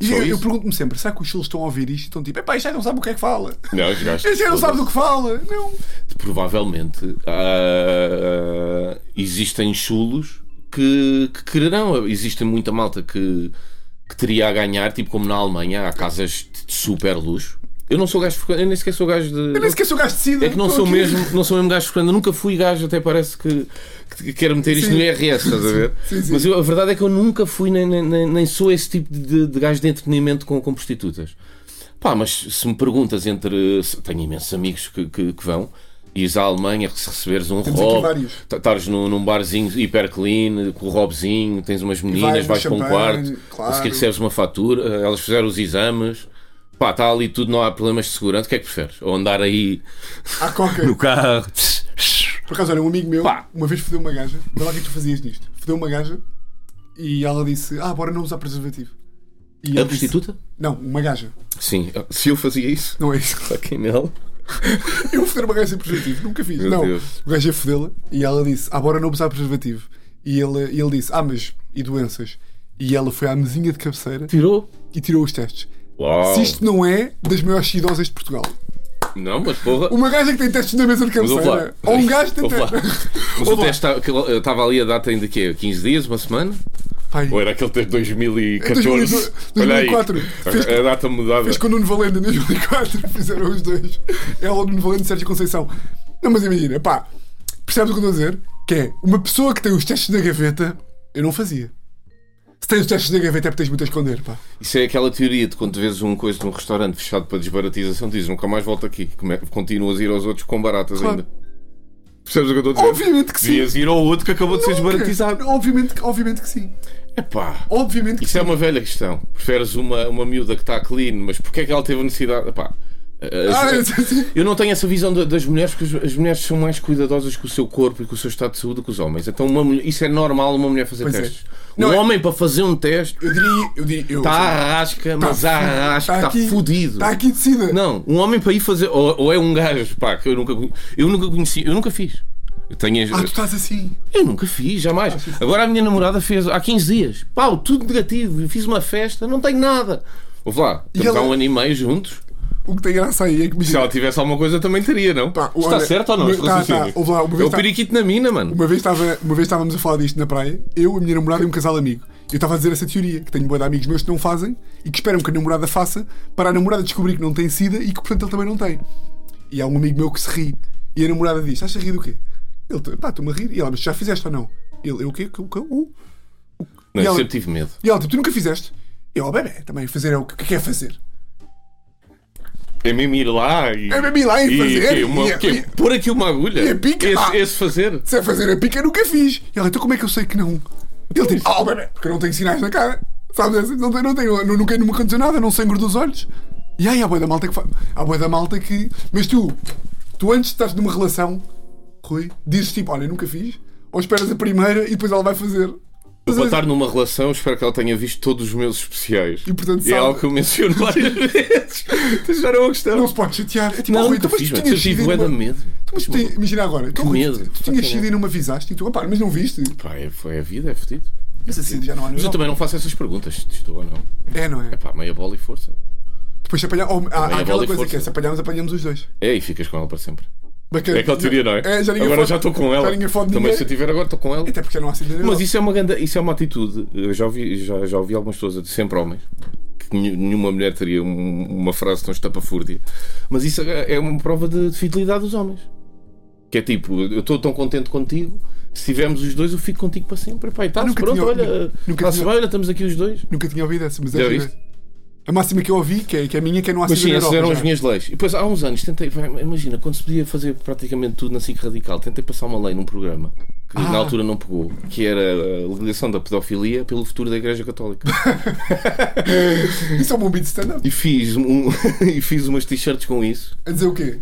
[SPEAKER 1] E
[SPEAKER 2] Só
[SPEAKER 1] eu, eu
[SPEAKER 2] isso?
[SPEAKER 1] pergunto-me sempre: será que os chiles estão a ouvir isto? e Estão tipo, epá, isto aí não sabe o que é que fala.
[SPEAKER 2] Não, os gajos-
[SPEAKER 1] Este aí não sabe do que fala. Não.
[SPEAKER 2] Provavelmente ah, existem chulos que, que quererão. Existe muita malta que, que teria a ganhar, tipo como na Alemanha, há casas de super luxo. Eu não sou gajo frequente, eu nem sequer sou gajo de.
[SPEAKER 1] Eu nem sequer sou gajo de sida.
[SPEAKER 2] É que não
[SPEAKER 1] estou
[SPEAKER 2] sou,
[SPEAKER 1] aqui.
[SPEAKER 2] mesmo, não sou mesmo gajo frequente, eu nunca fui gajo, até parece que, que quero meter isto
[SPEAKER 1] Sim.
[SPEAKER 2] no IRS, estás a ver?
[SPEAKER 1] Sim, sim.
[SPEAKER 2] Mas eu- a verdade é que eu nunca fui, nem, nem- nem, nem sou esse tipo de, de gajo de entretenimento com, com prostitutas. Pá, mas se me perguntas entre. se- Tenho imensos amigos que, que, que vão. Ires à Alemanha, se receberes um
[SPEAKER 1] Temos aqui
[SPEAKER 2] Rob,
[SPEAKER 1] vários.
[SPEAKER 2] estás num, num barzinho hiper clean, com o Robzinho, tens umas
[SPEAKER 1] vais no
[SPEAKER 2] meninas, vais, para um
[SPEAKER 1] champanhe,
[SPEAKER 2] quarto,
[SPEAKER 1] claro.
[SPEAKER 2] a seguir recebes uma fatura, elas fizeram os exames, pá, está ali tudo, não há problemas de segurança, o que é que preferes? Ou andar aí
[SPEAKER 1] À coca.
[SPEAKER 2] no carro.
[SPEAKER 1] Por acaso, olha, um amigo meu,
[SPEAKER 2] Pá.
[SPEAKER 1] uma vez fodeu uma gaja, olha lá o que é que tu fazias nisto. Fodeu uma gaja e ela disse: Ah, bora não usar preservativo. E ele
[SPEAKER 2] A
[SPEAKER 1] disse,
[SPEAKER 2] prostituta?
[SPEAKER 1] Não, uma gaja.
[SPEAKER 2] Sim. Se eu fazia isso,
[SPEAKER 1] Não é isso.
[SPEAKER 2] fucking hell.
[SPEAKER 1] Eu foder uma gaja sem preservativo, nunca fiz.
[SPEAKER 2] Meu
[SPEAKER 1] não,
[SPEAKER 2] Deus.
[SPEAKER 1] o gajo ia fodê-la e ela disse: Ah, bora não usar preservativo. E ele, e ele disse: Ah, mas e doenças? E ela foi à mesinha de cabeceira
[SPEAKER 2] Tirou.
[SPEAKER 1] e tirou os testes.
[SPEAKER 2] Uau.
[SPEAKER 1] Se isto não é das maiores idosas de Portugal.
[SPEAKER 2] Não, mas porra.
[SPEAKER 1] Uma gaja que tem testes na mesa de
[SPEAKER 2] Mas ouve lá.
[SPEAKER 1] cabeceira. Ou um gajo que tem
[SPEAKER 2] Ouve lá.
[SPEAKER 1] testes.
[SPEAKER 2] Mas o
[SPEAKER 1] Ouve lá.
[SPEAKER 2] teste tá- estava ali a data ainda quê? 15 dias, uma semana?
[SPEAKER 1] Pai,
[SPEAKER 2] Ou era aquele teste de
[SPEAKER 1] É,
[SPEAKER 2] 2014?
[SPEAKER 1] 2002,
[SPEAKER 2] Olha aí.
[SPEAKER 1] 2004. Fez-
[SPEAKER 2] A, a data mudada.
[SPEAKER 1] Fez com o Nuno Valente em 2004, fizeram os dois. Ela, o Nuno Valente e Sérgio Conceição. Não, mas imagina, pá, percebes o que eu estou a dizer? Que é uma pessoa que tem os testes na gaveta, eu não fazia. Se tens os testes na gaveta é porque tens muito a esconder, pá.
[SPEAKER 2] Isso é aquela teoria de quando vês um coisa num restaurante fechado para desbaratização, dizes nunca mais volto aqui. Come- Continuas a ir aos outros com baratas
[SPEAKER 1] Claro.
[SPEAKER 2] ainda. Percebes o que eu estou a dizer?
[SPEAKER 1] Obviamente que sim.
[SPEAKER 2] Devias ir ao outro que acabou de ser desbaratizado.
[SPEAKER 1] Obviamente, que- obviamente que sim.
[SPEAKER 2] Epá.
[SPEAKER 1] Obviamente que
[SPEAKER 2] Isso
[SPEAKER 1] sim.
[SPEAKER 2] é uma velha questão. Preferes uma, uma miúda que está clean, mas porquê é que ela teve necessidade? Epá, as-
[SPEAKER 1] Ah, é, sim, sim.
[SPEAKER 2] eu não tenho essa visão da- das mulheres, porque as- as mulheres são mais cuidadosas com o seu corpo e com o seu estado de saúde que os homens. Então, uma mulher- isso é normal uma mulher fazer
[SPEAKER 1] Pois é.
[SPEAKER 2] testes.
[SPEAKER 1] Não,
[SPEAKER 2] um
[SPEAKER 1] é-
[SPEAKER 2] homem para fazer um teste
[SPEAKER 1] Eu diria. Eu diria eu, tá
[SPEAKER 2] está à rasca, mas à rasca, está fudido.
[SPEAKER 1] Está Tá, aqui de sida.
[SPEAKER 2] Não, um homem para ir fazer. Ou, ou é um gajo, pá, que eu nunca, con- eu nunca conheci, eu nunca fiz. Eu tenho as-
[SPEAKER 1] Ah, tu estás assim.
[SPEAKER 2] eu nunca fiz, jamais. Agora a minha namorada fez há 15 dias. Pau, tudo negativo. Eu fiz uma festa, não tenho nada. Ouve lá, estamos
[SPEAKER 1] ela-
[SPEAKER 2] há um ano e meio juntos.
[SPEAKER 1] O que tem graça aí é que me
[SPEAKER 2] Se ela tivesse alguma coisa, também teria, não?
[SPEAKER 1] Pá,
[SPEAKER 2] Isto está
[SPEAKER 1] olha,
[SPEAKER 2] certo ou não?
[SPEAKER 1] mas-
[SPEAKER 2] este
[SPEAKER 1] tá,
[SPEAKER 2] raciocínio?
[SPEAKER 1] tá, ouve lá, uma vez
[SPEAKER 2] é o
[SPEAKER 1] tá-
[SPEAKER 2] periquito na mina, mano.
[SPEAKER 1] Uma vez, estava, uma vez estávamos a falar disto na praia, eu, a minha namorada e um casal amigo. Eu estava a dizer essa teoria, que tenho boa de amigos meus que não fazem e que esperam que a namorada faça para a namorada descobrir que não tem sida e que, portanto, ele também não tem. E há um amigo meu que se ri. E a namorada diz: Estás a rir do quê? Ele, pá, estou-me a rir. E ela, mas já fizeste ou não? Ele, eu o quê? O quê? O-
[SPEAKER 2] Não,
[SPEAKER 1] e
[SPEAKER 2] eu
[SPEAKER 1] ela-
[SPEAKER 2] sempre tive medo.
[SPEAKER 1] E ela, tipo, tu nunca fizeste? Eu, oh, bebê, também fazer é o que quer fazer.
[SPEAKER 2] É mesmo ir lá e.
[SPEAKER 1] É mesmo ir lá e fazer,
[SPEAKER 2] quê? Uma- é
[SPEAKER 1] e- é-
[SPEAKER 2] quê?
[SPEAKER 1] e-
[SPEAKER 2] Pôr aqui uma agulha.
[SPEAKER 1] e a pica, pá.
[SPEAKER 2] esse, esse fazer.
[SPEAKER 1] Se é fazer a pica, eu nunca fiz. E ela, então como é que eu sei que não? Ele diz, oh bebê, porque eu não tenho sinais na cara. Sabes assim? Não tenho, não tenho, não, nunca não me aconteceu nada, não sangro dos olhos. E aí há boi da malta que faz. Há boi da malta que. Mas tu, tu antes de estás numa relação, Rui, dizes tipo, olha, nunca fiz, ou esperas a primeira e depois ela vai fazer.
[SPEAKER 2] Eu
[SPEAKER 1] Mas,
[SPEAKER 2] vou estar numa relação, espero que ela tenha visto todos os meus especiais.
[SPEAKER 1] E, portanto,
[SPEAKER 2] é
[SPEAKER 1] sabe.
[SPEAKER 2] algo que eu menciono várias vezes. Isto já não é uma questão.
[SPEAKER 1] Não se pode chatear. É tipo,
[SPEAKER 2] Não,
[SPEAKER 1] Rui,
[SPEAKER 2] nunca
[SPEAKER 1] então, mas
[SPEAKER 2] fiz,
[SPEAKER 1] tu
[SPEAKER 2] mano.
[SPEAKER 1] tinhas
[SPEAKER 2] Se eu
[SPEAKER 1] sido
[SPEAKER 2] tive
[SPEAKER 1] e
[SPEAKER 2] bué de
[SPEAKER 1] numa-
[SPEAKER 2] medo.
[SPEAKER 1] Tu, mas tu tinhas- imagina agora, é tu, Rui,
[SPEAKER 2] medo.
[SPEAKER 1] tu tinhas sido e não me avisaste e tu, opá, mas não viste.
[SPEAKER 2] Pá, é, foi a vida, é fodido.
[SPEAKER 1] Mas assim já não há
[SPEAKER 2] Mas eu também não faço essas perguntas, se estou ou não.
[SPEAKER 1] É, não é?
[SPEAKER 2] É pá, meia bola e força.
[SPEAKER 1] Depois se apanhar. ou- ah, há, há
[SPEAKER 2] a bola
[SPEAKER 1] aquela
[SPEAKER 2] e
[SPEAKER 1] coisa
[SPEAKER 2] força.
[SPEAKER 1] que é: se apanharmos, apanhamos os dois.
[SPEAKER 2] É, e ficas com ela para sempre.
[SPEAKER 1] Bacana.
[SPEAKER 2] É aquela teoria, não é?
[SPEAKER 1] já ninguém
[SPEAKER 2] agora
[SPEAKER 1] fode-
[SPEAKER 2] já estou com ela.
[SPEAKER 1] Já ninguém fode de
[SPEAKER 2] Também
[SPEAKER 1] ninguém. Então,
[SPEAKER 2] se eu tiver agora estou com ela.
[SPEAKER 1] Até porque não há cidadania.
[SPEAKER 2] Mas isso é uma ganda, isso é uma atitude. Eu já ouvi, já, já ouvi algumas pessoas, a dizer, sempre homens, que nenhu- nenhuma mulher teria um- uma frase tão estapafúrdia. Mas isso é é uma prova de, de fidelidade dos homens. Que é tipo, eu estou tão contente contigo, se tivermos os dois, eu fico contigo para sempre. Pá, e tá
[SPEAKER 1] Nunca
[SPEAKER 2] pronto,
[SPEAKER 1] tinha-
[SPEAKER 2] olha,
[SPEAKER 1] nunca
[SPEAKER 2] tá
[SPEAKER 1] tinha-
[SPEAKER 2] olha, estamos aqui os dois.
[SPEAKER 1] Nunca tinha ouvido essa, mas é
[SPEAKER 2] Já
[SPEAKER 1] gira.
[SPEAKER 2] viste?
[SPEAKER 1] A máxima que eu ouvi, que é, que é minha, que é não há
[SPEAKER 2] Mas sim,
[SPEAKER 1] saída da
[SPEAKER 2] essas assim, eram
[SPEAKER 1] Europa,
[SPEAKER 2] as
[SPEAKER 1] já.
[SPEAKER 2] minhas leis. E depois, há uns anos, tentei. vai, Imagina, quando se podia fazer praticamente tudo na SIC Radical, tentei passar uma lei num programa
[SPEAKER 1] Ah.
[SPEAKER 2] que na altura não pegou, que era a ligação da pedofilia pelo futuro da Igreja Católica.
[SPEAKER 1] Isso é um bom beat de stand-up.
[SPEAKER 2] e, fiz um, e fiz umas t-shirts com isso,
[SPEAKER 1] A dizer o quê?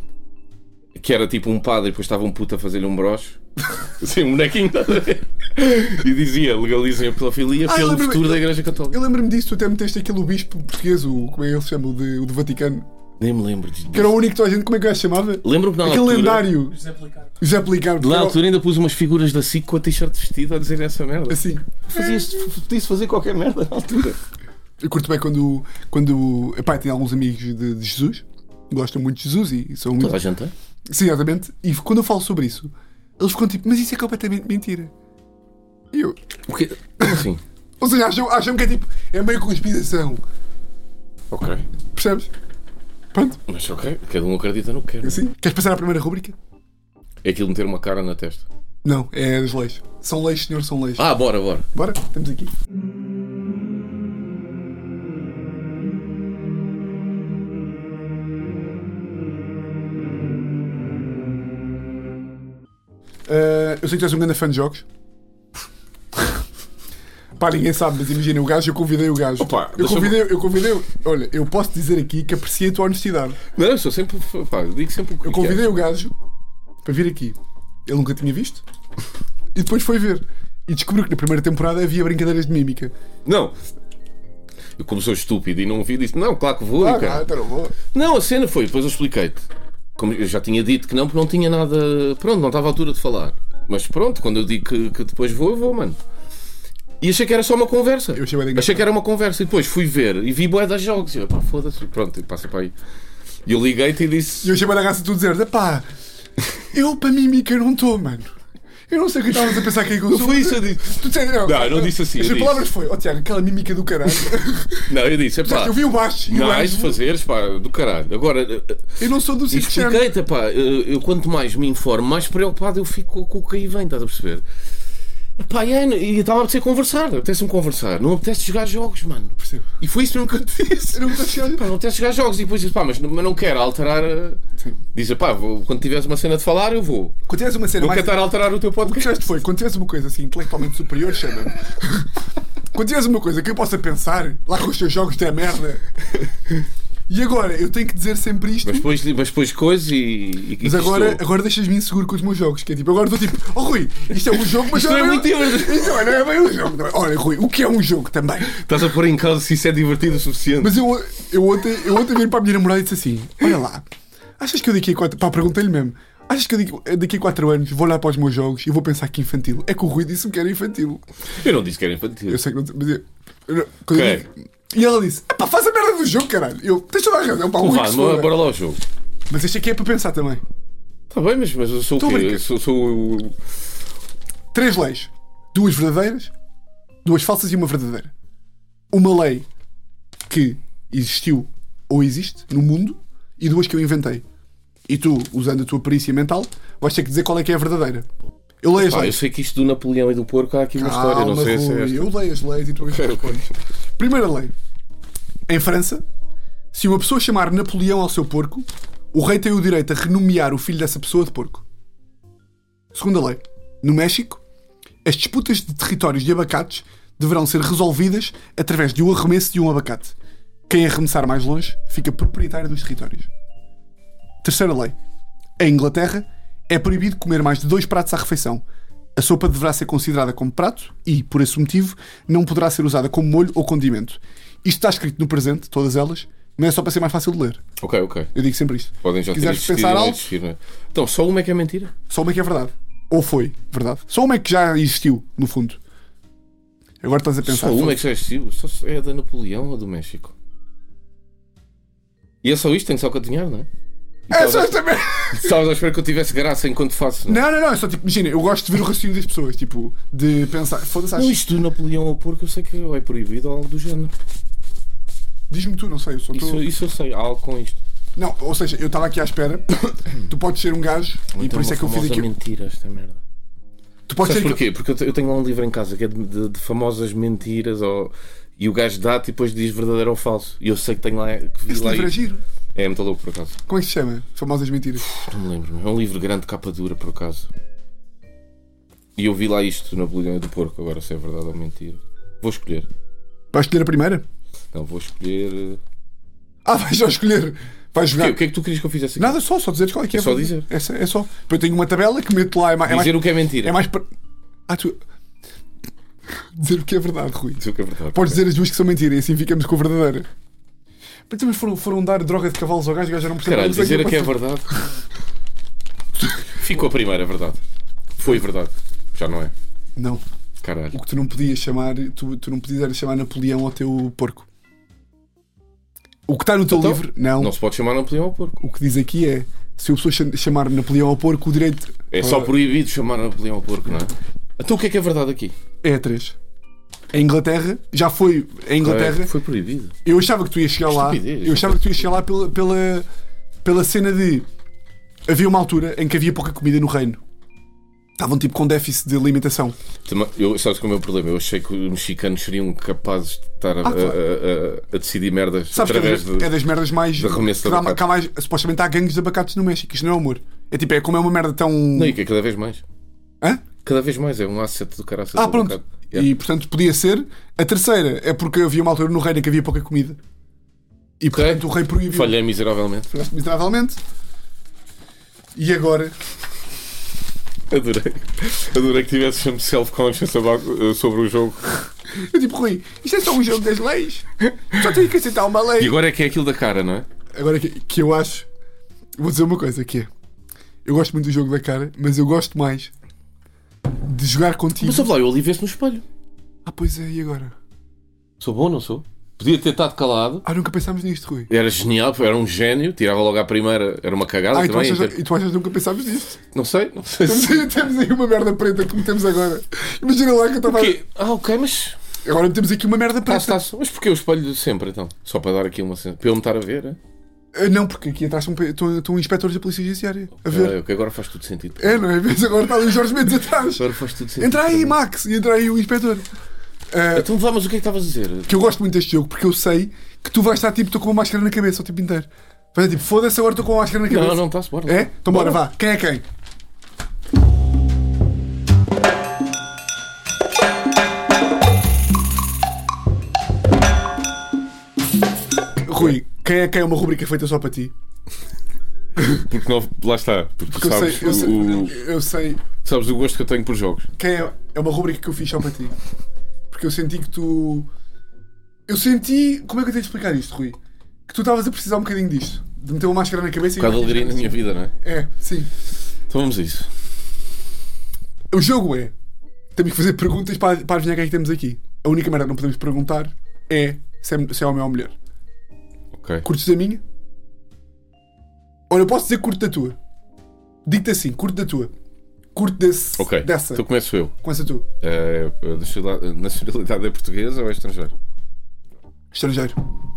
[SPEAKER 2] que era tipo um padre, e depois estava um puto a fazer-lhe um broche. Assim, um bonequinho, estás a ver? E dizia: legalizem a pedofilia
[SPEAKER 1] Ah, eu
[SPEAKER 2] pelo
[SPEAKER 1] lembro-me-
[SPEAKER 2] futuro da Igreja Católica.
[SPEAKER 1] Eu lembro-me disso, tu até meteste aquele o bispo português, o, como é que ele se chama, o, de- o do Vaticano,
[SPEAKER 2] Nem me lembro disso.
[SPEAKER 1] que era o único que toda a gente, como é que o gajo se chamava?
[SPEAKER 2] Lembro-me que na
[SPEAKER 1] Aquele
[SPEAKER 2] altura.
[SPEAKER 1] lendário, José Policarpo. que
[SPEAKER 2] Na
[SPEAKER 1] era o-
[SPEAKER 2] altura ainda pus umas figuras da SIC com a t-shirt vestida a dizer essa merda.
[SPEAKER 1] Assim,
[SPEAKER 2] Fazias, podias fazer qualquer merda na altura.
[SPEAKER 1] eu curto bem quando, quando epá, tenho alguns amigos de, de Jesus, gostam muito de Jesus e são muito...
[SPEAKER 2] Toda a gente é?
[SPEAKER 1] Sim, exatamente. E quando eu falo sobre isso, eles ficam tipo, mas isso é completamente mentira. E eu,
[SPEAKER 2] O quê? assim? Sim.
[SPEAKER 1] ou seja, acham, acham que é tipo, é meio conspiração,
[SPEAKER 2] Ok.
[SPEAKER 1] percebes? Pronto,
[SPEAKER 2] Mas ok, cada um acredita no que quer.
[SPEAKER 1] assim. Queres passar à primeira rúbrica?
[SPEAKER 2] É aquilo de meter uma cara na testa.
[SPEAKER 1] Não, é das leis. São leis, senhor, são leis.
[SPEAKER 2] Ah, bora, bora.
[SPEAKER 1] Bora, estamos aqui. Ah, eu sei que tu és um grande fã de jogos. Pá, ninguém sabe, mas imagina, o gajo, eu convidei o gajo.
[SPEAKER 2] Opa,
[SPEAKER 1] eu
[SPEAKER 2] deixa-me-
[SPEAKER 1] convidei, eu convidei. Olha, eu posso dizer aqui que aprecio a tua honestidade.
[SPEAKER 2] Não, eu sou sempre. Pá, eu digo sempre o que
[SPEAKER 1] Eu convidei o gajo para vir aqui. Ele nunca tinha visto. E depois foi ver. E descobriu que na primeira temporada havia brincadeiras de mímica.
[SPEAKER 2] quero. Não. Eu, como sou estúpido e não ouvi, disse: Não, claro que vou.
[SPEAKER 1] Ah,
[SPEAKER 2] cara. tá
[SPEAKER 1] ah, então não vou.
[SPEAKER 2] Não, a cena foi, depois eu expliquei-te. Como eu já tinha dito que não, porque não tinha nada. Pronto, não estava à altura de falar. Mas pronto, quando eu digo que, que depois vou, eu vou, mano. E achei que era só uma conversa.
[SPEAKER 1] Eu achei bué de engraçado.
[SPEAKER 2] Achei que era uma conversa. E depois fui ver e vi boé das jogos. E eu, pá, foda-se. Pronto, e passa para aí. E eu liguei-te e
[SPEAKER 1] E
[SPEAKER 2] disse.
[SPEAKER 1] eu chamei da raça tu dizer, pá, eu para mímica não estou, mano. Eu não sei o que estavas a pensar que é que eu
[SPEAKER 2] Não
[SPEAKER 1] sou.
[SPEAKER 2] foi isso, eu disse.
[SPEAKER 1] Tu disseste, não,
[SPEAKER 2] Não, eu não disse assim,
[SPEAKER 1] As
[SPEAKER 2] eu disse.
[SPEAKER 1] palavras foi, ó Tiago, aquela mímica do caralho.
[SPEAKER 2] Não, eu disse, é pá.
[SPEAKER 1] eu vi o baixo e o
[SPEAKER 2] Não, há isso
[SPEAKER 1] gajo.
[SPEAKER 2] fazeres, pá, do caralho. Agora, eh,
[SPEAKER 1] Eu não sou do 5
[SPEAKER 2] E expliquei-te, pá, Tipo, eu, eu quanto mais me informo, mais preocupado eu fico com o que aí vem, estás a perceber? Pá, e aí, e estava a apetecer conversar, apetece-me conversar, não apetece jogar jogos, mano.
[SPEAKER 1] Percebo.
[SPEAKER 2] E foi isso mesmo que eu te disse.
[SPEAKER 1] Eu não me estou a chegar.
[SPEAKER 2] Pá, não apetece jogar jogos, e depois disse, pá, mas não, mas não quero alterar. a- Diz, pá, vou- quando tiveres uma cena de falar, eu vou.
[SPEAKER 1] Quando tiveres uma cena
[SPEAKER 2] Não quero
[SPEAKER 1] mais.
[SPEAKER 2] estar a alterar o teu
[SPEAKER 1] O que
[SPEAKER 2] podcast.
[SPEAKER 1] disseste foi, quando tiveres uma coisa assim intelectualmente superior, chama-me. quando tiveres uma coisa que eu possa pensar, lá com os teus jogos da merda. E agora, eu tenho que dizer sempre isto.
[SPEAKER 2] Mas depois, mas depois coisas e. e-
[SPEAKER 1] Mas
[SPEAKER 2] e
[SPEAKER 1] agora,
[SPEAKER 2] estou.
[SPEAKER 1] agora deixas-me inseguro com os meus jogos. Que é tipo, agora estou tipo, oh Rui, isto é um jogo, mas
[SPEAKER 2] Isto
[SPEAKER 1] não
[SPEAKER 2] é muito
[SPEAKER 1] bem-
[SPEAKER 2] divertido.
[SPEAKER 1] Isto não é- não é bem um jogo. não é? Olha, Rui, o que é um jogo também?
[SPEAKER 2] Estás a pôr em causa se isso é divertido o suficiente.
[SPEAKER 1] Mas eu, eu ontem, eu ontem vim para a minha namorada e disse assim: Olha lá, achas que eu daqui a quatro. Pá, perguntei-lhe mesmo. Achas que eu daqui- eh, daqui a quatro anos vou olhar para os meus jogos e vou pensar que infantil? É que o Rui disse-me que era infantil.
[SPEAKER 2] Eu não disse que era infantil.
[SPEAKER 1] Eu sei que não. Mas eu, eu não- quando eu
[SPEAKER 2] Ok.
[SPEAKER 1] digo- e ela disse: "Epá, faz a merda do jogo, caralho. Eu, tens toda a razão, pá, o Rui
[SPEAKER 2] Vá, é
[SPEAKER 1] que se
[SPEAKER 2] mas
[SPEAKER 1] foda."
[SPEAKER 2] bora lá ao jogo.
[SPEAKER 1] Mas este aqui é para pensar também.
[SPEAKER 2] Está bem, mas, mas eu sou
[SPEAKER 1] Estou a
[SPEAKER 2] o quê?
[SPEAKER 1] brincar.
[SPEAKER 2] Eu sou, sou o-
[SPEAKER 1] três leis. Duas verdadeiras, duas falsas e uma verdadeira. Uma lei que existiu ou existe no mundo e duas que eu inventei. E tu, usando a tua perícia mental, vais ter que dizer qual é que é a verdadeira. Eu leio as
[SPEAKER 2] Pá, Ah, eu
[SPEAKER 1] leis.
[SPEAKER 2] sei que isto do Napoleão e do porco há aqui uma história, não
[SPEAKER 1] Calma,
[SPEAKER 2] sei se é
[SPEAKER 1] Rui,
[SPEAKER 2] esta.
[SPEAKER 1] eu leio as leis e tu respondes. Primeira lei. Em França, se uma pessoa chamar Napoleão ao seu porco, o rei tem o direito a renomear o filho dessa pessoa de porco. Segunda lei. No México, as disputas de territórios de abacates deverão ser resolvidas através de um arremesso de um abacate. Quem arremessar mais longe fica proprietário dos territórios. Terceira lei. Em Inglaterra, é proibido comer mais de dois pratos à refeição. A sopa deverá ser considerada como prato e, por esse motivo, não poderá ser usada como molho ou condimento. Isto está escrito no presente, todas elas, mas é só para ser mais fácil de ler.
[SPEAKER 2] Ok, ok.
[SPEAKER 1] Eu digo sempre isto.
[SPEAKER 2] Podem já ter
[SPEAKER 1] Quiseres
[SPEAKER 2] existido
[SPEAKER 1] pensar
[SPEAKER 2] e não
[SPEAKER 1] algo?
[SPEAKER 2] existir, não é? Então, só uma é que é mentira.
[SPEAKER 1] Só uma é que é verdade. Ou foi verdade. Só uma é que já existiu, no fundo. Agora estás a pensar.
[SPEAKER 2] só uma é que já existiu. Só se- é a da Napoleão ou do México. E é só isto, tenho só que adivinhar, não é?
[SPEAKER 1] É só esta merda.
[SPEAKER 2] Estavas à espera que eu tivesse graça enquanto faço, não é?
[SPEAKER 1] Não, não, não. É só tipo, imagina, eu gosto de ver o raciocínio das pessoas. Tipo, de pensar. Foda-se,
[SPEAKER 2] Não,
[SPEAKER 1] acho.
[SPEAKER 2] isto do Napoleão ou porco eu sei que ou é proibido ou algo do género.
[SPEAKER 1] Diz-me tu, não sei. Eu só
[SPEAKER 2] Isso, é-
[SPEAKER 1] estou.
[SPEAKER 2] isso eu sei, há algo com isto.
[SPEAKER 1] Não, ou seja, eu estava aqui à espera. tu podes ser um gajo,
[SPEAKER 3] Ou
[SPEAKER 1] e
[SPEAKER 3] então
[SPEAKER 1] por isso
[SPEAKER 3] uma
[SPEAKER 1] é que eu fiz
[SPEAKER 3] famosa
[SPEAKER 1] aquilo.
[SPEAKER 3] mentira esta merda.
[SPEAKER 1] Tu podes
[SPEAKER 2] Sabes
[SPEAKER 1] ser.
[SPEAKER 2] porquê? Porque eu te- eu tenho lá um livro em casa que é de, de- de famosas mentiras ou... e o gajo dá-te e depois diz verdadeiro ou falso. E eu sei que tenho lá. Que vi
[SPEAKER 1] Esse
[SPEAKER 2] lá
[SPEAKER 1] livro é
[SPEAKER 2] isso.
[SPEAKER 1] giro.
[SPEAKER 2] é muito louco por acaso.
[SPEAKER 1] Como é que se chama? Famosas mentiras.
[SPEAKER 2] Não me lembro. meu. É um livro grande, capa dura por acaso. E eu vi lá isto na bolinha do porco, agora se é verdade ou mentira. Vou escolher.
[SPEAKER 1] Vais escolher a primeira?
[SPEAKER 2] Não, vou escolher.
[SPEAKER 1] Ah, vais já escolher. Vais
[SPEAKER 2] O quê?
[SPEAKER 1] jogar.
[SPEAKER 2] O que é que tu querias que eu fizesse aqui?
[SPEAKER 1] Nada, só, só dizeres qual é que é.
[SPEAKER 2] É só dizer.
[SPEAKER 1] É, só- é só. Eu tenho uma tabela que meto lá. É mais, é mais-
[SPEAKER 2] Dizer o que é mentira.
[SPEAKER 1] é mais pra- Ah, tu. Dizer o que é verdade, Rui.
[SPEAKER 2] Dizer o que é verdade.
[SPEAKER 1] Podes dizer as duas que são mentira e assim ficamos com a verdadeira. Mas também foram, foram dar droga de cavalos ao gajo, o gajo já não percebeu.
[SPEAKER 2] Caralho, dizer o que é verdade. Ficou a primeira é verdade. Foi verdade. Já não é.
[SPEAKER 1] Não,
[SPEAKER 2] Caralho.
[SPEAKER 1] o que tu não podias chamar, tu, tu não podias era chamar Napoleão ao teu porco. O que está no teu
[SPEAKER 2] Então,
[SPEAKER 1] livro, não.
[SPEAKER 2] Não se pode chamar Napoleão ao porco.
[SPEAKER 1] O que diz aqui é: se a pessoa cha- chamar Napoleão ao porco, o direito.
[SPEAKER 2] É só
[SPEAKER 1] Ah,
[SPEAKER 2] proibido chamar Napoleão ao porco, não é? Então o que é que é verdade aqui?
[SPEAKER 1] É a 3. A Inglaterra, já foi a Inglaterra.
[SPEAKER 2] É, foi proibido.
[SPEAKER 1] Eu achava que tu ias chegar lá.
[SPEAKER 2] Estupidez.
[SPEAKER 1] Eu achava que tu ias chegar lá pela, pela, pela cena de. Havia uma altura em que havia pouca comida no reino. Estavam tipo com déficit de alimentação.
[SPEAKER 2] Também- Eu, sabes qual é o meu problema? Eu achei que os mexicanos seriam capazes de estar a,
[SPEAKER 1] Ah, claro.
[SPEAKER 2] a- a- a decidir merdas
[SPEAKER 1] Sabes que é,
[SPEAKER 2] através
[SPEAKER 1] das- é
[SPEAKER 2] de.
[SPEAKER 1] das merdas mais.
[SPEAKER 2] de arremesso de
[SPEAKER 1] que dá-
[SPEAKER 2] abacate.
[SPEAKER 1] que há mais- supostamente há gangues de abacates no México. Isto não é humor. É tipo, é como é uma merda tão.
[SPEAKER 2] Não, e que é cada vez mais.
[SPEAKER 1] Hã?
[SPEAKER 2] Cada vez mais é um asset do caraças.
[SPEAKER 1] Ah,
[SPEAKER 2] do
[SPEAKER 1] pronto.
[SPEAKER 2] mercado. Yeah.
[SPEAKER 1] E portanto podia ser. A terceira é porque havia uma altura no reino em que havia pouca comida. E portanto o rei proibiu.
[SPEAKER 2] Falhei miseravelmente.
[SPEAKER 1] Falhaste miseravelmente. E agora?
[SPEAKER 2] Adorei. Adorei que tivesse sempre self-conscious about- uh, sobre o jogo.
[SPEAKER 1] Eu tipo, Rui, isto é só um jogo das leis. Só tenho que aceitar uma
[SPEAKER 2] E
[SPEAKER 1] lei.
[SPEAKER 2] agora é que é aquilo da cara, não é?
[SPEAKER 1] Agora que, que eu acho. Vou dizer uma coisa que é. Eu gosto muito do jogo da cara, mas eu gosto mais de jogar contigo.
[SPEAKER 2] Mas ouve lá, eu ali vê-se no espelho.
[SPEAKER 1] Ah, pois é, e agora?
[SPEAKER 2] Sou bom, não sou? Podia ter estado calado.
[SPEAKER 1] Ah, nunca pensámos nisto, Rui.
[SPEAKER 2] Era genial, era um gênio, tirava logo à primeira, era uma cagada
[SPEAKER 1] Ah, e tu,
[SPEAKER 2] também.
[SPEAKER 1] achas,
[SPEAKER 2] em ter-
[SPEAKER 1] e tu achas que nunca pensámos nisto?
[SPEAKER 2] Não sei, não sei se.
[SPEAKER 1] temos aí uma merda preta como temos agora. Imagina lá que eu estava.
[SPEAKER 2] Quê? Ah, ok, mas.
[SPEAKER 1] Agora temos aqui uma merda preta.
[SPEAKER 2] Tá, tá, mas porquê o espelho sempre então? Só para dar aqui uma cena. Para eu me estar a ver, é?
[SPEAKER 1] Ah, Não, porque aqui atrás estão, estão, estão inspectores da Polícia Judiciária a ver.
[SPEAKER 2] Ah, ok, agora faz tudo sentido.
[SPEAKER 1] É, não é? Vês agora está ali o Jorge Mendes atrás.
[SPEAKER 2] Agora faz tudo sentido.
[SPEAKER 1] Entra aí, Max, e entra aí o inspetor. Ah,
[SPEAKER 2] Então vá, mas o que é que estavas a dizer?
[SPEAKER 1] que eu gosto muito deste jogo porque eu sei que tu vais estar tipo, estou com uma máscara na cabeça o tempo inteiro. Vais tipo, foda-se, agora estou com uma máscara na cabeça.
[SPEAKER 2] Não, não está-se, bora.
[SPEAKER 1] É? Então bora, vá. Quem é quem? Rui, quem é quem é uma rubrica feita só para ti?
[SPEAKER 2] Porque não, lá está. Porque,
[SPEAKER 1] Porque eu
[SPEAKER 2] sabes,
[SPEAKER 1] sei, eu sei,
[SPEAKER 2] o,
[SPEAKER 1] eu sei
[SPEAKER 2] sabes o gosto que eu tenho por jogos. Um
[SPEAKER 1] quem é, é uma rubrica que eu fiz só para ti. Porque eu senti que tu. Eu senti. Como é que eu tenho de explicar isto, Rui? Que tu estavas a precisar um bocadinho disto. De meter uma máscara na cabeça
[SPEAKER 2] Um bocado de alegria na minha vida, não é?
[SPEAKER 1] É, sim.
[SPEAKER 2] Então vamos a isso.
[SPEAKER 1] O jogo é. Temos que fazer perguntas para, para adivinhar quem é que temos aqui. A única merda que não podemos perguntar é se é, se é homem ou mulher.
[SPEAKER 2] Ok.
[SPEAKER 1] Curtes da minha? Olha, eu posso dizer curto da tua. Digo-te assim, curto da tua. Curto desse,
[SPEAKER 2] Ok.
[SPEAKER 1] dessa.
[SPEAKER 2] Então começo eu.
[SPEAKER 1] Começa tu.
[SPEAKER 2] Eh, a nacionalidade- a nacionalidade é portuguesa ou é estrangeiro?
[SPEAKER 1] Estrangeiro.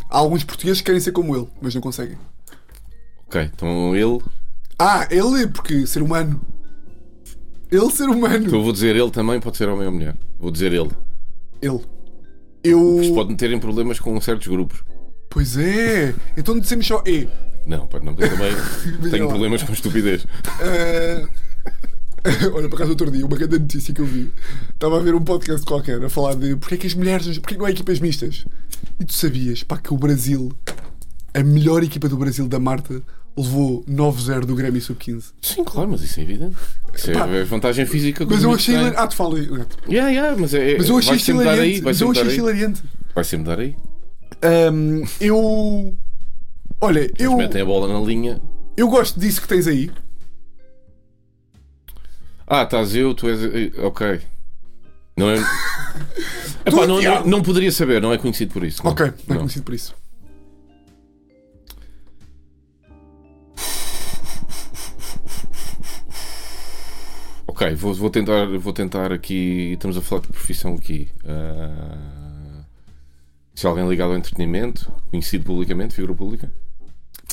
[SPEAKER 1] Há alguns portugueses que querem ser como ele, mas não conseguem.
[SPEAKER 2] Ok, então ele.
[SPEAKER 1] Ah, ele, porque ser humano. Ele, ser humano.
[SPEAKER 2] Então eu vou dizer ele também, pode ser homem ou mulher. Vou dizer ele.
[SPEAKER 1] Ele.
[SPEAKER 2] Isto
[SPEAKER 1] Eu.
[SPEAKER 2] pode terem problemas com certos grupos.
[SPEAKER 1] Pois é. Então dissemos só E.
[SPEAKER 2] Não, pode não, porque eu também
[SPEAKER 1] Veja
[SPEAKER 2] tenho
[SPEAKER 1] lá.
[SPEAKER 2] problemas com estupidez.
[SPEAKER 1] Ah, Olha, por acaso outro dia, uma grande notícia que eu vi. Estava a ver um podcast qualquer a falar de porque é que as mulheres, porque não há equipas mistas. E tu sabias, pá, que o Brasil, a melhor equipa do Brasil da Marta, levou 9-0 do Grêmio Sub-15.
[SPEAKER 2] Sim, claro, mas isso é evidente. Isso
[SPEAKER 1] Pá,
[SPEAKER 2] é vantagem física que
[SPEAKER 1] Mas
[SPEAKER 2] os
[SPEAKER 1] eu
[SPEAKER 2] miúdos
[SPEAKER 1] achei.
[SPEAKER 2] têm.
[SPEAKER 1] hilar- Ah, tu fala aí. Renato.
[SPEAKER 2] Yeah, yeah, mas, é,
[SPEAKER 1] Mas eu achei
[SPEAKER 2] vai-se mudar Eh, aí,
[SPEAKER 1] hilariante.
[SPEAKER 2] vai
[SPEAKER 1] Mas eu
[SPEAKER 2] sempre dar
[SPEAKER 1] achei
[SPEAKER 2] aí.
[SPEAKER 1] hilariante.
[SPEAKER 2] Vai sempre dar aí.
[SPEAKER 1] Hum, eu. Olha, eu,
[SPEAKER 2] Eles metem a bola na linha.
[SPEAKER 1] eu gosto disso que tens aí.
[SPEAKER 2] Ah, estás eu, tu és. eh, Ok. Não é. Epá, não, não,
[SPEAKER 1] odiado.
[SPEAKER 2] não poderia saber, não é conhecido por isso. não.
[SPEAKER 1] Ok, não é
[SPEAKER 2] Não.
[SPEAKER 1] conhecido por isso.
[SPEAKER 2] Ok, vou, vou tentar, vou tentar aqui. Estamos a falar de profissão aqui. Ah, se alguém ligado ao entretenimento, conhecido publicamente, figura pública.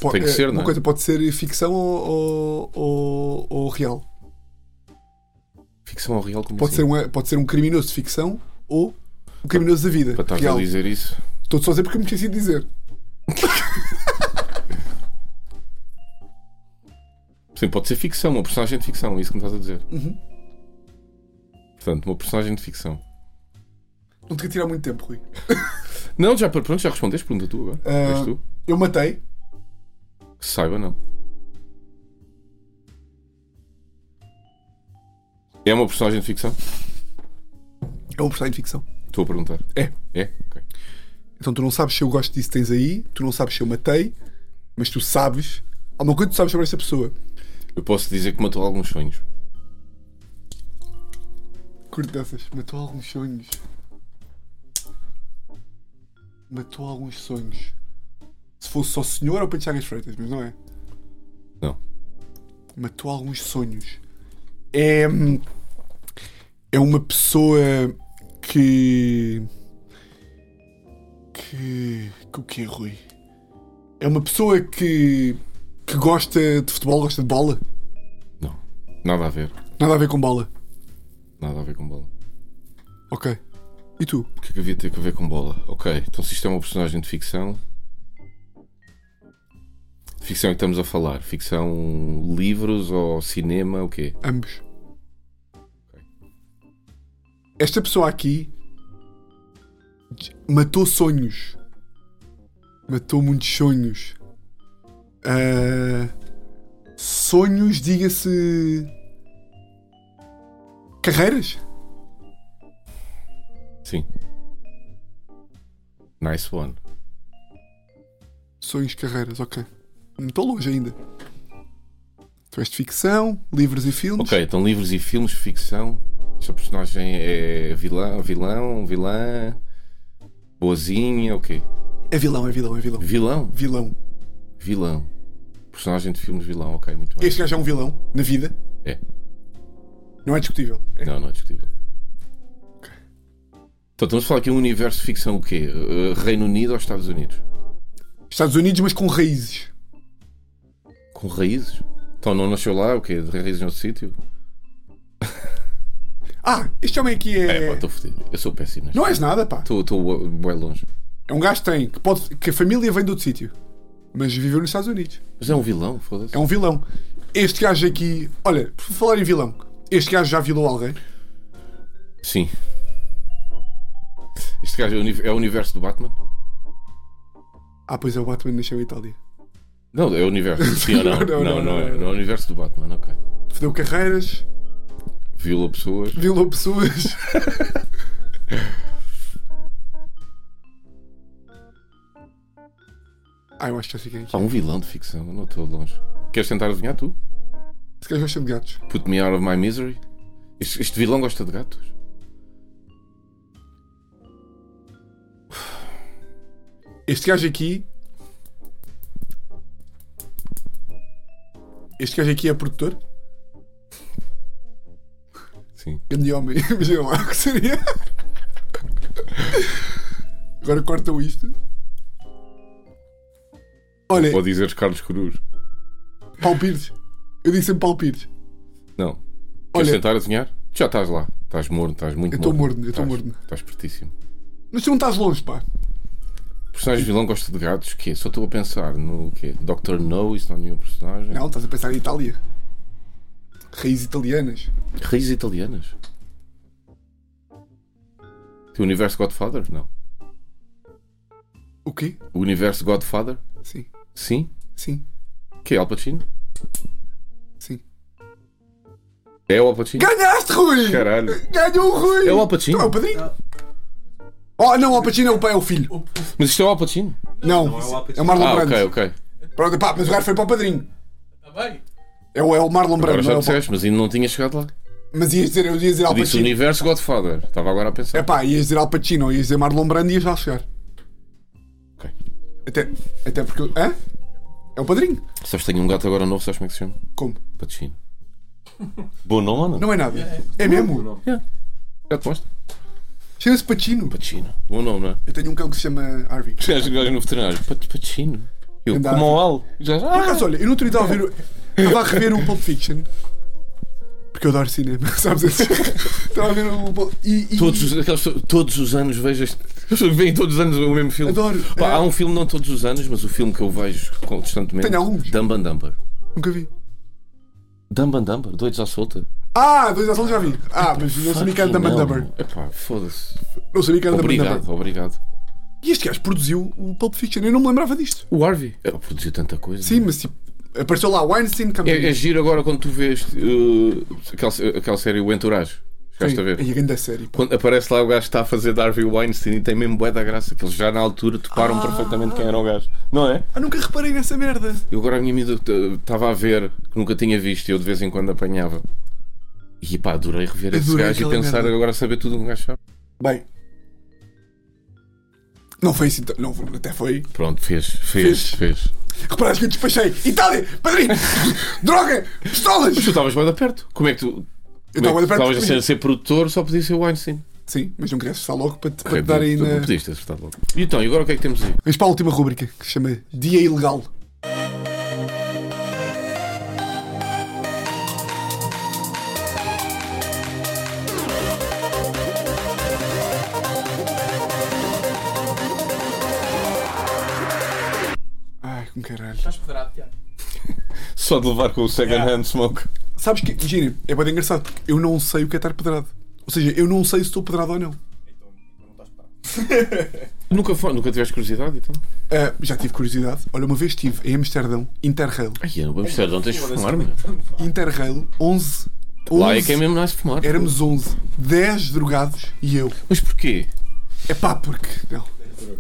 [SPEAKER 1] Pode-
[SPEAKER 2] Tem que
[SPEAKER 1] é,
[SPEAKER 2] ser,
[SPEAKER 1] uma
[SPEAKER 2] não é?
[SPEAKER 1] coisa pode ser ficção ou, ou- ou- ou real.
[SPEAKER 2] Ficção ou real? Como
[SPEAKER 1] Pode,
[SPEAKER 2] assim?
[SPEAKER 1] ser um, pode ser um criminoso de ficção ou um criminoso da vida.
[SPEAKER 2] Para estar a
[SPEAKER 1] real.
[SPEAKER 2] dizer isso.
[SPEAKER 1] Estou só a dizer porque eu me esqueci de dizer.
[SPEAKER 2] Sim, pode ser ficção, uma personagem de ficção, é isso que me estás a dizer.
[SPEAKER 1] Uhum.
[SPEAKER 2] Portanto, uma personagem de ficção.
[SPEAKER 1] Não te quero tirar muito tempo, Rui.
[SPEAKER 2] Não, já, pronto, já respondeste, pergunta tu agora.
[SPEAKER 1] Ah.
[SPEAKER 2] És tu?
[SPEAKER 1] Eu matei.
[SPEAKER 2] Que se saiba, não. É uma personagem de ficção?
[SPEAKER 1] É um personagem de ficção.
[SPEAKER 2] Estou a perguntar.
[SPEAKER 1] É.
[SPEAKER 2] É? Ok.
[SPEAKER 1] Então tu não sabes se eu gosto disso que tens aí, tu não sabes se eu matei, mas tu sabes. Há uma coisa que tu sabes sobre essa pessoa.
[SPEAKER 2] Eu posso dizer que matou alguns sonhos.
[SPEAKER 1] Curto dessas. Matou alguns sonhos. Matou alguns sonhos. Se fosse só senhor ou Pedro Chagas Freitas, mas não é.
[SPEAKER 2] Não.
[SPEAKER 1] Matou alguns sonhos. É. É uma pessoa que. Que. Que o que é, Rui? É uma pessoa que. Que gosta de futebol, gosta de bola.
[SPEAKER 2] Não. Nada a ver.
[SPEAKER 1] Nada a ver com bola.
[SPEAKER 2] Nada a ver com bola.
[SPEAKER 1] Ok. E tu?
[SPEAKER 2] O que é que havia de ter que ver com bola? Ok, então se isto é uma personagem de ficção. Ficção que estamos a falar? Ficção livros ou cinema? O quê?
[SPEAKER 1] Ambos. Esta pessoa aqui j- matou sonhos. Matou muitos sonhos. Ah, sonhos, diga-se. Carreiras?
[SPEAKER 2] Sim. Nice one.
[SPEAKER 1] Sonhos, carreiras, ok. Não estou longe ainda. Tu és de ficção, livros e filmes.
[SPEAKER 2] Ok, então livros e filmes, ficção. Esta personagem é vilão, vilão, vilã, boazinha, o quê?
[SPEAKER 1] É vilão, é vilão, é vilão.
[SPEAKER 2] Vilão?
[SPEAKER 1] Vilão.
[SPEAKER 2] Vilão. Personagem de filmes, vilão, ok, muito bem.
[SPEAKER 1] Este gajo é um vilão, na vida.
[SPEAKER 2] É.
[SPEAKER 1] Não é discutível. É.
[SPEAKER 2] Não, não é discutível. Então estamos a falar aqui um universo de ficção o quê? Uh, Reino Unido ou Estados Unidos?
[SPEAKER 1] Estados Unidos, mas com raízes.
[SPEAKER 2] Com raízes? Então não nasceu lá, o quê? De raízes em outro sítio?
[SPEAKER 1] Ah, este homem aqui é.
[SPEAKER 2] É, pá, estou fodido. Eu sou péssimo.
[SPEAKER 1] não és nada, pá.
[SPEAKER 2] Estou bem longe.
[SPEAKER 1] É um gajo que tem, que, pode, que a família vem de outro sítio, mas viveu nos Estados Unidos.
[SPEAKER 2] Mas é um vilão, foda-se.
[SPEAKER 1] É um vilão. Este gajo aqui. Olha, por falar em vilão, este gajo já vilou alguém. um-
[SPEAKER 2] Sim. Este gajo é o uni- é o universo do Batman?
[SPEAKER 1] Ah, pois é, o Batman nasceu em Itália.
[SPEAKER 2] Não, é o universo. Sim ou não?
[SPEAKER 1] Não, não,
[SPEAKER 2] não,
[SPEAKER 1] não,
[SPEAKER 2] não, é.
[SPEAKER 1] não.
[SPEAKER 2] Não é o universo do Batman, ok.
[SPEAKER 1] Fedeu carreiras,
[SPEAKER 2] Viola pessoas.
[SPEAKER 1] vilou pessoas. ah, eu acho que já sei quem é.
[SPEAKER 2] Há um vilão de ficção, eu não estou longe. Queres tentar adivinhar tu?
[SPEAKER 1] Este gajo gosta de gatos.
[SPEAKER 2] Put me out of my misery. Este, este vilão gosta de gatos.
[SPEAKER 1] Este gajo aqui. Este gajo aqui é produtor?
[SPEAKER 2] Sim.
[SPEAKER 1] Grande homem, imagina lá o que seria. Agora cortam isto. Olha,
[SPEAKER 2] Ou dizeres Carlos Cruz.
[SPEAKER 1] Paulo Pires. Eu disse sempre Paulo Pires.
[SPEAKER 2] Não. Queres
[SPEAKER 1] Olha,
[SPEAKER 2] tentar adivinhar? Tu já estás lá. Estás morno, estás muito
[SPEAKER 1] Eu tô
[SPEAKER 2] morno.
[SPEAKER 1] morno, eu tô
[SPEAKER 2] Estás-
[SPEAKER 1] morno.
[SPEAKER 2] Estás pertíssimo.
[SPEAKER 1] mas tu não estás longe, pá.
[SPEAKER 2] Personagem vilão gosta de gatos, quê? Só estou a pensar no quê? Dr. No, isso não é nenhum personagem.
[SPEAKER 1] Não, estás a pensar em Itália. Raízes italianas.
[SPEAKER 2] Raízes italianas. Tem o universo Godfather? Não.
[SPEAKER 1] O quê?
[SPEAKER 2] O universo Godfather?
[SPEAKER 1] Sim,
[SPEAKER 2] Sim.
[SPEAKER 1] sim,
[SPEAKER 2] Que é Al Pacino?
[SPEAKER 1] sim.
[SPEAKER 2] É o Al Pacino?
[SPEAKER 1] Ganhaste, Rui!
[SPEAKER 2] Caralho.
[SPEAKER 1] Ganhou o Rui!
[SPEAKER 2] É o Al Pacino?
[SPEAKER 1] Não, é o padrinho? Oh, não, o Al Pacino é o pai, é o filho.
[SPEAKER 2] Mas isto é o Al Pacino?
[SPEAKER 1] Não,
[SPEAKER 3] não é o Al Pacino.
[SPEAKER 1] é o Marlon
[SPEAKER 2] Ah,
[SPEAKER 1] Brando.
[SPEAKER 2] ok, ok.
[SPEAKER 1] Pronto, pá, mas o gajo foi para o padrinho.
[SPEAKER 3] Tá bem.
[SPEAKER 1] É o, é o Marlon
[SPEAKER 2] Agora
[SPEAKER 1] Brando,
[SPEAKER 2] já
[SPEAKER 1] não é o pa-
[SPEAKER 2] disseste, mas ainda não tinha chegado lá.
[SPEAKER 1] Mas ias dizer, eu ia dizer Al
[SPEAKER 2] Eu disse
[SPEAKER 1] Pacino.
[SPEAKER 2] universo Godfather. Estava agora a
[SPEAKER 1] É
[SPEAKER 2] pensar.
[SPEAKER 1] pá, ias dizer Al Pacino, ias dizer Marlon Brando e ias lá chegar.
[SPEAKER 2] Ok.
[SPEAKER 1] Até, até porque. Hã? É o padrinho?
[SPEAKER 2] Sabes que tenho um gato agora novo, sabes como é que se chama?
[SPEAKER 1] Como?
[SPEAKER 2] Pacino. Bom nome ou não?
[SPEAKER 1] Não é nada. É mesmo?
[SPEAKER 2] Já te mostro.
[SPEAKER 1] Chama-se Pacino.
[SPEAKER 2] Pacino. Bom nome, não é?
[SPEAKER 1] Eu tenho um cão que se chama Harvey.
[SPEAKER 2] Tu és um gajo no veterinário. Pat- Pacino.
[SPEAKER 3] Eu,
[SPEAKER 1] Andava.
[SPEAKER 3] como ao já já.
[SPEAKER 1] Por acaso, olha, eu não teria estava a ver. o- Estava a rever o Pulp Fiction. Porque eu adoro cinema, sabes? esse- Estava a ver o. Pulp- E, e-
[SPEAKER 2] Todos, os- aqueles, todos os anos vejo este. Vêm todos os anos o mesmo filme.
[SPEAKER 1] Adoro.
[SPEAKER 2] Pá,
[SPEAKER 1] É.
[SPEAKER 2] Há um filme, não todos os anos, mas o filme que eu vejo constantemente.
[SPEAKER 1] Tenho alguns.
[SPEAKER 2] Dumb and Dumber.
[SPEAKER 1] Nunca vi.
[SPEAKER 2] Dumb and Dumber, doidos à solta.
[SPEAKER 1] Ah, dois assaltos já vi. Ah, mas não sabia que era Dumb and
[SPEAKER 2] Fucking
[SPEAKER 1] Dumber.
[SPEAKER 2] hell. Epá, foda-se.
[SPEAKER 1] Não sabia que era Dumb and Dumber.
[SPEAKER 2] Obrigado, obrigado.
[SPEAKER 1] E este gajo produziu o Pulp Fiction. Eu não me lembrava disto.
[SPEAKER 3] O Harvey.
[SPEAKER 2] Ele produziu tanta coisa.
[SPEAKER 1] Sim, mas tipo. Apareceu lá Weinstein um
[SPEAKER 2] É,
[SPEAKER 1] Company.
[SPEAKER 2] é giro agora quando tu vês uh, aquela, aquela série O Entourage. Chegaste a ver?
[SPEAKER 1] E a grande série. pá.
[SPEAKER 2] Quando aparece lá o gajo que está a fazer Darby Weinstein e tem mesmo bué da graça, que eles já na altura toparam perfeitamente quem era o gajo, não é?
[SPEAKER 1] Ah, nunca reparei nessa merda.
[SPEAKER 2] Eu agora a minha miúda t- estava a ver, que nunca tinha visto, e eu de vez em quando apanhava. E pá, adorei rever esse
[SPEAKER 1] Adorei
[SPEAKER 2] gajo e
[SPEAKER 1] aquela
[SPEAKER 2] pensar
[SPEAKER 1] merda.
[SPEAKER 2] agora saber tudo o que um gajo sabe.
[SPEAKER 1] Bem. Não foi assim. tão- Não, até foi.
[SPEAKER 2] Pronto, fez, fez, fez.
[SPEAKER 1] Reparaste que eu despachei. Itália! Padrinho! Droga! Pistolas!
[SPEAKER 2] Mas tu estavas bem da perto. Como é que tu.
[SPEAKER 1] Eu
[SPEAKER 2] como é que
[SPEAKER 1] estava
[SPEAKER 2] tu
[SPEAKER 1] a perto
[SPEAKER 2] estavas a ser, a ser produtor, só podia ser o Weinstein.
[SPEAKER 1] Sim, mas não queria assustar logo para te, eh, para te
[SPEAKER 2] Correto,
[SPEAKER 1] dar aí
[SPEAKER 2] tu
[SPEAKER 1] na.
[SPEAKER 2] não podias ter acertado logo. E então, e agora o que é que temos aí?
[SPEAKER 1] Vamos para a última rubrica que se chama Dia Ilegal. Ai, com caralho.
[SPEAKER 3] Estás pedrado, Tiago.
[SPEAKER 2] Só de levar com o second hand smoke.
[SPEAKER 1] Sabes que, imagina, é bem engraçado porque eu não sei o que é estar pedrado. Ou seja, eu não sei se estou pedrado ou não.
[SPEAKER 2] Nunca, foi, nunca tiveste curiosidade então?
[SPEAKER 1] Ah, já tive curiosidade. Olha, uma vez estive em Amsterdão, Interrail.
[SPEAKER 2] Ai, eu não vou mostrar de onde tens de fumar, meu.
[SPEAKER 1] tipo Interrail, 11.
[SPEAKER 2] Lá
[SPEAKER 1] 11
[SPEAKER 2] é que é mesmo nice fumar.
[SPEAKER 1] Éramos 11. 10 drogados e eu.
[SPEAKER 2] Mas porquê?
[SPEAKER 1] É pá, porque. Não.
[SPEAKER 2] Mas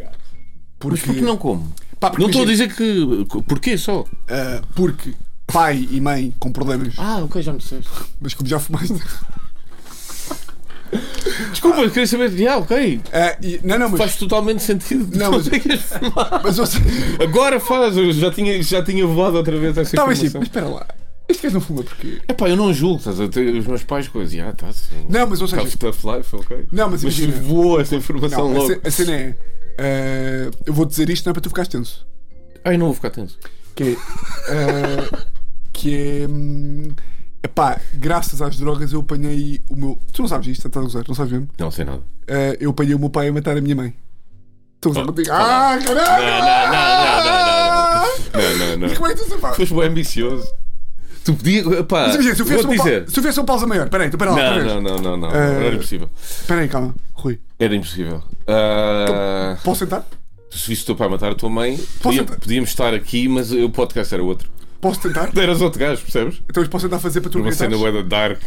[SPEAKER 1] Porque.
[SPEAKER 2] porquê não como?
[SPEAKER 1] Pá, porque
[SPEAKER 2] Não estou a
[SPEAKER 1] imagina,
[SPEAKER 2] dizer que. Porquê só?
[SPEAKER 1] ah, porque pai e mãe com problemas,
[SPEAKER 2] Ah, ok, já me disseste.
[SPEAKER 1] mas como já fumaste.
[SPEAKER 2] Desculpa, eu queria saber. Ah, ok.
[SPEAKER 1] Ah, e- não, não, mas.
[SPEAKER 2] Faz totalmente sentido. de
[SPEAKER 1] Não, mas-
[SPEAKER 2] onde é que és fumar.
[SPEAKER 1] Mas eu sei.
[SPEAKER 2] Agora faz, eu já tinha, já tinha voado outra vez essa
[SPEAKER 1] Estava assim,
[SPEAKER 2] informação.
[SPEAKER 1] mas espera lá. Este gajo não fuma porque.
[SPEAKER 2] Epá, eu não julgo, estás a ter os meus pais coisas. Ah, tá. se-
[SPEAKER 1] Não, mas ou seja.
[SPEAKER 2] Tough, tough life, ok.
[SPEAKER 1] Não, mas
[SPEAKER 2] mas
[SPEAKER 1] imagina.
[SPEAKER 2] voou essa informação
[SPEAKER 1] Não, a,
[SPEAKER 2] logo.
[SPEAKER 1] ce- a cena é. ah, eu vou dizer isto, não é para tu ficares tenso.
[SPEAKER 2] Ai, não vou ficar tenso.
[SPEAKER 1] Que é. ah, que é. hum, Epá, graças às drogas eu apanhei o meu. Tu não sabes isto, estás a usar, não sabes mesmo?
[SPEAKER 2] Não sei nada.
[SPEAKER 1] Ah, eu apanhei o meu pai a matar a minha mãe. Estou a gozar
[SPEAKER 2] Oh.
[SPEAKER 1] contigo. Ah, caralho!
[SPEAKER 2] Não, não, não, não, não, não. Não, não,
[SPEAKER 1] E
[SPEAKER 2] não.
[SPEAKER 1] como é que tu se faz?
[SPEAKER 2] Foste bem ambicioso. Tu podias. Pá,
[SPEAKER 1] Mas imagina, se eu
[SPEAKER 2] vou
[SPEAKER 1] fizesse um,
[SPEAKER 2] dizer.
[SPEAKER 1] pa... se eu fizesse um pausa maior, peraí, então, pera lá, outra
[SPEAKER 2] Não,
[SPEAKER 1] vez.
[SPEAKER 2] não, não, não, não.
[SPEAKER 1] Eh,
[SPEAKER 2] Era impossível.
[SPEAKER 1] Espera aí, calma, Rui.
[SPEAKER 2] Era impossível. Ah,
[SPEAKER 1] Posso sentar?
[SPEAKER 2] se viste o teu pai matar a tua mãe, podia-
[SPEAKER 1] tentar?
[SPEAKER 2] podíamos estar aqui, mas o podcast era outro.
[SPEAKER 1] Posso tentar?
[SPEAKER 2] Tu eras outro gajo, percebes?
[SPEAKER 1] Então, mas posso tentar fazer para tu
[SPEAKER 2] Uma cena
[SPEAKER 1] gritares?
[SPEAKER 2] bué da dark.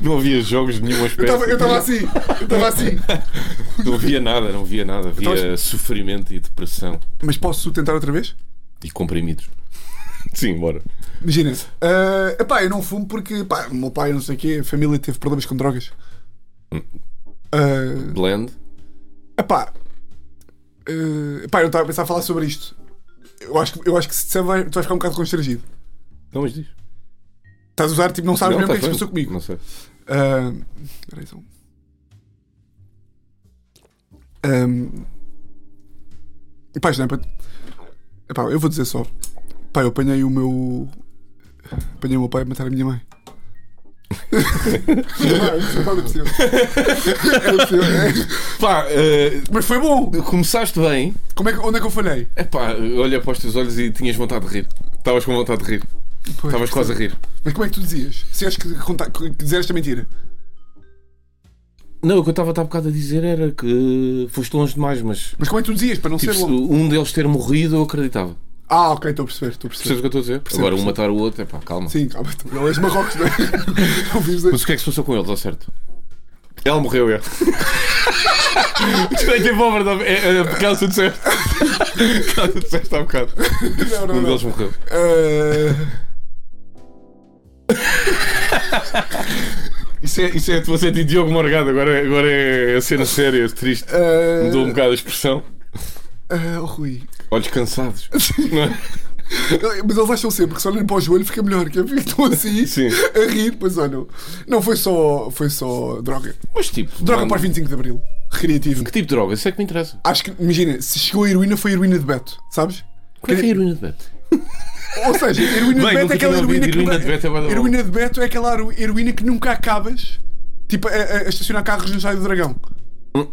[SPEAKER 2] não havia jogos de nenhuma
[SPEAKER 1] Eu
[SPEAKER 2] espécie.
[SPEAKER 1] estava- eu estava assim, eu estava assim.
[SPEAKER 2] Não havia nada, não havia nada. Havia
[SPEAKER 1] Então-
[SPEAKER 2] sofrimento e depressão.
[SPEAKER 1] Mas posso tentar outra vez?
[SPEAKER 2] E comprimidos. Sim, bora.
[SPEAKER 1] Imagina, ah, epá, eu não fumo porque pá, o meu pai, não sei o quê, a família teve problemas com drogas. Ah,
[SPEAKER 2] Blend.
[SPEAKER 1] epá, ah, epá, eu não estava a pensar a falar sobre isto. Eu acho que, eu acho que se disser, vai- tu vais ficar um bocado constrangido.
[SPEAKER 2] Não, Então, mas diz.
[SPEAKER 1] Estás a usar, tipo, não sabes
[SPEAKER 2] Não,
[SPEAKER 1] mesmo o que é
[SPEAKER 2] tá
[SPEAKER 1] que se passou
[SPEAKER 2] bem.
[SPEAKER 1] comigo.
[SPEAKER 2] Não sei.
[SPEAKER 1] Ahm, Peraí, só um. Ahm, Epá, isto não é para. Epá, eu vou dizer só. Pá, eu apanhei o meu. Apanhei o meu pai a matar a minha mãe. Não, não é possível. É possível, é.
[SPEAKER 2] Pá, eh,
[SPEAKER 1] Mas foi bom!
[SPEAKER 2] começaste bem.
[SPEAKER 1] Como é que, onde é que eu falhei?
[SPEAKER 2] Epá, olha para os teus olhos e tinhas vontade de rir. Estavas com vontade de rir.
[SPEAKER 1] Pois.
[SPEAKER 2] Estavas quase a rir.
[SPEAKER 1] Mas como é que tu dizias? Se és que, conta- que dizer esta mentira?
[SPEAKER 2] Não, o que eu estava há bocado a dizer era que foste longe demais, mas
[SPEAKER 1] Mas como é que tu dizias para não
[SPEAKER 2] tipo,
[SPEAKER 1] ser
[SPEAKER 2] se
[SPEAKER 1] longo?
[SPEAKER 2] um deles ter morrido, eu acreditava.
[SPEAKER 1] Ah, ok, estou a perceber, estou a
[SPEAKER 2] Percebes
[SPEAKER 1] perceber.
[SPEAKER 2] o que eu estou a dizer?
[SPEAKER 1] Percebo,
[SPEAKER 2] Agora, um
[SPEAKER 1] percebo.
[SPEAKER 2] matar o outro, epá, calma.
[SPEAKER 1] Sim, calma, tu não és de Marrocos, não é? Não vives
[SPEAKER 2] Mas o que é que se passou com eles, ao certo? Ele morreu, ele. Isto é que é bom, verdade? É, é, por causa do certo. Por causa do certo há bocado.
[SPEAKER 1] Não, não, Eh,
[SPEAKER 2] Um
[SPEAKER 1] não.
[SPEAKER 2] deles morreu. Isso é, isso é a tua sede de Diogo Morgado, agora, é- agora é a cena séria, triste. Mudou um
[SPEAKER 1] Uh,
[SPEAKER 2] bocado a expressão.
[SPEAKER 1] uh, oh, Rui.
[SPEAKER 2] Olhos cansados. Não é?
[SPEAKER 1] Mas eles acham sempre que se olharem para o joelho fica melhor, que é porque estão assim
[SPEAKER 2] Sim.
[SPEAKER 1] a rir, pois olham. Não, foi só, foi só droga.
[SPEAKER 2] Mas tipo.
[SPEAKER 1] Droga
[SPEAKER 2] mano,
[SPEAKER 1] para o 25 de Abril. Recreativo.
[SPEAKER 2] Que tipo de droga? Isso é que me interessa.
[SPEAKER 1] Acho que, imagina, se chegou a heroína foi a heroína de Beto, sabes?
[SPEAKER 2] Como é que é a heroína de Beto?
[SPEAKER 1] Ou seja, a heroína
[SPEAKER 2] Bem,
[SPEAKER 1] de Beto
[SPEAKER 2] nunca
[SPEAKER 1] é aquela
[SPEAKER 2] tinha ouvido
[SPEAKER 1] heroína que
[SPEAKER 2] heroína
[SPEAKER 1] nunca...
[SPEAKER 2] de Beto, é bué da bom.
[SPEAKER 1] heroína de Beto é aquela hero- heroína que nunca acabas, tipo, a, a- a estacionar carros no ensaio do dragão.
[SPEAKER 2] Hum.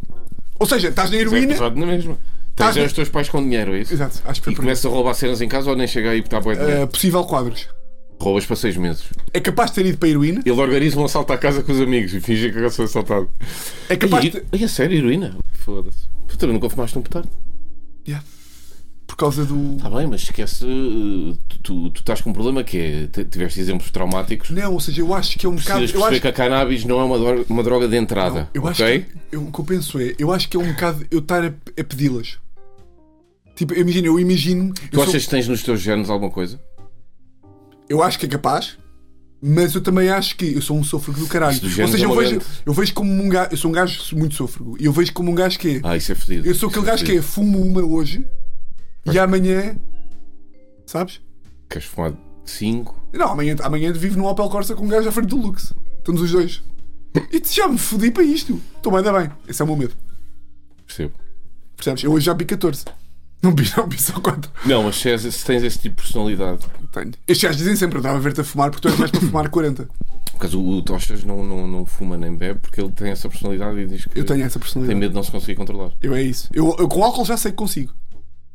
[SPEAKER 1] Ou seja, estás na
[SPEAKER 2] Mas É
[SPEAKER 1] heroína...
[SPEAKER 2] pesado na mesma.
[SPEAKER 1] Estás
[SPEAKER 2] Tens já
[SPEAKER 1] a-
[SPEAKER 2] os teus pais com dinheiro, é isso?
[SPEAKER 1] Exato, acho que foi
[SPEAKER 2] E
[SPEAKER 1] por aí.
[SPEAKER 2] começa a roubar cenas em casa ou nem chega aí porque está boa dinheiro?
[SPEAKER 1] Ah, possível quadros.
[SPEAKER 2] Roubas para seis meses.
[SPEAKER 1] É capaz de ter ido para a heroína.
[SPEAKER 2] Ele organiza um assalto à casa com os amigos e finge que agora foi assaltado.
[SPEAKER 1] É capaz de...
[SPEAKER 2] Ai, ai, é sério, heroína? Foda-se. Tu também nunca fumaste um petardo.
[SPEAKER 1] Yeah. Por causa do...
[SPEAKER 2] Está Tá bem, mas esquece. uh, Tu, tu, tu estás com um problema que é. t- Tiveste exemplos traumáticos.
[SPEAKER 1] Não, ou seja, eu acho que é um bocado...
[SPEAKER 2] Precisas
[SPEAKER 1] Eu
[SPEAKER 2] perceber
[SPEAKER 1] acho
[SPEAKER 2] que a cannabis não é uma droga, uma droga de entrada.
[SPEAKER 1] Não, eu acho
[SPEAKER 2] ok?
[SPEAKER 1] que eu, o que eu penso é, eu acho que é um bocado eu estar a, a pedi-las. Tipo, imagina, eu imagino.
[SPEAKER 2] Tu
[SPEAKER 1] Eu, sou-
[SPEAKER 2] achas que tens nos teus genes alguma coisa?
[SPEAKER 1] eu acho que é capaz, mas eu também acho que eu sou um sofrego do caralho.
[SPEAKER 2] Isto do
[SPEAKER 1] Ou
[SPEAKER 2] género
[SPEAKER 1] seja,
[SPEAKER 2] é
[SPEAKER 1] eu
[SPEAKER 2] uma
[SPEAKER 1] vejo,
[SPEAKER 2] grande-
[SPEAKER 1] eu vejo como um gajo. Eu sou um gajo muito sofrego. E eu vejo como um gajo que é.
[SPEAKER 2] Ah, isso é fedido.
[SPEAKER 1] Eu sou aquele gajo que é fumo uma hoje e amanhã. Sabes?
[SPEAKER 2] Queres fumar 5?
[SPEAKER 1] Não, amanhã, amanhã vivo num Opel Corsa com um gajo à frente do Lux. Estamos os dois. E já me fodi para isto. Estou bem, dá bem. Esse é o meu medo.
[SPEAKER 2] Percebo.
[SPEAKER 1] Percebes? Eu hoje já vi 14. Não vi, não vi só 4.
[SPEAKER 2] Não, mas se, és- se tens esse tipo de personalidade.
[SPEAKER 1] Tenho. Estes gajos dizem sempre: estava a ver-te a fumar porque tu és mais para fumar 40.
[SPEAKER 2] Por causa o, o Tochas não, não, não fuma nem bebe porque ele tem essa personalidade e diz que
[SPEAKER 1] Eu tenho essa
[SPEAKER 2] tem
[SPEAKER 1] personalidade.
[SPEAKER 2] medo de não se conseguir controlar.
[SPEAKER 1] Eu é isso. Eu, eu com álcool já sei que consigo.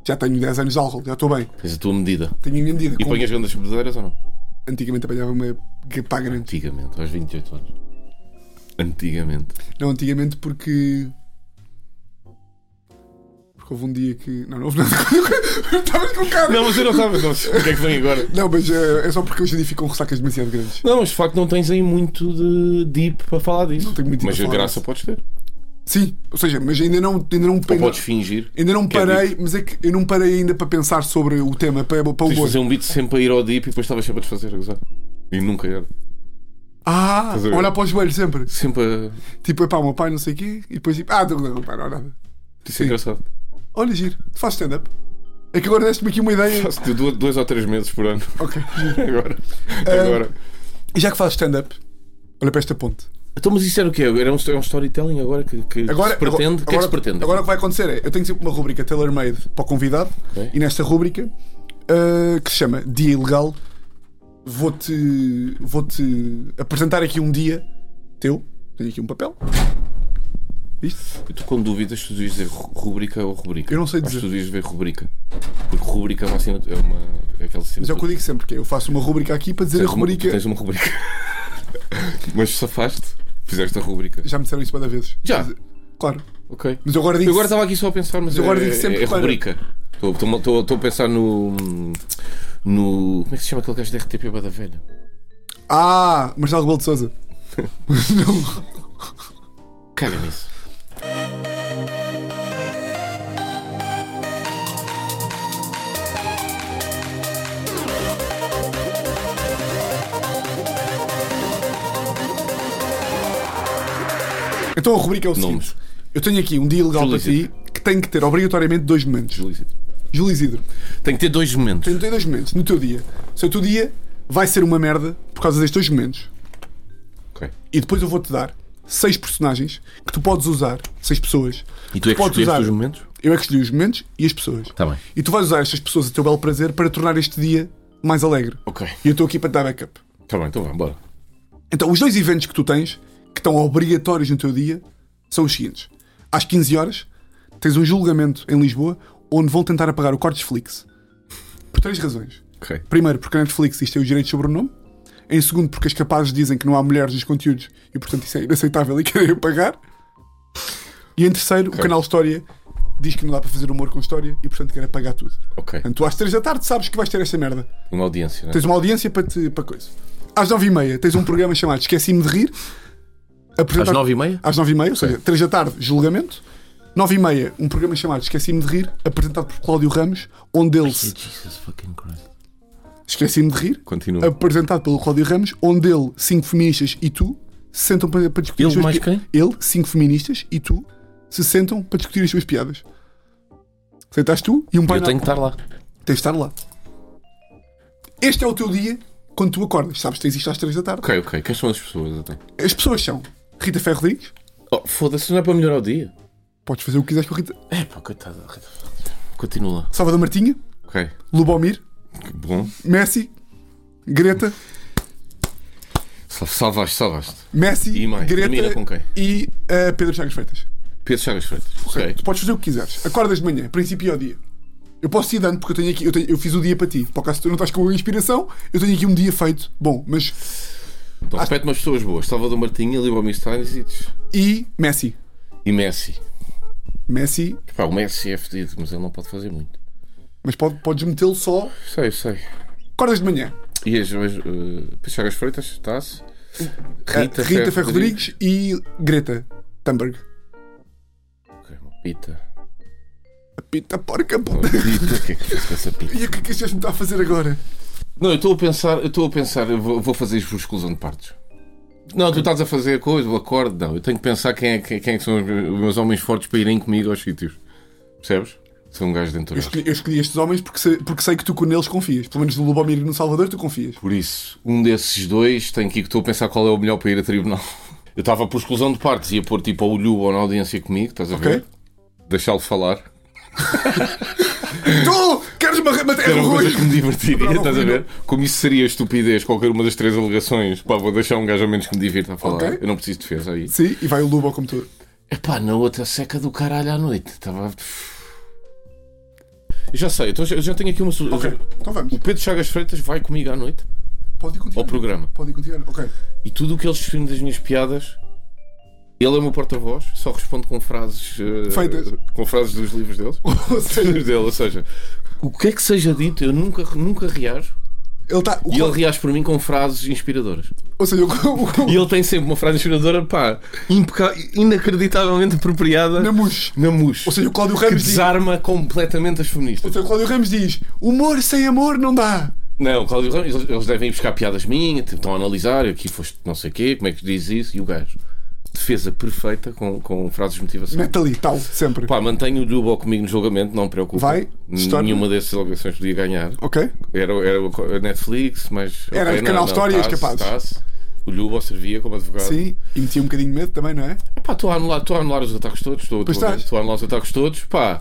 [SPEAKER 1] Já tenho 10 anos de álcool, já estou bem.
[SPEAKER 2] Tens a tua medida.
[SPEAKER 1] Tenho a minha medida.
[SPEAKER 2] E
[SPEAKER 1] Com-
[SPEAKER 2] põe as grandes bebedeiras ou não?
[SPEAKER 1] Antigamente apanhava uma para grande.
[SPEAKER 2] Antigamente, aos 28 anos. Antigamente.
[SPEAKER 1] Não, antigamente porque. Porque houve um dia que. Não, não houve nada. Estavas com cara.
[SPEAKER 2] Não, mas eu não estava. Não sei o que é que vem agora.
[SPEAKER 1] Não, mas é, é só porque hoje em dia ficam ressacas demasiado grandes.
[SPEAKER 2] Não, mas de facto não tens aí muito de deep para falar disso.
[SPEAKER 1] Não tenho muito deep
[SPEAKER 2] Mas
[SPEAKER 1] para
[SPEAKER 2] a
[SPEAKER 1] falar
[SPEAKER 2] graça
[SPEAKER 1] disso.
[SPEAKER 2] podes ter.
[SPEAKER 1] Sim, ou seja, mas ainda não. Ainda não
[SPEAKER 2] Ou podes fingir.
[SPEAKER 1] Ainda não
[SPEAKER 2] Quer
[SPEAKER 1] parei, mas é que eu não parei ainda para pensar sobre o tema, para, para o
[SPEAKER 2] Tens de
[SPEAKER 1] humor.
[SPEAKER 2] fazer um beat sempre a ir ao deep e depois estavas sempre a desfazer, a gozar. E nunca era.
[SPEAKER 1] Ah,
[SPEAKER 2] Fazer- um-
[SPEAKER 1] olhar para o joelho sempre.
[SPEAKER 2] Sempre a.
[SPEAKER 1] Tipo, epá, o meu pai não sei o quê, e depois tipo, ah, não, não, pá, não, há nada.
[SPEAKER 2] Isso é engraçado.
[SPEAKER 1] Olha, giro, tu fazes stand-up. É que agora deste-me aqui uma ideia.
[SPEAKER 2] Faço-te du- dois ou três meses por ano.
[SPEAKER 1] ok, giro.
[SPEAKER 2] Agora.
[SPEAKER 1] Ah.
[SPEAKER 2] Agora.
[SPEAKER 1] E já que fazes stand-up, olha para esta ponte.
[SPEAKER 2] Então, mas isso era o quê? Era um, é um storytelling agora que, que
[SPEAKER 1] Agora,
[SPEAKER 2] se pretende? O que é que se pretende?
[SPEAKER 1] agora o que vai acontecer é, eu tenho sempre uma rubrica tailor-made para o convidado,
[SPEAKER 2] Ok.
[SPEAKER 1] e nesta rubrica, ah, que se chama Dia Ilegal, vou-te vou-te apresentar aqui um dia teu, tenho aqui um papel, viste?
[SPEAKER 2] E tu, com dúvidas, tu devias dizer ru- rubrica ou rubrica?
[SPEAKER 1] Eu não sei
[SPEAKER 2] Acho
[SPEAKER 1] dizer.
[SPEAKER 2] que tu devias ver rubrica. Porque rubrica é uma cena. É, uma, é aquela cena.
[SPEAKER 1] Mas é o que eu digo sempre, que é, eu faço uma rubrica aqui para dizer a
[SPEAKER 2] Tens uma-
[SPEAKER 1] rubrica...
[SPEAKER 2] Tens uma rubrica. Mas safaste, fizeste a rubrica.
[SPEAKER 1] Já me disseram isso várias vezes.
[SPEAKER 2] Já.
[SPEAKER 1] Claro.
[SPEAKER 2] Ok.
[SPEAKER 1] Mas eu agora digo.
[SPEAKER 2] Eu agora estava aqui só a pensar, mas
[SPEAKER 1] Eu agora
[SPEAKER 2] é,
[SPEAKER 1] digo sempre
[SPEAKER 2] é
[SPEAKER 1] para-
[SPEAKER 2] rubrica. Estou- estou- Estou estou a pensar no. no como é que se chama aquele gajo da RTP Bada Velha?
[SPEAKER 1] Ah, Marcelo Rebelo de Souza.
[SPEAKER 2] Caga nisso.
[SPEAKER 1] Então a rubrica é o seguinte:
[SPEAKER 2] Nomes.
[SPEAKER 1] eu tenho aqui um dia ilegal
[SPEAKER 2] Júlio
[SPEAKER 1] para ti que tem que ter obrigatoriamente dois momentos.
[SPEAKER 2] Júlio Isidro.
[SPEAKER 1] Júlio Isidro,
[SPEAKER 2] Tem que ter dois momentos.
[SPEAKER 1] tem tem dois momentos no teu dia. Se o teu dia vai ser uma merda por causa destes dois momentos.
[SPEAKER 2] Ok.
[SPEAKER 1] E depois eu vou-te dar seis personagens que tu podes usar, seis pessoas.
[SPEAKER 2] E tu é que
[SPEAKER 1] podes
[SPEAKER 2] escolheste
[SPEAKER 1] usar.
[SPEAKER 2] os momentos?
[SPEAKER 1] Eu é que escolhi os momentos e as pessoas.
[SPEAKER 2] Tá bem.
[SPEAKER 1] E tu vais usar estas pessoas a teu belo prazer para tornar este dia mais alegre.
[SPEAKER 2] Ok.
[SPEAKER 1] E eu estou aqui para te dar backup.
[SPEAKER 2] Tá bem, então vá, bora.
[SPEAKER 1] Então, os dois eventos que tu tens, que estão obrigatórios no teu dia, são os seguintes. Às 15 horas, tens um julgamento em Lisboa, onde vão tentar apagar o Cortes Flix. Por três razões.
[SPEAKER 2] Ok.
[SPEAKER 1] Primeiro, porque a Netflix isto tem os direitos sobre o nome. Em segundo, porque as capazes dizem que não há mulheres nos conteúdos e, portanto, isso é inaceitável e querem apagar. E em terceiro, o canal História diz que não dá para fazer humor com história e, portanto, quer apagar tudo.
[SPEAKER 2] Ok.
[SPEAKER 1] Portanto, tu às 3 da tarde sabes que vais ter esta merda.
[SPEAKER 2] Uma audiência, né?
[SPEAKER 1] Tens uma audiência para, te, para coisa. Às 9h30 tens um programa chamado Esqueci-me de Rir.
[SPEAKER 2] Às
[SPEAKER 1] Apresentar-
[SPEAKER 2] nove e meia?
[SPEAKER 1] Às 9h30, ou seja, 3 da tarde, julgamento. 9h30, um programa chamado Esqueci-me de Rir, apresentado por Cláudio Ramos, onde ele se...
[SPEAKER 2] Jesus fucking Christ.
[SPEAKER 1] Esqueci-me de Rir,
[SPEAKER 2] Continua.
[SPEAKER 1] apresentado pelo Cláudio Ramos, onde ele, cinco feministas e tu se sentam para, para discutir
[SPEAKER 2] Ele
[SPEAKER 1] as suas
[SPEAKER 2] mais
[SPEAKER 1] pi- Ele, cinco feministas e tu se sentam para discutir as suas piadas. Sentas tu e um pai
[SPEAKER 2] Eu tenho que estar lá.
[SPEAKER 1] Tens de estar lá. Este é o teu dia quando tu acordas. Sabes que tens isto às 3 da tarde.
[SPEAKER 2] Ok, ok. Quem são as pessoas até?
[SPEAKER 1] As pessoas são Rita Ferro Rodrigues.
[SPEAKER 2] Oh, Foda-se, não é para melhorar o dia.
[SPEAKER 1] Podes fazer o que quiseres com a Rita.
[SPEAKER 2] É pá, coitada. Rita. Continua.
[SPEAKER 1] Salvador Martinha,
[SPEAKER 2] Ok.
[SPEAKER 1] Lubomir,
[SPEAKER 2] Que Bom.
[SPEAKER 1] Messi, Greta,
[SPEAKER 2] Sal- Salvaste, salvaste.
[SPEAKER 1] Messi,
[SPEAKER 2] E mais? Termina
[SPEAKER 1] Greta
[SPEAKER 2] com quem?
[SPEAKER 1] e eh, Pedro Chagas Freitas.
[SPEAKER 2] Pedro Chagas Freitas. Ok.
[SPEAKER 1] Tu podes fazer o que quiseres. Acordas de manhã, princípio ao dia. Eu posso ir dando porque eu tenho aqui, eu, tenho- eu fiz o dia para ti. Por acaso tu não estás com a inspiração, eu tenho aqui um dia feito. Bom, mas.
[SPEAKER 2] Então repete umas pessoas boas. Salvador Martinha, Libomir Stanisic
[SPEAKER 1] E Messi.
[SPEAKER 2] e Messi.
[SPEAKER 1] Messi,
[SPEAKER 2] Pá, o Messi é fedido, mas ele não pode fazer muito.
[SPEAKER 1] mas pode, podes metê-lo só.
[SPEAKER 2] Sei, sei.
[SPEAKER 1] Acordas de manhã.
[SPEAKER 2] E as, as eh, Pedro Chagas Freitas, está-se?
[SPEAKER 1] eh, Rita, Rita Ferro Rodrigues e Greta Thunberg.
[SPEAKER 2] Ok, uma Pita.
[SPEAKER 1] A pita porca,
[SPEAKER 2] Uma
[SPEAKER 1] puta.
[SPEAKER 2] Pita. O que é que fez com essa pita?
[SPEAKER 1] E o que é que este gajo me está a fazer agora?
[SPEAKER 2] Não, eu estou a pensar, eu estou a pensar, eu vou, vou fazer por exclusão de partes. Não, tu estás a fazer a coisa, o acorde, não. Eu tenho que pensar quem é, quem, quem é que são os meus, os meus homens fortes para irem comigo aos sítios. Percebes? São um gajo dentro
[SPEAKER 1] Eu
[SPEAKER 2] deles.
[SPEAKER 1] escolhi, eu escolhi estes homens porque sei, porque sei que tu com neles confias. Pelo menos no Lubomir e no Salvador tu confias.
[SPEAKER 2] Por isso, um desses dois tem que ir, estou a pensar qual é o melhor para ir a tribunal. Eu estava por exclusão de partes, ia pôr tipo o Lhubo na audiência comigo, estás a
[SPEAKER 1] Ok.
[SPEAKER 2] ver? Deixá-lo falar.
[SPEAKER 1] Tu queres ma- matar
[SPEAKER 2] Era
[SPEAKER 1] o
[SPEAKER 2] É uma
[SPEAKER 1] Rui?
[SPEAKER 2] coisa que me divertiria,
[SPEAKER 1] Bravo,
[SPEAKER 2] estás a
[SPEAKER 1] Rui.
[SPEAKER 2] ver? Como isso seria estupidez, qualquer uma das três alegações, pá, vou deixar um gajo a menos que me divirta a falar.
[SPEAKER 1] Ok.
[SPEAKER 2] Eu não preciso de defesa aí.
[SPEAKER 1] Sim, e vai o Lubo ao computador.
[SPEAKER 2] Epá, na outra seca do caralho à noite. Estava. Eu já sei, então eu já tenho aqui uma. su-
[SPEAKER 1] Ok, então vamos.
[SPEAKER 2] O Pedro Chagas Freitas vai comigo à noite
[SPEAKER 1] Pode ir
[SPEAKER 2] ao
[SPEAKER 1] continuar.
[SPEAKER 2] programa.
[SPEAKER 1] Pode ir continuar. Ok.
[SPEAKER 2] E tudo o que eles definem das minhas piadas, ele é o meu porta-voz, só responde com frases. eh,
[SPEAKER 1] Feitas.
[SPEAKER 2] Com frases dos livros deles.
[SPEAKER 1] Ou seja,
[SPEAKER 2] Dos dele, ou seja, o que é que seja dito, eu nunca, nunca reajo.
[SPEAKER 1] ele está.
[SPEAKER 2] E ele reage por mim com frases inspiradoras.
[SPEAKER 1] Ou seja, o- o- o-
[SPEAKER 2] E ele tem sempre uma frase inspiradora, pá, impeca- inacreditavelmente apropriada
[SPEAKER 1] na murcha.
[SPEAKER 2] na mousse.
[SPEAKER 1] Ou seja, o Cláudio
[SPEAKER 2] que
[SPEAKER 1] Ramos diz.
[SPEAKER 2] desarma completamente as
[SPEAKER 1] Ou
[SPEAKER 2] feministas.
[SPEAKER 1] seja, o Cláudio Ramos diz: humor sem amor não dá.
[SPEAKER 2] Não, Cláudio Ramos, eles- eles devem ir buscar piadas minhas, tipo, estão a analisar, aqui foste não sei o quê, como é que diz isso, e o gajo. Defesa perfeita com, com frases de motivação.
[SPEAKER 1] Mete ali, tal, sempre.
[SPEAKER 2] Pá, mantenho o Dubo comigo no julgamento, não me preocupa.
[SPEAKER 1] Vai, história.
[SPEAKER 2] Nenhuma dessas alegações podia ganhar.
[SPEAKER 1] Ok?
[SPEAKER 2] Era, era a Netflix, mas.
[SPEAKER 1] Era
[SPEAKER 2] ok,
[SPEAKER 1] o canal Histórias
[SPEAKER 2] tá-se,
[SPEAKER 1] capazes.
[SPEAKER 2] tá-se. O Lubo servia como advogado.
[SPEAKER 1] Sim. E metia um bocadinho de medo também, não é?
[SPEAKER 2] Pá, estou a anular, estou a anular os ataques todos. Estou,
[SPEAKER 1] Pois
[SPEAKER 2] estou, a-
[SPEAKER 1] estás.
[SPEAKER 2] estou a anular os ataques todos. Pá,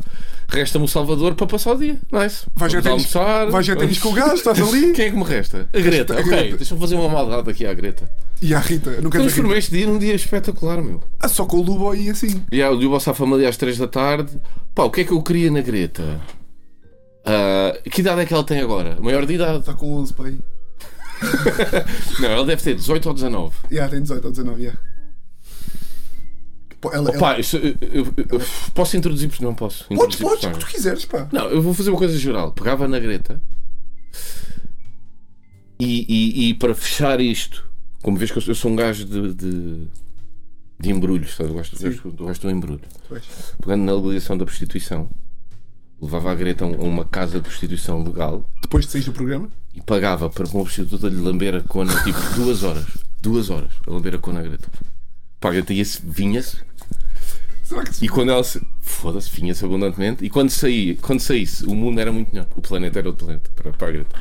[SPEAKER 2] resta-me o Salvador para passar o dia. Nice.
[SPEAKER 1] Vais
[SPEAKER 2] Vamos
[SPEAKER 1] jogar ténis-
[SPEAKER 2] almoçar.
[SPEAKER 1] vais jogar ténis
[SPEAKER 2] vamos-
[SPEAKER 1] com o gajo, estás ali.
[SPEAKER 2] Quem é que me resta? A Greta.
[SPEAKER 1] A
[SPEAKER 2] ok,
[SPEAKER 1] Greta.
[SPEAKER 2] deixa-me fazer uma maldade aqui à Greta.
[SPEAKER 1] E a Rita, não quero ver.
[SPEAKER 2] Transformei este dia num dia espetacular, meu.
[SPEAKER 1] Ah, só com o Lubo aí assim.
[SPEAKER 2] E há o Diogo Alça à família às 3 da tarde. Pá, o que é que eu queria na Greta? Ah, que idade é que ela tem agora? Maior de idade?
[SPEAKER 1] Está Tá com 11 para aí.
[SPEAKER 2] Não, ela deve ter 18 ou 19.
[SPEAKER 1] Já, tem 18 ou 19, já. Pô, Ela, ela...
[SPEAKER 2] Pá, isso, eu, eu- eu- posso introduzir? Não posso.
[SPEAKER 1] Podes, podes,
[SPEAKER 2] Introduzir
[SPEAKER 1] o que
[SPEAKER 2] personagens.
[SPEAKER 1] tu quiseres, pá.
[SPEAKER 2] Não, eu vou fazer uma coisa geral. Pegava na Greta e, e- e para fechar isto, como vês que eu sou- eu sou um gajo de, de, de embrulhos, sabe? eu gosto, eu gosto- eu gosto do embrulho.
[SPEAKER 1] Tu és.
[SPEAKER 2] Pegando na legalização da prostituição, levava a Greta a um- a uma casa de prostituição legal
[SPEAKER 1] Depois de sair do programa,
[SPEAKER 2] e pagava para uma prostituta lhe lamber a cona tipo duas horas. Duas horas a lamber a cona à Greta. Pá, a Greta ia-se- vinha-se
[SPEAKER 1] será que se
[SPEAKER 2] e quando ela se. Foda-se, vinha-se abundantemente. E quando, saía, quando saísse, o mundo era muito melhor. O planeta era outro planeta. Para, para a Greta.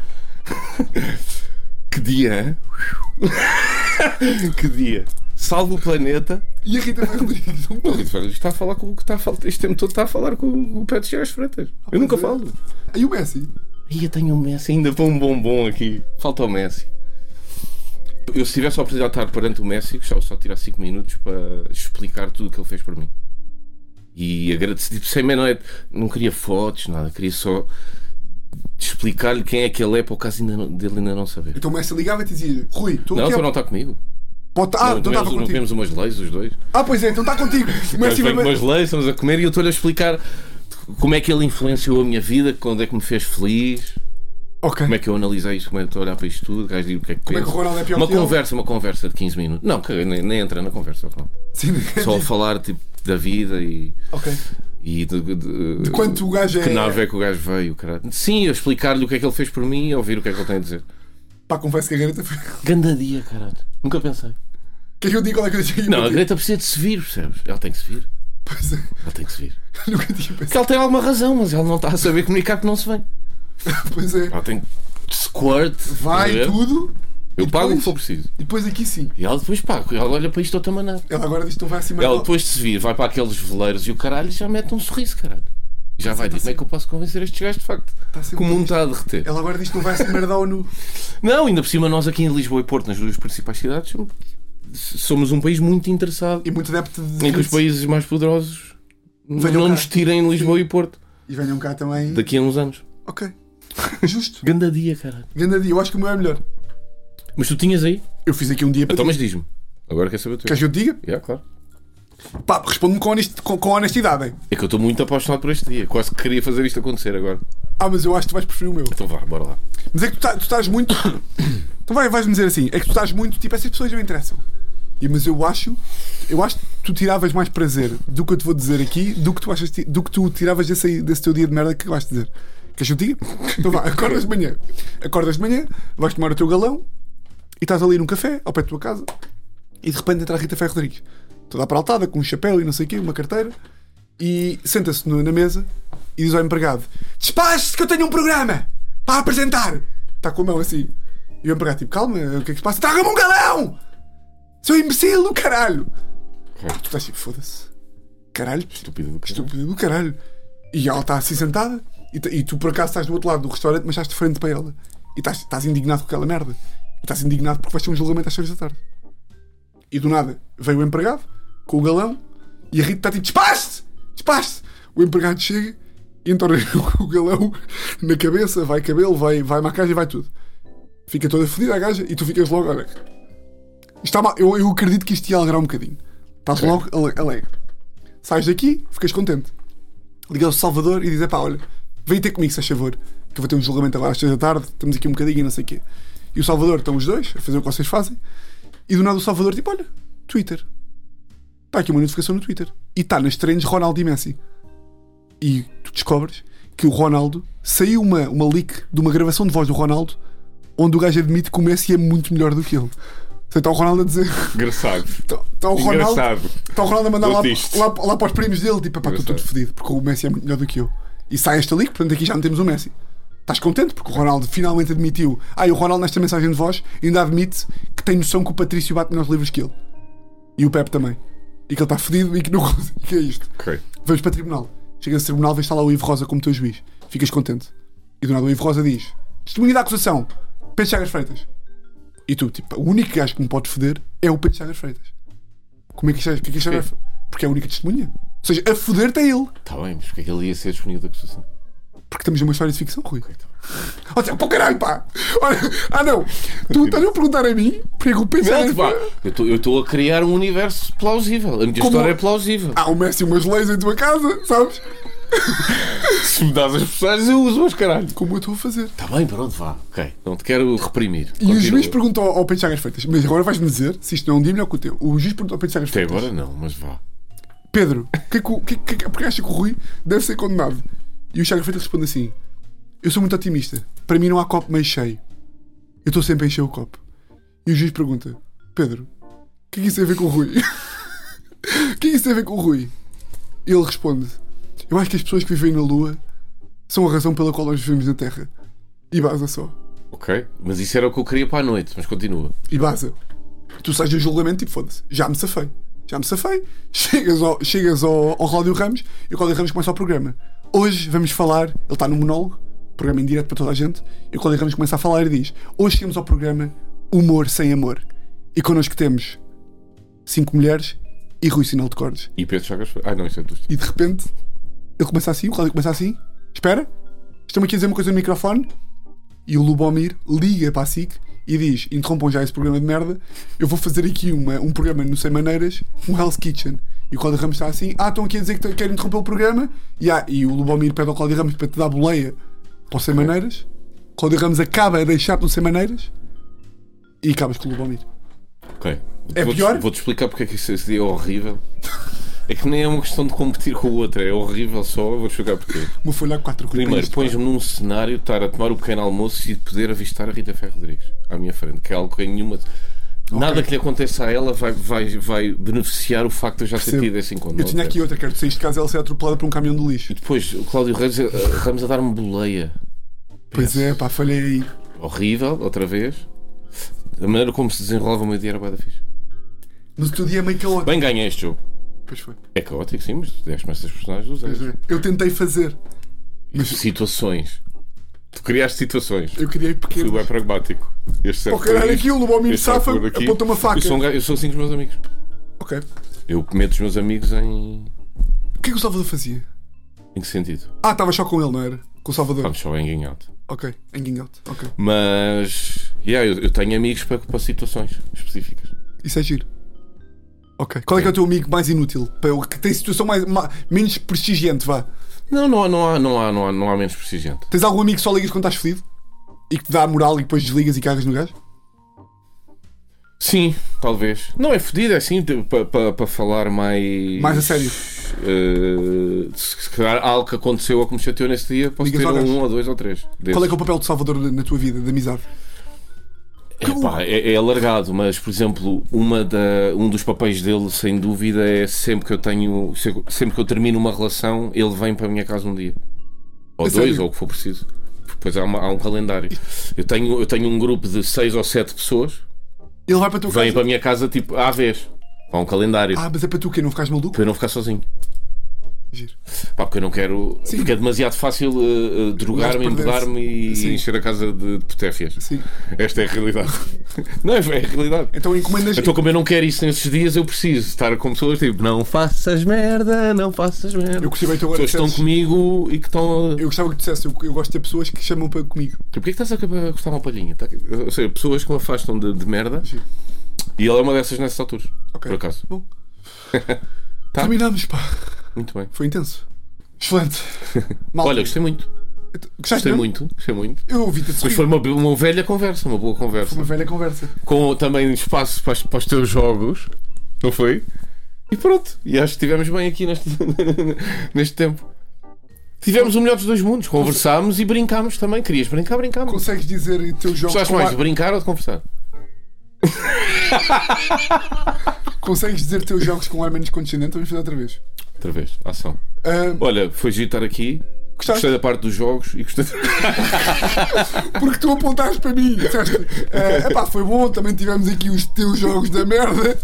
[SPEAKER 2] que dia, hein? que dia. Salvo o planeta.
[SPEAKER 1] E a Rita tá Rodrigues.
[SPEAKER 2] O Rito Ferreira está a falar com o que está a falar. Este tempo todo está a falar com o- com o Pedro Cheiras Freitas. Eu nunca
[SPEAKER 1] é.
[SPEAKER 2] falo.
[SPEAKER 1] Aí o Messi.
[SPEAKER 2] Ai, eu tenho o Messi ainda para um bombom aqui. Falta o Messi. Eu, se tivesse a oportunidade de estar perante o Messi, gostava só de tirar 5 minutos para explicar tudo o que ele fez por mim. E agradecer, tipo, sem menor. Não queria fotos, nada. Queria só explicar-lhe quem é que ele é, para o caso ainda não- dele ainda não saber.
[SPEAKER 1] Então o Messi ligava e te dizia: Rui, tu
[SPEAKER 2] Não,
[SPEAKER 1] aqui
[SPEAKER 2] tu
[SPEAKER 1] é-
[SPEAKER 2] não está comigo.
[SPEAKER 1] Pode... Ah,
[SPEAKER 2] não,
[SPEAKER 1] então estava
[SPEAKER 2] comemos, não
[SPEAKER 1] contigo.
[SPEAKER 2] comemos umas leis, os dois.
[SPEAKER 1] Ah, pois é, então está contigo. O
[SPEAKER 2] Mas
[SPEAKER 1] Messi
[SPEAKER 2] vem
[SPEAKER 1] vai.
[SPEAKER 2] com umas leis, estamos a comer e eu estou-lhe a explicar como é que ele influenciou a minha vida, quando é que me fez feliz.
[SPEAKER 1] Ok.
[SPEAKER 2] Como é que eu analisei isto? Como é que eu estou a olhar para isto tudo? O gajo diz o que é que
[SPEAKER 1] Como é que
[SPEAKER 2] pensa.
[SPEAKER 1] o Ronaldo é pior
[SPEAKER 2] Uma
[SPEAKER 1] que ele?
[SPEAKER 2] conversa, uma conversa de 15 minutos. Não, que nem, nem entra na conversa. Não.
[SPEAKER 1] Sim.
[SPEAKER 2] Só a falar tipo, da vida e.
[SPEAKER 1] Ok.
[SPEAKER 2] e de, de-
[SPEAKER 1] De quanto o gajo
[SPEAKER 2] Que
[SPEAKER 1] é.
[SPEAKER 2] nave é que o gajo veio, caralho. Sim, eu explicar-lhe o que é que ele fez por mim e ouvir o que é que ele tem a dizer.
[SPEAKER 1] Pá, confesso que a Greta foi.
[SPEAKER 2] Gandadia, caralho. Nunca pensei.
[SPEAKER 1] Quer que eu diga qual é que eu tinha
[SPEAKER 2] Não, a Greta precisa de se vir, percebes? Ela tem que se vir.
[SPEAKER 1] Pois é,
[SPEAKER 2] Ela tem que se vir.
[SPEAKER 1] nunca tinha pensado.
[SPEAKER 2] Porque ela tem alguma razão, mas ela não está a saber comunicar que não se vem.
[SPEAKER 1] Pois é.
[SPEAKER 2] Ela tem que squirt.
[SPEAKER 1] Vai
[SPEAKER 2] estás a ver?
[SPEAKER 1] tudo.
[SPEAKER 2] Eu
[SPEAKER 1] e
[SPEAKER 2] pago o
[SPEAKER 1] depois-
[SPEAKER 2] que for preciso.
[SPEAKER 1] E depois aqui sim.
[SPEAKER 2] E ela depois paga, ela olha para isto de outra maneira.
[SPEAKER 1] Ela agora diz que não vai acima
[SPEAKER 2] Ela
[SPEAKER 1] dela.
[SPEAKER 2] depois de se vir, vai para aqueles veleiros e o caralho já mete um sorriso, caralho. Já vai dizer, como é que eu posso convencer estes gajos de facto
[SPEAKER 1] Tá
[SPEAKER 2] que
[SPEAKER 1] sempre
[SPEAKER 2] o mundo está a derreter?
[SPEAKER 1] Ela agora diz que não vai acima da ONU.
[SPEAKER 2] Não, ainda por cima nós aqui em Lisboa e Porto, nas duas principais cidades, somos um país muito interessado
[SPEAKER 1] E muito adepto de.
[SPEAKER 2] em que os países mais poderosos
[SPEAKER 1] Venham
[SPEAKER 2] não
[SPEAKER 1] cá.
[SPEAKER 2] nos tirem Lisboa e Porto
[SPEAKER 1] E venham cá também.
[SPEAKER 2] daqui a uns anos.
[SPEAKER 1] Ok. Justo.
[SPEAKER 2] Ganda dia, caralho.
[SPEAKER 1] Ganda dia. Eu acho que o meu é melhor.
[SPEAKER 2] Mas tu tinhas aí?
[SPEAKER 1] Eu fiz aqui um dia para.
[SPEAKER 2] Então,
[SPEAKER 1] ti.
[SPEAKER 2] mas diz-me. Agora quer saber tu.
[SPEAKER 1] Queres que eu te diga?
[SPEAKER 2] Yeah, claro.
[SPEAKER 1] Pá, responde-me com, honest- com- com honestidade. hein?
[SPEAKER 2] É que eu estou muito apaixonado por este dia. Quase que queria fazer isto acontecer agora.
[SPEAKER 1] Ah, mas eu acho que tu vais preferir o meu.
[SPEAKER 2] Então vá, bora lá.
[SPEAKER 1] Mas é que tu, tá- tu estás muito. Então vai, vais-me dizer assim: é que tu estás muito. Tipo, essas pessoas não interessam. E, mas eu acho. Eu acho que tu tiravas mais prazer do que eu te vou dizer aqui do que tu, achas, ti- do que tu tiravas desse, desse teu dia de merda que vais dizer. Queres que eu te diga? Então vá, acordas de manhã. Acordas de manhã, vais tomar o teu galão e estás ali num café, ao pé da tua casa, e de repente entra a Rita Ferro Rodrigues. Toda aparaltada, com um chapéu e não sei o quê, uma carteira, e senta-se no- na mesa e diz ao empregado: Despache-se que eu tenho um programa para apresentar! Está com a mão assim. E o empregado, tipo, calma, o que é que se passa? Traga-me um galão! Seu imbecil do caralho! Tu estás tipo, foda-se. Caralho,
[SPEAKER 2] Estúpido do caralho.
[SPEAKER 1] estúpido do caralho. E ela está assim sentada e, t- e tu por acaso estás do outro lado do restaurante, mas estás de frente para ela. E estás, estás indignado com aquela merda. E estás indignado porque vais ter um julgamento às 6 da tarde. E do nada veio o empregado com o galão e a Rita está tipo: despaste! Despaste! O empregado chega e entorna com o galão na cabeça, vai cabelo, vai, vai maquiagem, vai tudo. Fica toda fodida a gaja e tu ficas logo, olha. Está mal. Eu, eu acredito que isto ia alegrar um bocadinho. Estás logo ale- alegre. Sais daqui, ficas contente. Liga ao Salvador e diz: pá, olha, vem ter comigo, se faz favor, que eu vou ter um julgamento agora às 6 da tarde, estamos aqui um bocadinho e não sei o quê. E o Salvador estão os dois a fazer o que vocês fazem. E do nada o Salvador, tipo, olha, Twitter. Está aqui uma notificação no Twitter. E está nas trends Ronaldo e Messi. E tu descobres que o Ronaldo saiu uma, uma leak de uma gravação de voz do Ronaldo onde o gajo admite que o Messi é muito melhor do que ele. Então está o Ronaldo a dizer.
[SPEAKER 2] Engraçado.
[SPEAKER 1] Está está o Ronaldo.
[SPEAKER 2] Engraçado.
[SPEAKER 1] Está o Ronaldo a mandar lá,
[SPEAKER 2] Curto isto.
[SPEAKER 1] lá, lá para os primos dele, tipo, pá, estou
[SPEAKER 2] Engraçado.
[SPEAKER 1] todo fodido, porque o Messi é muito melhor do que eu. E sai esta liga, portanto aqui já não temos o Messi. Estás contente? Porque o Ronaldo finalmente admitiu. Ah, e o Ronaldo nesta mensagem de voz ainda admite que tem noção que o Patrício bate melhores livros que ele. E o Pepe também. E que ele está fodido e que não consegue. que é isto.
[SPEAKER 2] Ok.
[SPEAKER 1] Vamos para tribunal. Chegas a tribunal, vês estar lá o Ivo Rosa como teu juiz. Ficas contente. E do nada o Ivo Rosa diz: Testemunha da acusação, Pedro Chagas Freitas. E tu, tipo, o único gajo que me pode foder é o Pedro Chagas Freitas. Como é que isto é? que é que isto é? Porque é a única testemunha. Ou seja, a foder-te é ele.
[SPEAKER 2] Está bem, mas porque é que ele ia ser disponível da acusação?
[SPEAKER 1] Porque estamos numa história de ficção, Rui.
[SPEAKER 2] tá
[SPEAKER 1] Ou seja, pô, caralho, pá! Olha, ah, não! Tu estás a perguntar a mim porque é que o Pedro
[SPEAKER 2] Não,
[SPEAKER 1] Chagas
[SPEAKER 2] vá,
[SPEAKER 1] Freitas.
[SPEAKER 2] eu tô- eu estou a criar um universo plausível. A minha história é plausível.
[SPEAKER 1] Há o Messi e umas leis em tua casa, sabes?
[SPEAKER 2] Ah, Se me dás as pessoas, eu uso-as, caralho.
[SPEAKER 1] Como eu estou a fazer.
[SPEAKER 2] Está Tá bem, pronto, vá. Ok, não te quero reprimir.
[SPEAKER 1] E o juiz perguntou ao Pedro Chagas Freitas, mas agora vais-me dizer se isto não é um dia melhor que o teu. O juiz perguntou ao Pedro Chagas
[SPEAKER 2] Até
[SPEAKER 1] Freitas:
[SPEAKER 2] agora não, mas vá.
[SPEAKER 1] Pedro, que, que, que, que, que- porque acha que o Rui deve ser condenado? E o Chagas Freitas responde assim: Eu sou muito otimista. Para mim não há copo meio cheio. Eu estou sempre a encher o copo. E o juiz pergunta: Pedro, o que é que isso tem a ver com o Rui? O que é que isso tem a ver com o Rui? Ele responde: Eu acho que as pessoas que vivem na Lua são a razão pela qual nós vivemos na Terra. E baza só.
[SPEAKER 2] Ok, mas isso era o que eu queria para a noite, mas continua.
[SPEAKER 1] e baza. Tu sais do julgamento e foda-se, já me safei. Já me safei. Chegas ao, chegas ao, ao Cláudio Ramos e o Cláudio Ramos começa o programa. Hoje vamos falar, ele está no monólogo, programa em direto para toda a gente, e o Cláudio Ramos começa a falar e diz: Hoje chegamos ao programa Humor Sem Amor. E connosco temos cinco mulheres e Rui Sinal de Cordes.
[SPEAKER 2] E Pedro Chagas. Ah, não, isso é tudo.
[SPEAKER 1] E de repente ele começa assim, o Cláudio começa assim. Espera, estão-me aqui a dizer uma coisa no microfone. E o Lubomir liga para a SIC e diz: interrompam já esse programa de merda. Eu vou fazer aqui uma- um programa no Sem Maneiras, um Hell's Kitchen. E o Cláudio Ramos está assim: Ah, estão aqui a dizer que te- querem interromper o programa. E, ah, e o Lubomir pede ao Cláudio Ramos para te dar boleia para o Sem Maneiras. O Cláudio Ramos acaba a deixar-te no Sem Maneiras e acabas com o Lubomir.
[SPEAKER 2] Ok.
[SPEAKER 1] É
[SPEAKER 2] Vou-te-
[SPEAKER 1] pior?
[SPEAKER 2] Vou-te explicar porque é que isso- esse dia é horrível. É que nem é uma questão de competir com o outro, é horrível só. Vou explicar porquê.
[SPEAKER 1] Uma folha a quatro Rui, para
[SPEAKER 2] Primeiro,
[SPEAKER 1] isto.
[SPEAKER 2] pões-me num cenário de estar a tomar o pequeno almoço e de poder avistar a Rita Ferro Rodrigues à minha frente, que é algo que em nenhuma. Nada que lhe aconteça a ela vai, vai, vai beneficiar o facto de eu já ter
[SPEAKER 1] Percebo.
[SPEAKER 2] tido esse encontro.
[SPEAKER 1] Eu tinha aqui outra, quero que saíste de casa ela ser atropelada por um caminhão de lixo.
[SPEAKER 2] eh, Depois, o Cláudio Ramos, Ramos a dar-me boleia.
[SPEAKER 1] Pois é, pá, falhei aí.
[SPEAKER 2] horrível, outra vez. A maneira como se desenrolava o meu dia era bué da fixe.
[SPEAKER 1] Mas o teu dia é meio caótico.
[SPEAKER 2] Bem, ganhei este jogo.
[SPEAKER 1] Pois foi.
[SPEAKER 2] É caótico, sim, mas deste-me estas personagens do
[SPEAKER 1] Pois
[SPEAKER 2] zero.
[SPEAKER 1] é. Eu tentei fazer.
[SPEAKER 2] Mas... Situações. Tu criaste situações.
[SPEAKER 1] Eu criei
[SPEAKER 2] Fui
[SPEAKER 1] pequeno.
[SPEAKER 2] bem pragmático. Este serve
[SPEAKER 1] Pô, caralho,
[SPEAKER 2] para isto,
[SPEAKER 1] aquilo, o Balmiro
[SPEAKER 2] este serve
[SPEAKER 1] safa,
[SPEAKER 2] por aqui.
[SPEAKER 1] aponta uma faca.
[SPEAKER 2] Eu sou, um gajo- eu sou assim com os meus amigos.
[SPEAKER 1] Ok.
[SPEAKER 2] Eu meto os meus amigos em.
[SPEAKER 1] O que é que o Salvador fazia?
[SPEAKER 2] Em que sentido?
[SPEAKER 1] Ah, estava só com ele, não era? Com o Salvador.
[SPEAKER 2] Estamos só em guinhote.
[SPEAKER 1] Ok. Em guingote. Ok.
[SPEAKER 2] Mas. Yeah, eu, eu tenho amigos para, para situações específicas.
[SPEAKER 1] Isso é giro. Ok. Qual é que é o teu amigo mais inútil? Para o que tem situação mais, ma- menos prestigiante, vá.
[SPEAKER 2] Não, não, há- não, há, não, há, não, há, não há menos prestigente.
[SPEAKER 1] Tens algum amigo que só ligas quando estás fedido? E que te dá a moral e depois desligas e cagas no gajo?
[SPEAKER 2] Sim, talvez. Não é fedido, é assim, para falar mais.
[SPEAKER 1] Mais a sério.
[SPEAKER 2] eh, se se calhar algo que aconteceu ou que me chateou nesse dia, posso
[SPEAKER 1] Ligas
[SPEAKER 2] ter
[SPEAKER 1] ao gajo.
[SPEAKER 2] um, ou dois ou três. desses.
[SPEAKER 1] Qual é que é o papel do Salvador na na tua vida, de amizade?
[SPEAKER 2] Epá, é, é alargado, mas por exemplo, uma da, um dos papéis dele, sem dúvida, é sempre que eu tenho, se- sempre que eu termino uma relação, ele vem para a minha casa um dia. Ou
[SPEAKER 1] A
[SPEAKER 2] dois,
[SPEAKER 1] É sério?
[SPEAKER 2] ou o que for preciso. Pois há, uma- há um calendário. Eu tenho, eu tenho um grupo de seis ou sete pessoas,
[SPEAKER 1] Ele vai para a tua
[SPEAKER 2] vêm
[SPEAKER 1] casa.
[SPEAKER 2] para a minha casa tipo à vez. Há um calendário.
[SPEAKER 1] Ah, mas é para tu o quê? Não ficares maluco?
[SPEAKER 2] Para eu não ficar sozinho.
[SPEAKER 1] Giro.
[SPEAKER 2] Pá, porque eu não quero.
[SPEAKER 1] Sim.
[SPEAKER 2] Porque é demasiado fácil eh, eh, drogar-me,
[SPEAKER 1] gajo perdeu-se.
[SPEAKER 2] embudar-me e
[SPEAKER 1] Sim.
[SPEAKER 2] encher a casa de petéfias.
[SPEAKER 1] Sim.
[SPEAKER 2] Esta é a realidade. não, é a realidade.
[SPEAKER 1] Então encomendas.
[SPEAKER 2] Então, como eu não quero isso nesses dias, eu preciso estar com pessoas tipo: não faças merda, não faças merda.
[SPEAKER 1] Eu gostei bem que tu agora
[SPEAKER 2] pessoas que estão
[SPEAKER 1] dissesses-
[SPEAKER 2] comigo e que estão. a-
[SPEAKER 1] Eu gostava que tu dissesse, eu, eu gosto de ter pessoas que chamam para comigo.
[SPEAKER 2] Porquê que estás a a gostar uma palhinha? Tá- Ou seja, pessoas que me afastam de, de merda
[SPEAKER 1] Sim.
[SPEAKER 2] e ele é uma dessas nessas alturas.
[SPEAKER 1] Ok.
[SPEAKER 2] Por acaso.
[SPEAKER 1] Bom.
[SPEAKER 2] Tá.
[SPEAKER 1] Terminamos, pá.
[SPEAKER 2] Muito bem.
[SPEAKER 1] Foi intenso. Excelente. Malta.
[SPEAKER 2] Olha, gostei muito.
[SPEAKER 1] gostaste
[SPEAKER 2] Gostei
[SPEAKER 1] mesmo?
[SPEAKER 2] muito. Gostei muito.
[SPEAKER 1] Eu ouvi-te a
[SPEAKER 2] Mas
[SPEAKER 1] sorrir.
[SPEAKER 2] foi uma, uma velha conversa, uma boa conversa.
[SPEAKER 1] Uma velha conversa.
[SPEAKER 2] Com também espaço para, os- para os teus jogos, não foi? E pronto, e acho que estivemos bem aqui neste, neste tempo. Tivemos o melhor dos dois mundos, conversámos e brincámos também. Querias brincar, brincámos.
[SPEAKER 1] Consegues dizer teus jogos
[SPEAKER 2] Gostaste
[SPEAKER 1] com
[SPEAKER 2] mais de
[SPEAKER 1] ar...
[SPEAKER 2] brincar ou de conversar?
[SPEAKER 1] Consegues dizer teus jogos com ar menos condescendente? Vamos fazer outra vez.
[SPEAKER 2] Outra vez, ação.
[SPEAKER 1] Ah,
[SPEAKER 2] Olha, foi giro estar aqui.
[SPEAKER 1] Gostaste?
[SPEAKER 2] Gostei da parte dos jogos e gostei.
[SPEAKER 1] porque tu apontaste para mim. Disseste, ah, epá, foi bom, também tivemos aqui os teus jogos da merda.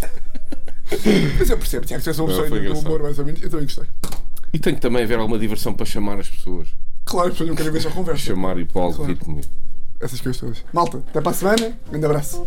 [SPEAKER 1] Mas eu percebo, Tiago, tu és uma pessoa
[SPEAKER 2] Não, foi
[SPEAKER 1] ainda um do
[SPEAKER 2] engraçado.
[SPEAKER 1] humor, mais ou menos. Eu também gostei.
[SPEAKER 2] E tem que também haver alguma diversão para chamar as pessoas.
[SPEAKER 1] Claro, as pessoas não querem ver só conversa.
[SPEAKER 2] Chamar e para o
[SPEAKER 1] Claro.
[SPEAKER 2] algoritmo.
[SPEAKER 1] Essas coisas todas. Malta, até para a semana. Grande abraço.